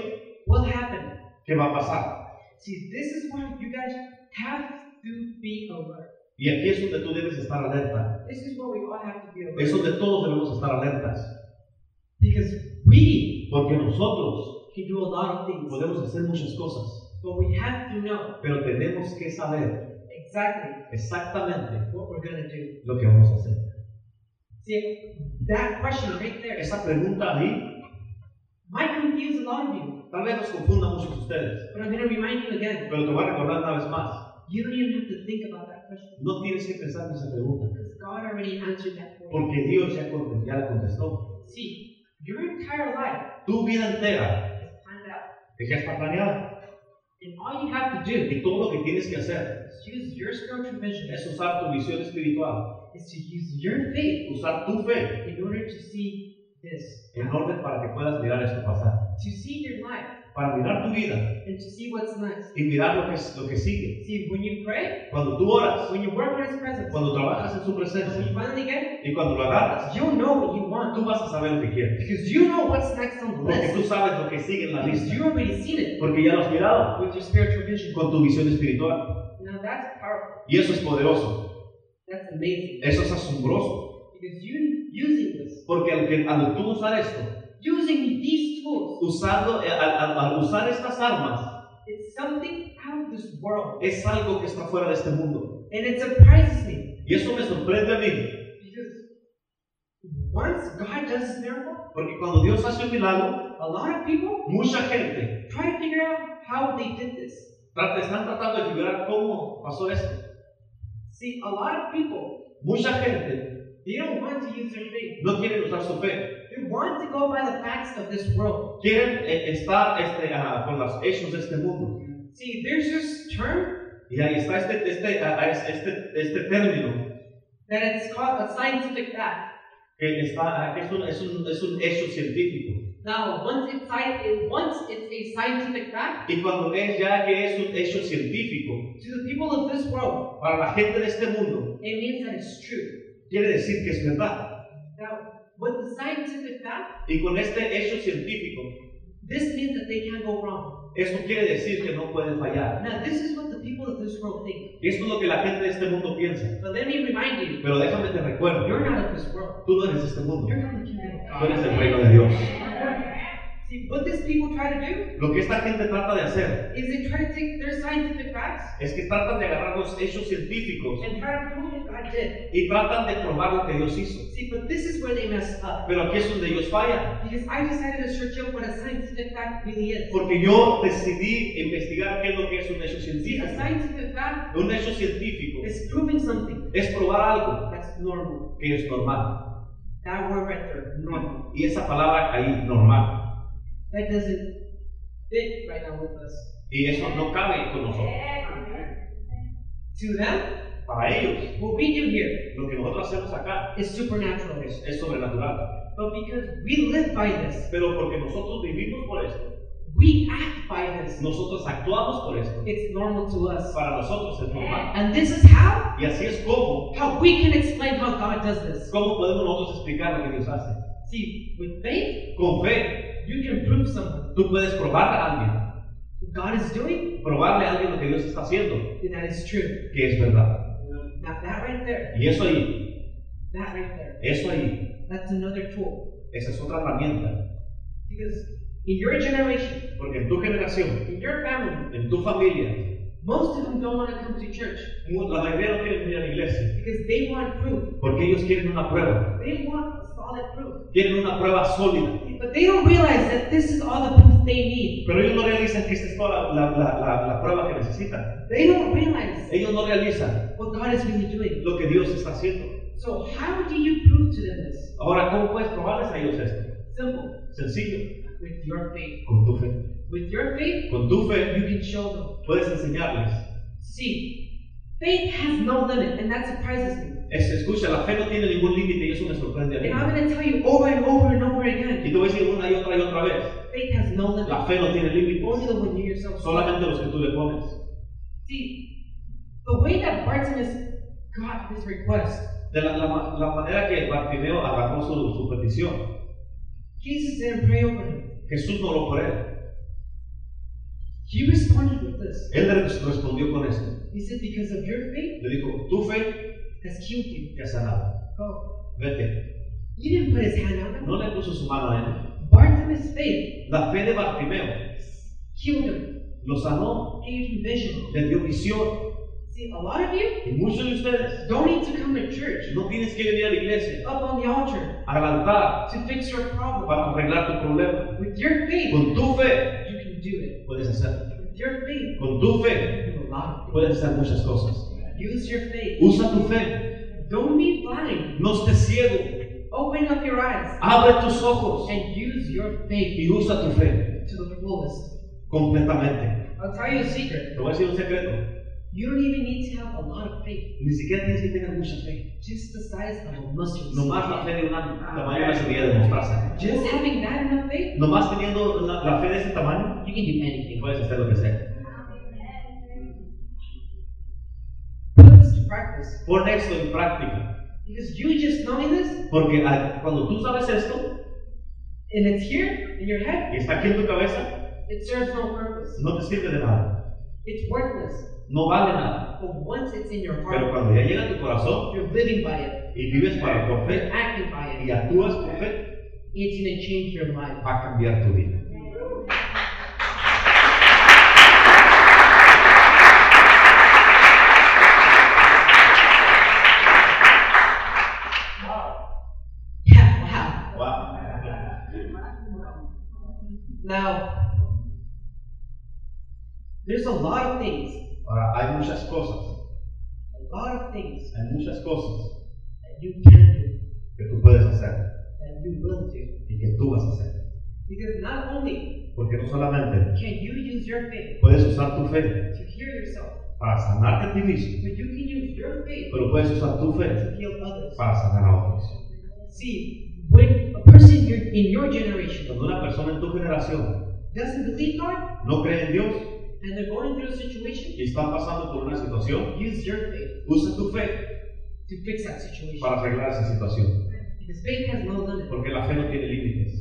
Speaker 2: will happen.
Speaker 1: que va a pasar.
Speaker 2: See, this is why you guys have to be alert.
Speaker 1: Y aquí es donde tú debes estar alerta.
Speaker 2: This is where we all have to be alert.
Speaker 1: Es donde todos debemos estar alertas.
Speaker 2: Because we
Speaker 1: Porque nosotros
Speaker 2: can do a lot of things,
Speaker 1: podemos hacer muchas cosas,
Speaker 2: but we have to know
Speaker 1: pero tenemos que saber
Speaker 2: exactly
Speaker 1: exactamente
Speaker 2: what we're going to do.
Speaker 1: lo que vamos a hacer.
Speaker 2: See, that question right there is,
Speaker 1: Esa pregunta ahí
Speaker 2: might confuse a lot of you,
Speaker 1: tal vez nos confunda mucho a ustedes,
Speaker 2: but I'm going to remind you again.
Speaker 1: pero te voy a recordar una vez más.
Speaker 2: You don't even have to think about that question
Speaker 1: No tienes que pensar en esa pregunta,
Speaker 2: because God already answered that for you.
Speaker 1: porque Dios ya, con- ya la contestó.
Speaker 2: See, your entire life
Speaker 1: Tu vida entera
Speaker 2: is planned out,
Speaker 1: que ya está planeada
Speaker 2: and all you have to do
Speaker 1: y todo lo que tienes que hacer
Speaker 2: is use your spiritual vision,
Speaker 1: es usar tu visión espiritual,
Speaker 2: is to use your faith
Speaker 1: usar tu fe
Speaker 2: in order to see this,
Speaker 1: en orden para que puedas mirar esto pasar,
Speaker 2: to see your life,
Speaker 1: para mirar tu vida
Speaker 2: and to see what's next.
Speaker 1: y mirar lo que, lo que sigue.
Speaker 2: See, when you pray,
Speaker 1: Cuando tú oras,
Speaker 2: when you work in His presence,
Speaker 1: cuando trabajas en su
Speaker 2: when you
Speaker 1: presencia
Speaker 2: finally get it,
Speaker 1: y cuando lo agarras,
Speaker 2: you'll know what you want
Speaker 1: tú vas a saber lo que quieres,
Speaker 2: because you know what's next on the
Speaker 1: porque
Speaker 2: list.
Speaker 1: tú sabes lo que sigue en la
Speaker 2: Because
Speaker 1: lista,
Speaker 2: you already seen it
Speaker 1: porque ya lo has mirado
Speaker 2: with your spiritual vision.
Speaker 1: con tu visión espiritual.
Speaker 2: Now that's powerful.
Speaker 1: Y eso es poderoso,
Speaker 2: That's amazing.
Speaker 1: eso es asombroso,
Speaker 2: Because you using this,
Speaker 1: porque al, que, al tú usar esto,
Speaker 2: using these tools,
Speaker 1: usando, eh, al- al- al usar estas armas,
Speaker 2: it's something out of this world.
Speaker 1: es algo que está fuera de este mundo.
Speaker 2: And it surprises me
Speaker 1: Y eso me sorprende a mí,
Speaker 2: because once God does this miracle,
Speaker 1: porque cuando Dios hace un milagro,
Speaker 2: a lot of people
Speaker 1: mucha gente
Speaker 2: try to figure out how they did this.
Speaker 1: trata, están tratando de figurar cómo pasó esto.
Speaker 2: See, a lot of people,
Speaker 1: Mucha gente
Speaker 2: they don't want to use their faith.
Speaker 1: no quiere usar su fe,
Speaker 2: They want to go by the facts of this world.
Speaker 1: quieren eh, estar este, ah, con los hechos de este mundo.
Speaker 2: See, there's this term
Speaker 1: Y ahí está este, este, ah, ah, es- este, este término,
Speaker 2: that it's called a scientific fact.
Speaker 1: que está, ah, que es, un, es, un, es un hecho científico.
Speaker 2: Now, once it's, sci- it- once it's a scientific fact,
Speaker 1: Y cuando es ya que es un hecho científico,
Speaker 2: to the people of this world,
Speaker 1: para la gente de este mundo,
Speaker 2: it means that it's true.
Speaker 1: quiere decir que es verdad.
Speaker 2: Now, with the scientific fact,
Speaker 1: Y con este hecho científico,
Speaker 2: this means that they can't go wrong.
Speaker 1: Esto quiere decir que no puede fallar.
Speaker 2: Now, this is what the people of this world think.
Speaker 1: Esto es lo que la gente de este mundo piensa.
Speaker 2: But let me remind you,
Speaker 1: Pero déjame te recuerdo,
Speaker 2: you're not of this world.
Speaker 1: tú no eres de este mundo.
Speaker 2: You're from the kingdom of
Speaker 1: Tú eres
Speaker 2: God.
Speaker 1: del reino de Dios.
Speaker 2: See, what these people try to do
Speaker 1: Lo que esta gente trata de hacer
Speaker 2: is they try to take their scientific facts
Speaker 1: es que tratan de agarrar los hechos científicos
Speaker 2: and try to prove what God did.
Speaker 1: y tratan de probar lo que Dios hizo.
Speaker 2: See, but this is where they mess up.
Speaker 1: Pero aquí es donde Dios falla.
Speaker 2: Because I decided to search up what a scientific fact really is.
Speaker 1: Porque yo decidí investigar qué es lo que es un hecho
Speaker 2: See,
Speaker 1: científico.
Speaker 2: a scientific fact
Speaker 1: Un hecho científico
Speaker 2: is proving something
Speaker 1: es probar algo
Speaker 2: that's normal.
Speaker 1: que es normal.
Speaker 2: That word right there, normal.
Speaker 1: Y esa palabra ahí, normal.
Speaker 2: That doesn't fit right now with us.
Speaker 1: Y eso no cabe con nosotros.
Speaker 2: To them,
Speaker 1: Para ellos,
Speaker 2: what we do here
Speaker 1: lo que nosotros hacemos acá
Speaker 2: is supernatural.
Speaker 1: es- es sobrenatural.
Speaker 2: But because we live by this,
Speaker 1: Pero porque nosotros vivimos por esto,
Speaker 2: we act by this,
Speaker 1: nosotros actuamos por esto,
Speaker 2: it's normal to us.
Speaker 1: para nosotros es normal.
Speaker 2: And this is how,
Speaker 1: Y así es como,
Speaker 2: how we can explain how God does this.
Speaker 1: ¿cómo podemos nosotros explicar lo que Dios hace?
Speaker 2: See, with faith,
Speaker 1: Con fe,
Speaker 2: you can prove something.
Speaker 1: tú puedes probar a alguien,
Speaker 2: What God is doing,
Speaker 1: probarle a alguien lo que Dios está haciendo,
Speaker 2: then that is true.
Speaker 1: que es verdad.
Speaker 2: Now, that right there,
Speaker 1: Y eso ahí,
Speaker 2: that right there,
Speaker 1: eso ahí,
Speaker 2: that's another tool.
Speaker 1: esa es otra herramienta.
Speaker 2: Because in your generation,
Speaker 1: Porque en tu generación,
Speaker 2: in your family,
Speaker 1: en tu familia,
Speaker 2: most of them don't want to come to church
Speaker 1: mu- la mayoría no quieren venir a la iglesia,
Speaker 2: because they want proof.
Speaker 1: porque ellos quieren una prueba,
Speaker 2: They want a solid proof.
Speaker 1: quieren una prueba sólida.
Speaker 2: But they don't realize that this is all the proof they need.
Speaker 1: Pero ellos no realizan que esta es toda la- la- la- la prueba que necesitan.
Speaker 2: They don't realize
Speaker 1: Ellos no realizan
Speaker 2: what God is really doing.
Speaker 1: lo que Dios está haciendo.
Speaker 2: So, how do you prove to them this?
Speaker 1: Ahora, ¿cómo puedes probarles a ellos esto?
Speaker 2: Simple.
Speaker 1: Sencillo,
Speaker 2: With your faith.
Speaker 1: con tu fe.
Speaker 2: With your faith,
Speaker 1: Con tu fe
Speaker 2: you can show them.
Speaker 1: puedes enseñarles.
Speaker 2: See, faith has no limit, and that surprises me.
Speaker 1: Es- escucha, la fe no tiene ningún límite y eso me sorprende a
Speaker 2: And I'm
Speaker 1: mí.
Speaker 2: going to tell you over and over and over again
Speaker 1: Y te voy a decir una y otra y otra vez,
Speaker 2: faith has no limit.
Speaker 1: la fe no tiene
Speaker 2: Only
Speaker 1: límites,
Speaker 2: the one you yourself see.
Speaker 1: solamente los que tú le pones.
Speaker 2: See, the way that Bartimaeus got his request,
Speaker 1: De la, la ma- la manera que Bartimeo agarró su, su petición,
Speaker 2: Jesus didn't pray over him.
Speaker 1: Jesús no lo cree.
Speaker 2: He responded with this.
Speaker 1: Él le res- respondió con esto.
Speaker 2: He said, Because of your faith
Speaker 1: Le dijo, tu fe
Speaker 2: has killed you.
Speaker 1: te ha sanado.
Speaker 2: Go.
Speaker 1: Vete.
Speaker 2: He didn't put his hand on him.
Speaker 1: No le puso su mano a él.
Speaker 2: Bartimaeus' faith
Speaker 1: La fe de Bartimeo
Speaker 2: healed him,
Speaker 1: lo sanó,
Speaker 2: gave him vision.
Speaker 1: le dio visión.
Speaker 2: See, a lot of you
Speaker 1: Y muchos de ustedes
Speaker 2: don't need to come to church
Speaker 1: no tienes que venir a la iglesia,
Speaker 2: up on the altar
Speaker 1: al altar,
Speaker 2: to fix your problem.
Speaker 1: para arreglar tu problema.
Speaker 2: With your faith,
Speaker 1: Con tu fe
Speaker 2: you can do it.
Speaker 1: puedes hacerlo.
Speaker 2: With your faith,
Speaker 1: Con tu
Speaker 2: you
Speaker 1: fe
Speaker 2: can do a lot.
Speaker 1: puedes hacer muchas cosas.
Speaker 2: Use your faith.
Speaker 1: Usa tu fe.
Speaker 2: Don't be blind.
Speaker 1: No estés ciego.
Speaker 2: Open up your eyes
Speaker 1: Abre tus ojos
Speaker 2: and use your faith
Speaker 1: y usa tu fe
Speaker 2: to the fullest.
Speaker 1: completamente.
Speaker 2: I'll tell you a secret.
Speaker 1: Te voy a decir un secreto.
Speaker 2: You don't even need to have a lot of faith.
Speaker 1: Ni siquiera tienes que tener mucha fe.
Speaker 2: Just the size of a mustard seed.
Speaker 1: Nomás la fe de una tamaño de semilla de mostaza.
Speaker 2: Just having that enough faith,
Speaker 1: Nomás teniendo la, la fe de ese tamaño,
Speaker 2: you can do anything.
Speaker 1: puedes hacer lo que sea.
Speaker 2: Put this to practice.
Speaker 1: Pon esto en práctica.
Speaker 2: Because you just knowing this,
Speaker 1: Porque al- cuando tú sabes esto,
Speaker 2: and it's here in your head,
Speaker 1: y está aquí en tu cabeza,
Speaker 2: it serves no purpose.
Speaker 1: no te sirve de nada.
Speaker 2: It's worthless.
Speaker 1: No vale nada.
Speaker 2: But once it's in your
Speaker 1: Pero
Speaker 2: heart,
Speaker 1: cuando ya llega a tu corazón
Speaker 2: you're living by it,
Speaker 1: y vives para por fe
Speaker 2: you're acting by
Speaker 1: y
Speaker 2: it,
Speaker 1: actúas por fe,
Speaker 2: it's going to change your life.
Speaker 1: va a cambiar tu vida.
Speaker 2: Yeah, wow.
Speaker 1: Wow.
Speaker 2: Now, there's a lot of things,
Speaker 1: Ahora, hay muchas cosas,
Speaker 2: a lot of things
Speaker 1: hay muchas cosas
Speaker 2: that you can
Speaker 1: que tú puedes hacer
Speaker 2: do, that you will do.
Speaker 1: y que tú vas a hacer.
Speaker 2: Because not only
Speaker 1: Porque no solamente
Speaker 2: can you use your faith
Speaker 1: puedes usar tu fe
Speaker 2: to heal yourself,
Speaker 1: para sanarte a ti mismo,
Speaker 2: but you can use your faith
Speaker 1: pero puedes usar tu fe
Speaker 2: to heal others.
Speaker 1: para sanar a otros.
Speaker 2: See, when a person in your, in your generation
Speaker 1: Cuando una persona en tu generación
Speaker 2: doesn't believe God
Speaker 1: no cree en Dios
Speaker 2: and they're going through a situation,
Speaker 1: y está pasando por una situación,
Speaker 2: use your faith
Speaker 1: usa tu fe
Speaker 2: to fix that situation.
Speaker 1: para arreglar esa situación.
Speaker 2: Because faith has no limit.
Speaker 1: Porque la fe no tiene límites.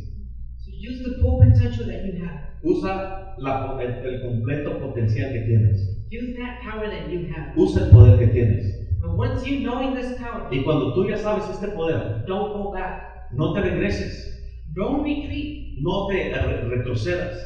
Speaker 2: So use the full potential that you have.
Speaker 1: Usa la- el- el completo potencial que tienes.
Speaker 2: Use that power that you have.
Speaker 1: Usa el poder que tienes.
Speaker 2: And once you knowing this power,
Speaker 1: Y cuando tú ya sabes este poder,
Speaker 2: don't go back.
Speaker 1: no te regreses,
Speaker 2: Don't retreat.
Speaker 1: no te re- retrocedas.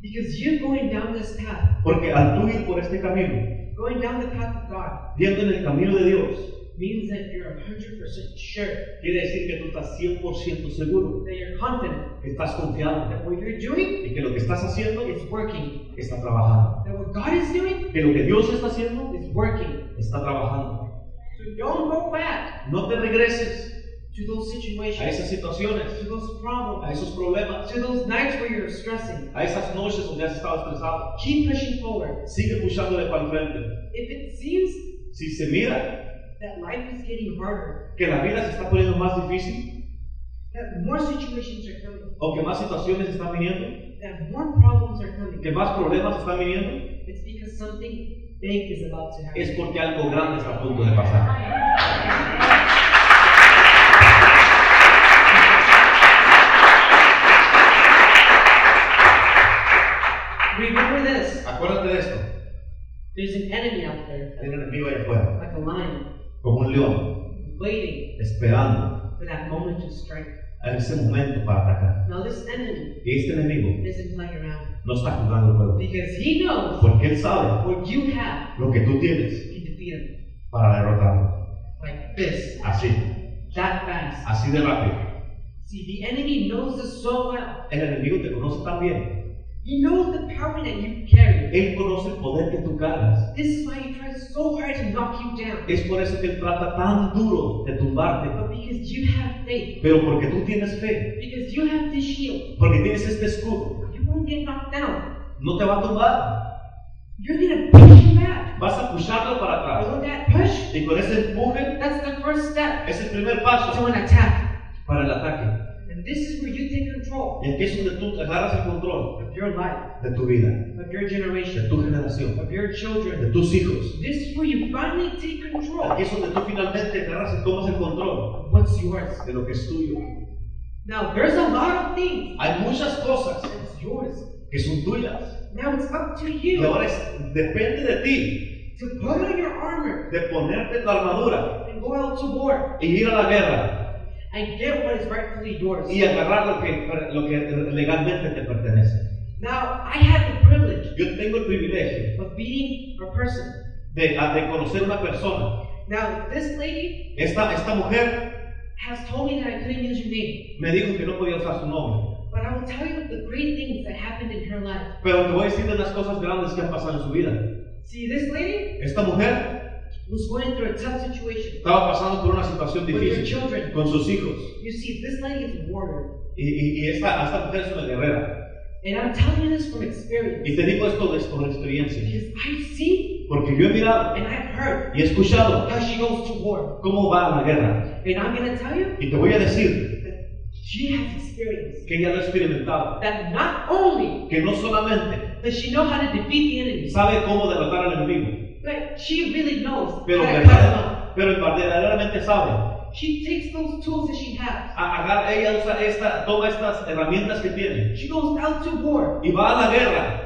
Speaker 2: Because you're going down this path,
Speaker 1: Porque al tú ir por este camino,
Speaker 2: going down the path of God,
Speaker 1: viendo en el camino de Dios,
Speaker 2: means that you're 100% sure,
Speaker 1: quiere decir que tú estás 100% seguro,
Speaker 2: that you're confident
Speaker 1: que estás confiado
Speaker 2: that what you're doing
Speaker 1: y que lo que estás haciendo
Speaker 2: is working,
Speaker 1: está trabajando.
Speaker 2: that what God is doing
Speaker 1: Que lo que Dios está haciendo
Speaker 2: is working.
Speaker 1: está trabajando.
Speaker 2: So don't go back
Speaker 1: No te regreses
Speaker 2: to those
Speaker 1: a
Speaker 2: situations,
Speaker 1: esas situaciones,
Speaker 2: to those problems,
Speaker 1: a esos problemas,
Speaker 2: to those nights where you're stressing.
Speaker 1: a esas noches donde has estado estresado.
Speaker 2: Keep pushing forward.
Speaker 1: Sigue puchándole para el frente.
Speaker 2: If it seems
Speaker 1: Si se mira
Speaker 2: that life is getting harder,
Speaker 1: que la vida se está poniendo más difícil
Speaker 2: that more situations are coming,
Speaker 1: o que más situaciones están viniendo,
Speaker 2: that more problems are coming,
Speaker 1: que más problemas están viniendo,
Speaker 2: it's because something big is about to happen.
Speaker 1: es porque algo grande está a punto de pasar.
Speaker 2: Remember this
Speaker 1: Acuérdate de esto,
Speaker 2: there's an enemy out there,
Speaker 1: hay un enemigo ahí afuera,
Speaker 2: like a lion,
Speaker 1: como un león,
Speaker 2: waiting
Speaker 1: esperando
Speaker 2: for that moment to strike.
Speaker 1: a ese momento para atacar.
Speaker 2: Now, this enemy
Speaker 1: Y este enemigo
Speaker 2: isn't playing around
Speaker 1: no está jugando el juego,
Speaker 2: because he knows
Speaker 1: porque él sabe
Speaker 2: what you have
Speaker 1: lo que tú tienes
Speaker 2: can defeat him
Speaker 1: para derrotarlo.
Speaker 2: like this,
Speaker 1: Así,
Speaker 2: that fast.
Speaker 1: así de rápido.
Speaker 2: See, the enemy knows this so well.
Speaker 1: El enemigo te conoce tan bien,
Speaker 2: He knows the power that you carry.
Speaker 1: él conoce el poder que tú cargas.
Speaker 2: This is why he tries so hard to knock you down.
Speaker 1: Es por eso que él trata tan duro de tumbarte,
Speaker 2: But because you have faith,
Speaker 1: pero porque tú tienes fe,
Speaker 2: because you have this shield,
Speaker 1: Porque tienes este escudo,
Speaker 2: you won't get knocked down.
Speaker 1: no te va a tumbar.
Speaker 2: You're gonna push him back.
Speaker 1: Vas a pujarlo para
Speaker 2: And
Speaker 1: atrás.
Speaker 2: with that push,
Speaker 1: Y con ese empuje
Speaker 2: that's the first step
Speaker 1: es el primer paso
Speaker 2: to an attack.
Speaker 1: para el ataque.
Speaker 2: And this is where you take control
Speaker 1: Y aquí es donde tú agarras el control
Speaker 2: of your life,
Speaker 1: de tu vida,
Speaker 2: of your
Speaker 1: de
Speaker 2: generation,
Speaker 1: tu generación,
Speaker 2: of your children.
Speaker 1: de tus hijos.
Speaker 2: This is where you finally take control
Speaker 1: Aquí es donde tú finalmente agarras y tomas el control
Speaker 2: of what's yours.
Speaker 1: de lo que es tuyo.
Speaker 2: Now, there's a lot of things
Speaker 1: Hay muchas cosas
Speaker 2: that's yours.
Speaker 1: que son tuyas.
Speaker 2: Now it's up to
Speaker 1: Y
Speaker 2: you
Speaker 1: ahora es- depende de ti
Speaker 2: to put on your armor
Speaker 1: de ponerte la armadura
Speaker 2: and go out to war.
Speaker 1: y ir a la guerra.
Speaker 2: and get what is rightfully yours.
Speaker 1: y agarrar lo que, lo que legalmente te pertenece.
Speaker 2: Now, I had the privilege
Speaker 1: Yo tengo el privilegio
Speaker 2: of meeting a person.
Speaker 1: de, de conocer una persona.
Speaker 2: Now, this lady
Speaker 1: Esta, esta mujer
Speaker 2: has told me that I couldn't use your name,
Speaker 1: me dijo que no podía usar su nombre,
Speaker 2: but I will tell you the great things that happened in her life.
Speaker 1: pero te voy a decir de las cosas grandes que han pasado en su vida.
Speaker 2: See, this lady
Speaker 1: Esta mujer
Speaker 2: was going through a tough situation
Speaker 1: estaba pasando por una situación
Speaker 2: with her
Speaker 1: difícil
Speaker 2: children.
Speaker 1: con sus hijos
Speaker 2: You see, this lady is a warrior.
Speaker 1: y, y- y esta, esta mujer es una guerrera.
Speaker 2: And I'm telling you this from experience
Speaker 1: Y te digo esto de- por experiencia,
Speaker 2: because I see
Speaker 1: porque yo he mirado
Speaker 2: and I've heard
Speaker 1: y he escuchado
Speaker 2: how she goes to war.
Speaker 1: cómo va la guerra.
Speaker 2: And I'm going to tell you,
Speaker 1: Y te voy a decir
Speaker 2: she has experience
Speaker 1: que ella lo ha experimentado,
Speaker 2: that not only
Speaker 1: que no solamente
Speaker 2: does she know how to defeat the enemy,
Speaker 1: sabe cómo derrotar al enemigo,
Speaker 2: but she really knows
Speaker 1: pero,
Speaker 2: how to cut them
Speaker 1: verdadera- pero verdaderamente sabe.
Speaker 2: off. She takes those tools that she has.
Speaker 1: A- agarra- ella usa esta, toma estas herramientas que tiene
Speaker 2: She goes out to war.
Speaker 1: y va a la guerra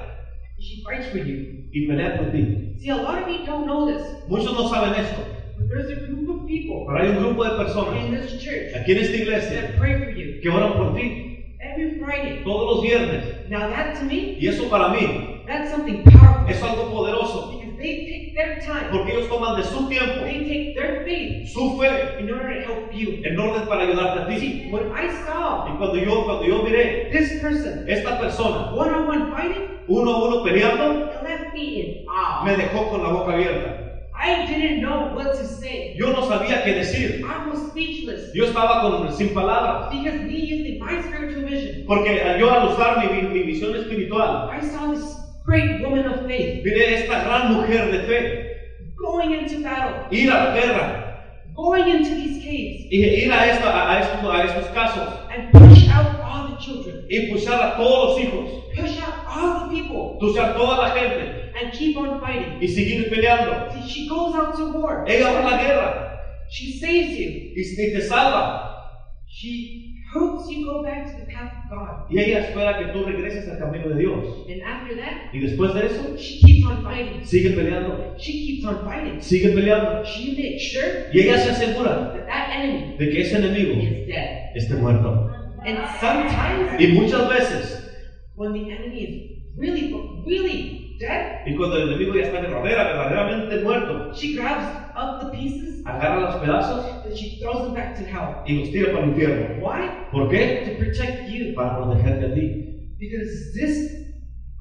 Speaker 2: She fights for you.
Speaker 1: y pelea por ti.
Speaker 2: See, a lot of you don't know this,
Speaker 1: Muchos no saben esto,
Speaker 2: but there's a group of people
Speaker 1: pero hay un grupo de personas
Speaker 2: in this church
Speaker 1: aquí en esta iglesia
Speaker 2: that pray for you
Speaker 1: que oran por ti
Speaker 2: every Friday.
Speaker 1: todos los viernes.
Speaker 2: Now, that to me,
Speaker 1: Y eso para mí
Speaker 2: that's something powerful
Speaker 1: es algo poderoso
Speaker 2: because they take their time,
Speaker 1: porque ellos toman de su tiempo,
Speaker 2: they take their faith
Speaker 1: su fe,
Speaker 2: in order to help you.
Speaker 1: en orden para ayudarte a ti.
Speaker 2: See, when I saw
Speaker 1: Y cuando yo, cuando yo miré
Speaker 2: this person
Speaker 1: esta persona
Speaker 2: one on one fighting,
Speaker 1: uno a uno peleando,
Speaker 2: it left me in awe.
Speaker 1: me dejó con la boca abierta.
Speaker 2: I didn't know what to say.
Speaker 1: Yo no sabía qué decir.
Speaker 2: I was speechless
Speaker 1: Yo estaba con, sin palabras.
Speaker 2: because me using my spiritual vision,
Speaker 1: Porque yo al usar mi, mi- mi visión espiritual,
Speaker 2: I saw this great woman of faith
Speaker 1: miré esta gran mujer de fe
Speaker 2: going into battle,
Speaker 1: ir a la guerra,
Speaker 2: going into these caves,
Speaker 1: y ir a, esta, a, a estos, a estos casos,
Speaker 2: and push out all the children,
Speaker 1: y pushar a todos los hijos,
Speaker 2: push out all the people,
Speaker 1: pushar a toda la gente
Speaker 2: and keep on fighting.
Speaker 1: y seguir peleando.
Speaker 2: See, she goes out to war.
Speaker 1: Ella va a la guerra
Speaker 2: She saves you.
Speaker 1: y, y te salva.
Speaker 2: She hopes you go back to the path of God.
Speaker 1: Y ella espera que tú regreses al camino de Dios.
Speaker 2: And after that,
Speaker 1: Y después de eso,
Speaker 2: she keeps on fighting.
Speaker 1: sigue peleando,
Speaker 2: She keeps on fighting.
Speaker 1: sigue peleando.
Speaker 2: She makes sure
Speaker 1: Y ella se asegura
Speaker 2: that that enemy
Speaker 1: de que ese enemigo
Speaker 2: is dead.
Speaker 1: esté muerto.
Speaker 2: And sometimes,
Speaker 1: Y muchas veces,
Speaker 2: when the enemy is really, really dead,
Speaker 1: y cuando el enemigo ya está verdadera, verdaderamente muerto,
Speaker 2: she grabs up the pieces
Speaker 1: agarra los pedazos
Speaker 2: and she throws them back to hell.
Speaker 1: y los tira para el infierno.
Speaker 2: Why?
Speaker 1: ¿Por qué?
Speaker 2: To protect you.
Speaker 1: Para protegerte a ti.
Speaker 2: Because this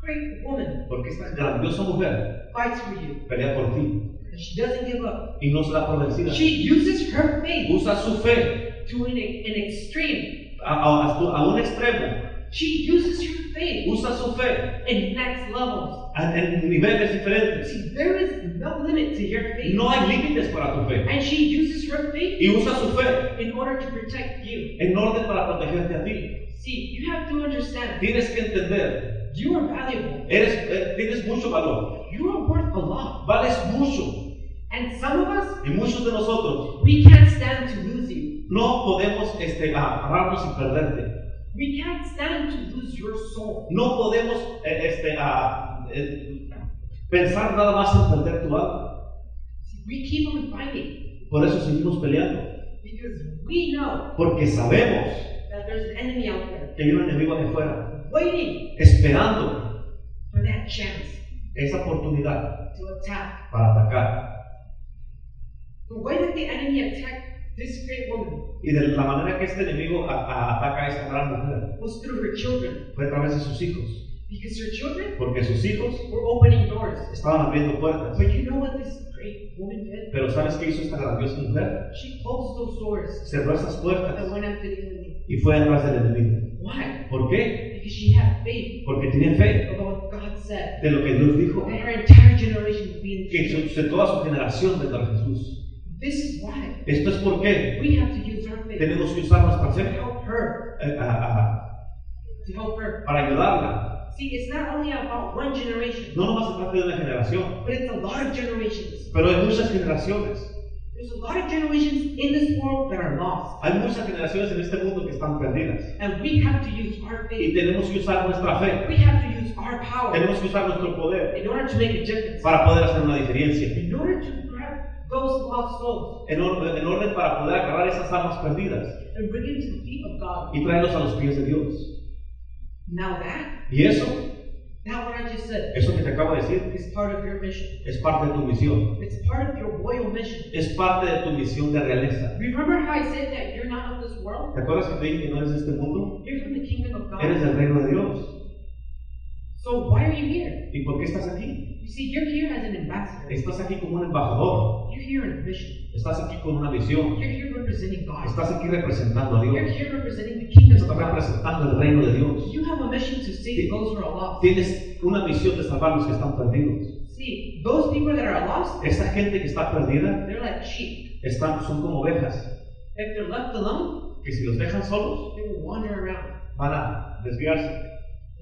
Speaker 2: great woman
Speaker 1: Porque esta grandiosa mujer
Speaker 2: fights for you.
Speaker 1: pelea por ti
Speaker 2: And she doesn't give up.
Speaker 1: y no se da por vencida.
Speaker 2: She uses her faith
Speaker 1: Usa su fe
Speaker 2: to an, an extreme.
Speaker 1: a, a- a su- a un extremo.
Speaker 2: She uses her faith
Speaker 1: Usa su fe
Speaker 2: in next levels.
Speaker 1: a- en niveles diferentes.
Speaker 2: See, there is no limit to your faith.
Speaker 1: No hay límites para tu fe.
Speaker 2: And she uses her faith
Speaker 1: Y usa su fe
Speaker 2: in order to protect you.
Speaker 1: en orden para protegerte a ti.
Speaker 2: See, you have to understand
Speaker 1: Tienes que entender,
Speaker 2: you are valuable.
Speaker 1: eres, eh, tienes mucho valor,
Speaker 2: You are worth a lot.
Speaker 1: vales mucho.
Speaker 2: And some of us,
Speaker 1: Y muchos de nosotros
Speaker 2: we can't stand to lose you.
Speaker 1: No podemos este, agarrarnos y perderte.
Speaker 2: We can't stand to lose your soul.
Speaker 1: No podemos eh, este, ah, eh, pensar nada más en perder tu alma.
Speaker 2: See, we keep on fighting
Speaker 1: Por eso seguimos peleando.
Speaker 2: because we know
Speaker 1: Porque sabemos
Speaker 2: that there's an enemy out there
Speaker 1: que hay un enemigo allá afuera,
Speaker 2: waiting
Speaker 1: esperando
Speaker 2: for that chance
Speaker 1: esa oportunidad
Speaker 2: to attack.
Speaker 1: para atacar.
Speaker 2: The way that the enemy attacked this great woman
Speaker 1: Y de la manera que este enemigo a- a- ataca a esta gran mujer
Speaker 2: was through her children
Speaker 1: fue a través de sus hijos.
Speaker 2: because her children
Speaker 1: Porque sus hijos
Speaker 2: were opening doors.
Speaker 1: estaban abriendo puertas.
Speaker 2: But you know what this great woman did?
Speaker 1: Pero ¿sabes qué hizo esta grandiosa mujer?
Speaker 2: She closed those doors
Speaker 1: Cerró esas
Speaker 2: that
Speaker 1: puertas
Speaker 2: went after the enemy.
Speaker 1: y fue atrás del enemigo.
Speaker 2: Why?
Speaker 1: ¿Por qué?
Speaker 2: Because she had faith
Speaker 1: Porque tenía fe.
Speaker 2: of what God said.
Speaker 1: de lo que Dios dijo,
Speaker 2: That her entire generation would be in
Speaker 1: que
Speaker 2: the
Speaker 1: su- de toda su generación vendrá Jesús.
Speaker 2: This is why
Speaker 1: Esto es porque
Speaker 2: we have to use our faith
Speaker 1: tenemos que usar nuestra
Speaker 2: to
Speaker 1: fe
Speaker 2: help her.
Speaker 1: eh, a- a-
Speaker 2: To help her.
Speaker 1: para ayudarla.
Speaker 2: See, it's not only about one generation,
Speaker 1: No nomás se trata de una generación,
Speaker 2: but it's a lot of generations.
Speaker 1: pero hay muchas generaciones.
Speaker 2: There's a lot of generations in this world that are lost.
Speaker 1: Hay muchas generaciones en este mundo que están perdidas.
Speaker 2: And we have to use our
Speaker 1: Y
Speaker 2: faith.
Speaker 1: tenemos que usar nuestra fe,
Speaker 2: We have to use our power
Speaker 1: tenemos que usar nuestro poder
Speaker 2: in order to make a difference.
Speaker 1: para poder hacer una diferencia.
Speaker 2: In order to grab those lost souls.
Speaker 1: En, or- en orden para poder agarrar esas almas perdidas.
Speaker 2: and bring him to the feet of God.
Speaker 1: y tráenos a los pies de Dios.
Speaker 2: Now that,
Speaker 1: Y eso,
Speaker 2: that what I just said,
Speaker 1: eso que te acabo de decir,
Speaker 2: is part of your mission.
Speaker 1: es parte de tu misión.
Speaker 2: It's part of your royal mission.
Speaker 1: Es parte de tu misión de realeza.
Speaker 2: Remember how I said that you're not of this world?
Speaker 1: ¿Te acuerdas que te dije que no eres de este mundo?
Speaker 2: You're from the kingdom of
Speaker 1: Eres
Speaker 2: God.
Speaker 1: del reino de Dios.
Speaker 2: So why are you here?
Speaker 1: ¿Y por qué estás aquí?
Speaker 2: You see, you're here as an ambassador.
Speaker 1: Estás aquí como un embajador.
Speaker 2: You're here on a mission.
Speaker 1: Estás aquí con una misión.
Speaker 2: You're here representing God.
Speaker 1: Estás aquí representando a
Speaker 2: You're
Speaker 1: Dios.
Speaker 2: here representing the kingdom of
Speaker 1: Estás
Speaker 2: God.
Speaker 1: representando el reino de Dios.
Speaker 2: You have a mission to save those who are lost.
Speaker 1: Tienes una misión de salvar a los que están perdidos.
Speaker 2: See, those people that are lost,
Speaker 1: Esa gente que está perdida
Speaker 2: they're like sheep.
Speaker 1: están, son como ovejas,
Speaker 2: If they're left alone,
Speaker 1: que si los dejan solos
Speaker 2: they will wander around.
Speaker 1: van a desviarse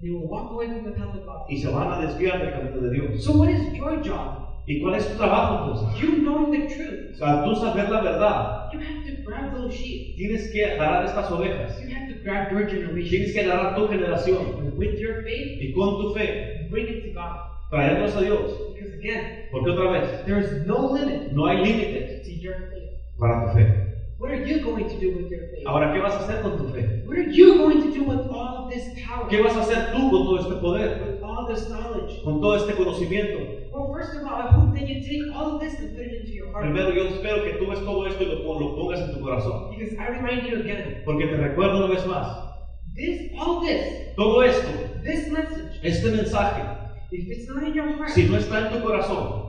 Speaker 2: They will walk away from the path of God.
Speaker 1: y se van a desviar del camino de Dios.
Speaker 2: So what is your job?
Speaker 1: ¿Y cuál es tu trabajo entonces?
Speaker 2: You knowing the truth.
Speaker 1: O sea, tú saber la verdad,
Speaker 2: You have to grab those sheep.
Speaker 1: tienes que agarrar estas ovejas,
Speaker 2: You have to grab your generation.
Speaker 1: tienes que agarrar tu generación
Speaker 2: With your faith,
Speaker 1: y con tu fe
Speaker 2: bring it to God.
Speaker 1: traerlos a Dios.
Speaker 2: Because again,
Speaker 1: Porque otra vez,
Speaker 2: there is no limit
Speaker 1: no hay límites
Speaker 2: to your faith.
Speaker 1: para tu fe.
Speaker 2: What are you going to do with your faith?
Speaker 1: Ahora, ¿qué vas a hacer con tu fe?
Speaker 2: What are you going to do with all of this power?
Speaker 1: ¿Qué vas a hacer tú con todo este poder,
Speaker 2: With all this knowledge?
Speaker 1: con todo este conocimiento?
Speaker 2: Well, first of all, I hope that you take all of this and put it into your heart.
Speaker 1: Primero, yo espero que tú ves todo esto y lo, pon- lo pongas en tu corazón.
Speaker 2: Because I remind you again,
Speaker 1: Porque te recuerdo una vez más,
Speaker 2: this, all this,
Speaker 1: todo esto
Speaker 2: this message,
Speaker 1: Este mensaje,
Speaker 2: if it's not in your heart,
Speaker 1: si no está en tu corazón,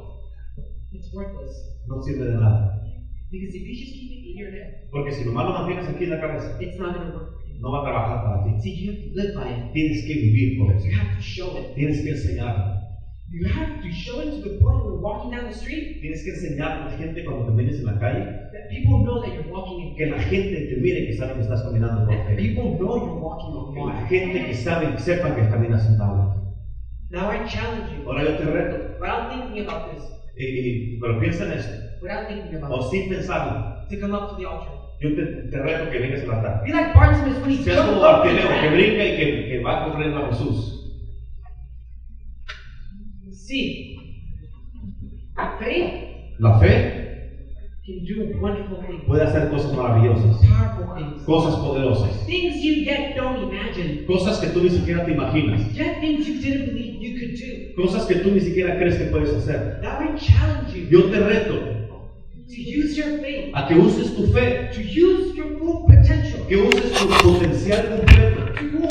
Speaker 2: it's worthless.
Speaker 1: no sirve de nada.
Speaker 2: Because if you just keep it in your head,
Speaker 1: Porque si nomás lo mantienes aquí en la cabeza,
Speaker 2: it's not going to work. for you.
Speaker 1: no va a trabajar para ti.
Speaker 2: See, you have to live by it.
Speaker 1: Tienes que vivir por eso.
Speaker 2: You have to show it.
Speaker 1: Tienes que enseñar.
Speaker 2: You have to show it to the point when walking down the street
Speaker 1: Tienes que enseñar a la gente cuando camines en la calle,
Speaker 2: that people know that you're walking in
Speaker 1: que la gente te mire que sabe que estás caminando por
Speaker 2: faith.
Speaker 1: fe.
Speaker 2: That people know you're walking on
Speaker 1: Que la
Speaker 2: water.
Speaker 1: gente que sabe que sepa que caminas en agua.
Speaker 2: Now I challenge you,
Speaker 1: Ahora yo te reto,
Speaker 2: without thinking about this,
Speaker 1: y- y- pero piensa en esto,
Speaker 2: without thinking about
Speaker 1: o sin pensarlo,
Speaker 2: it, to come up to the altar.
Speaker 1: yo te, te reto que vengas a la tarde.
Speaker 2: Be like Bartimaeus when he
Speaker 1: Seas
Speaker 2: jumped
Speaker 1: como
Speaker 2: up and
Speaker 1: Bartimeo, que
Speaker 2: ran.
Speaker 1: brinca y que, que va corriendo a Jesús.
Speaker 2: See, faith
Speaker 1: La fe
Speaker 2: can do wonderful things,
Speaker 1: puede hacer cosas maravillosas.
Speaker 2: powerful things,
Speaker 1: cosas poderosas,
Speaker 2: things you yet don't imagine,
Speaker 1: cosas que tú ni siquiera te imaginas,
Speaker 2: yet things you didn't believe you could do.
Speaker 1: cosas que tú ni siquiera crees que puedes hacer.
Speaker 2: Now I challenge you
Speaker 1: Yo te reto
Speaker 2: to use your faith,
Speaker 1: a que uses tu fe,
Speaker 2: to use your full potential,
Speaker 1: que uses tu potencial completo,
Speaker 2: to go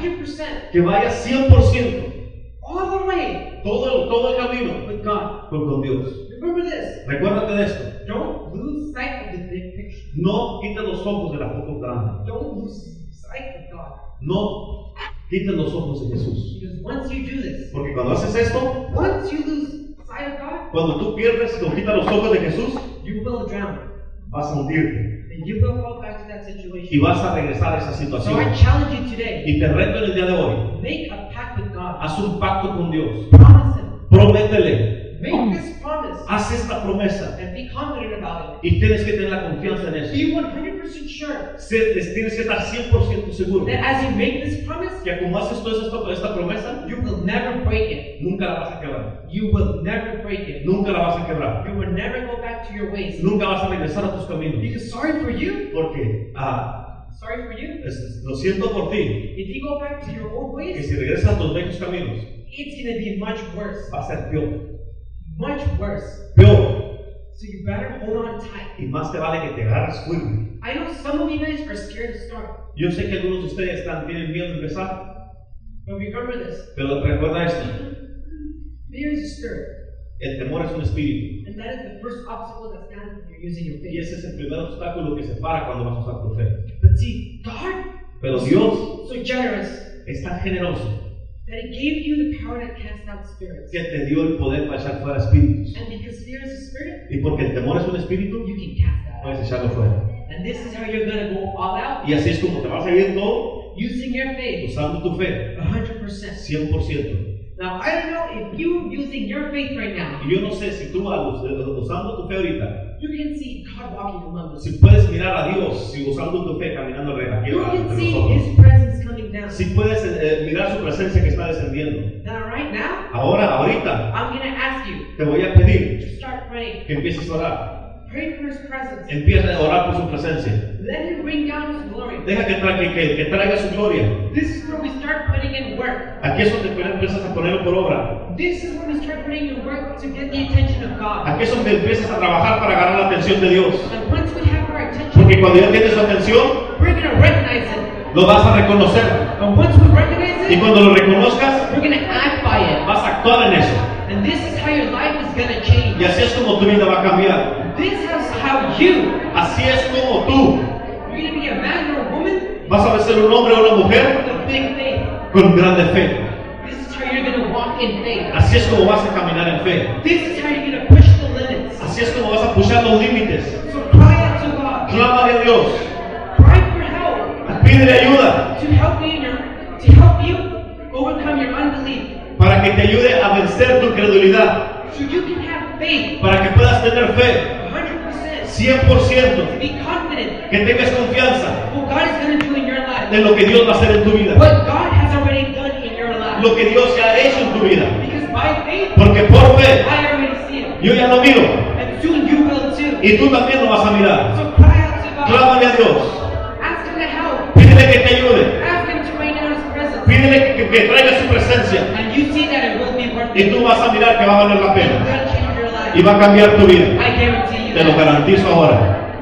Speaker 2: 100%
Speaker 1: que vayas 100%
Speaker 2: all the way
Speaker 1: todo, todo el camino
Speaker 2: with God.
Speaker 1: con, con Dios.
Speaker 2: Remember this
Speaker 1: Recuérdate de esto.
Speaker 2: don't lose sight of the big picture,
Speaker 1: No quites los ojos de la foto grande.
Speaker 2: don't lose sight of God.
Speaker 1: No quites los ojos de Jesús.
Speaker 2: Because once you do this,
Speaker 1: Porque cuando haces esto,
Speaker 2: once you lose sight of God,
Speaker 1: cuando tú pierdes, no quitas los ojos de Jesús,
Speaker 2: you will drown
Speaker 1: vas a hundirte
Speaker 2: and you will fall back to that
Speaker 1: y
Speaker 2: situation.
Speaker 1: vas a regresar a esa
Speaker 2: So I
Speaker 1: situación.
Speaker 2: challenge you today
Speaker 1: Y te reto en el día de hoy.
Speaker 2: make a pact with God,
Speaker 1: Haz un pacto con Dios.
Speaker 2: promise Him,
Speaker 1: Prométele.
Speaker 2: make this promise,
Speaker 1: Haz esta promesa.
Speaker 2: and be confident about it.
Speaker 1: Y tienes que tener la confianza en eso.
Speaker 2: Be 100% sure
Speaker 1: Sé- les tienes que estar 100% seguro.
Speaker 2: that as you make this promise,
Speaker 1: Que como haces tú esta, esta promesa,
Speaker 2: you will never break it.
Speaker 1: nunca la vas a quebrar.
Speaker 2: You will never break it.
Speaker 1: Nunca la vas a quebrar.
Speaker 2: You will never go back to your ways.
Speaker 1: Nunca vas a regresar a tus caminos.
Speaker 2: Because sorry for you,
Speaker 1: Porque ah,
Speaker 2: sorry for you.
Speaker 1: es- lo siento por ti.
Speaker 2: If you go back to your old
Speaker 1: Que
Speaker 2: ways,
Speaker 1: si regresas a tus viejos caminos,
Speaker 2: it's gonna be much worse.
Speaker 1: va a ser peor.
Speaker 2: Much worse.
Speaker 1: Peor.
Speaker 2: So you better hold on tight.
Speaker 1: Y más te vale que te agarres fuerte.
Speaker 2: I know some of you guys are scared to start,
Speaker 1: Yo sé que algunos de ustedes están, tienen miedo de empezar.
Speaker 2: but remember this:
Speaker 1: Pero recuerda esto.
Speaker 2: fear is a spirit,
Speaker 1: El temor es un espíritu.
Speaker 2: and that is the first obstacle that stands when you're using your
Speaker 1: Y
Speaker 2: faith.
Speaker 1: ese es el primer obstáculo que se para cuando vas a usar tu fe.
Speaker 2: But see, God
Speaker 1: Pero Dios
Speaker 2: so generous
Speaker 1: es tan generoso
Speaker 2: that He gave you the power to cast out spirits.
Speaker 1: que te dio el poder para echar fuera espíritus.
Speaker 2: And because fear is a spirit,
Speaker 1: Y porque el temor es un espíritu,
Speaker 2: you can cast that
Speaker 1: puedes echarlo fuera.
Speaker 2: out. And this is how you're gonna go all out
Speaker 1: Y así es como te vas a ir todo
Speaker 2: using your faith
Speaker 1: usando tu fe
Speaker 2: 100%.
Speaker 1: 100%.
Speaker 2: Now, I don't know if you're using your faith right now,
Speaker 1: Y yo no sé si tú al us- eh, usando tu fe ahorita,
Speaker 2: you can see God walking among us.
Speaker 1: si puedes mirar a Dios si usando tu fe caminando alrededor- aquí
Speaker 2: You
Speaker 1: entre
Speaker 2: can see
Speaker 1: nosotros.
Speaker 2: His presence coming down.
Speaker 1: Si puedes eh, eh, mirar su presencia que está descendiendo.
Speaker 2: Now, right now,
Speaker 1: Ahora, ahorita,
Speaker 2: I'm gonna ask you
Speaker 1: te voy a pedir
Speaker 2: to start praying.
Speaker 1: que empieces a orar.
Speaker 2: Pray for His presence.
Speaker 1: Empieza a orar por su presencia.
Speaker 2: Let Him bring down His glory.
Speaker 1: Deja que, tra- que- que- que traiga su gloria.
Speaker 2: This is where we start putting in work.
Speaker 1: Aquí es donde empiezas a ponerlo por obra.
Speaker 2: This is when we start putting in work to get the attention of God.
Speaker 1: Aquí es donde empiezas a trabajar para ganar la atención de Dios.
Speaker 2: And once we have our attention,
Speaker 1: Porque cuando ya tienes su atención,
Speaker 2: we're going to recognize it.
Speaker 1: lo vas a reconocer.
Speaker 2: And once we recognize
Speaker 1: Y
Speaker 2: it,
Speaker 1: cuando lo reconozcas,
Speaker 2: we're going to act by it.
Speaker 1: vas a actuar en eso.
Speaker 2: And this is how your life is going to change.
Speaker 1: Y así es como tu vida va a cambiar.
Speaker 2: This is how you,
Speaker 1: Así es como tú
Speaker 2: you're going to be a man or a woman
Speaker 1: vas a ser un hombre o una mujer
Speaker 2: with a big faith.
Speaker 1: con grande fe.
Speaker 2: This is how you're going to walk in faith.
Speaker 1: Así es como vas a caminar en fe.
Speaker 2: This is how you're going to push the limits.
Speaker 1: Así es como vas a pushar los límites.
Speaker 2: So cry out to God.
Speaker 1: Clama a Dios.
Speaker 2: Cry for help
Speaker 1: Pídele ayuda
Speaker 2: to help you in your, to help you overcome your unbelief,
Speaker 1: para que te ayude a vencer tu credulidad.
Speaker 2: so you can have faith
Speaker 1: Para que puedas tener fe
Speaker 2: 100%. To
Speaker 1: 100%.
Speaker 2: be confident
Speaker 1: Que tengas confianza
Speaker 2: what God is going to do in your life,
Speaker 1: de lo que Dios va a hacer en tu vida.
Speaker 2: what God has already done in your life.
Speaker 1: Lo que Dios ya ha hecho en tu vida.
Speaker 2: Because by faith,
Speaker 1: Porque por fe
Speaker 2: I already see it,
Speaker 1: yo ya lo miro.
Speaker 2: and soon you will too.
Speaker 1: Y tú también lo vas a mirar.
Speaker 2: So cry out to God.
Speaker 1: Clámale a Dios.
Speaker 2: Ask Him to help.
Speaker 1: Pídele que te ayude.
Speaker 2: Ask Him to rain down His presence.
Speaker 1: Pídele que, que traiga su presencia.
Speaker 2: And you see that it will be worth
Speaker 1: Y
Speaker 2: it.
Speaker 1: tú vas a mirar que va a valer la
Speaker 2: It's
Speaker 1: pena.
Speaker 2: going to change your
Speaker 1: Y
Speaker 2: life.
Speaker 1: va a cambiar tu vida.
Speaker 2: I guarantee you.
Speaker 1: Te lo
Speaker 2: that.
Speaker 1: garantizo ahora.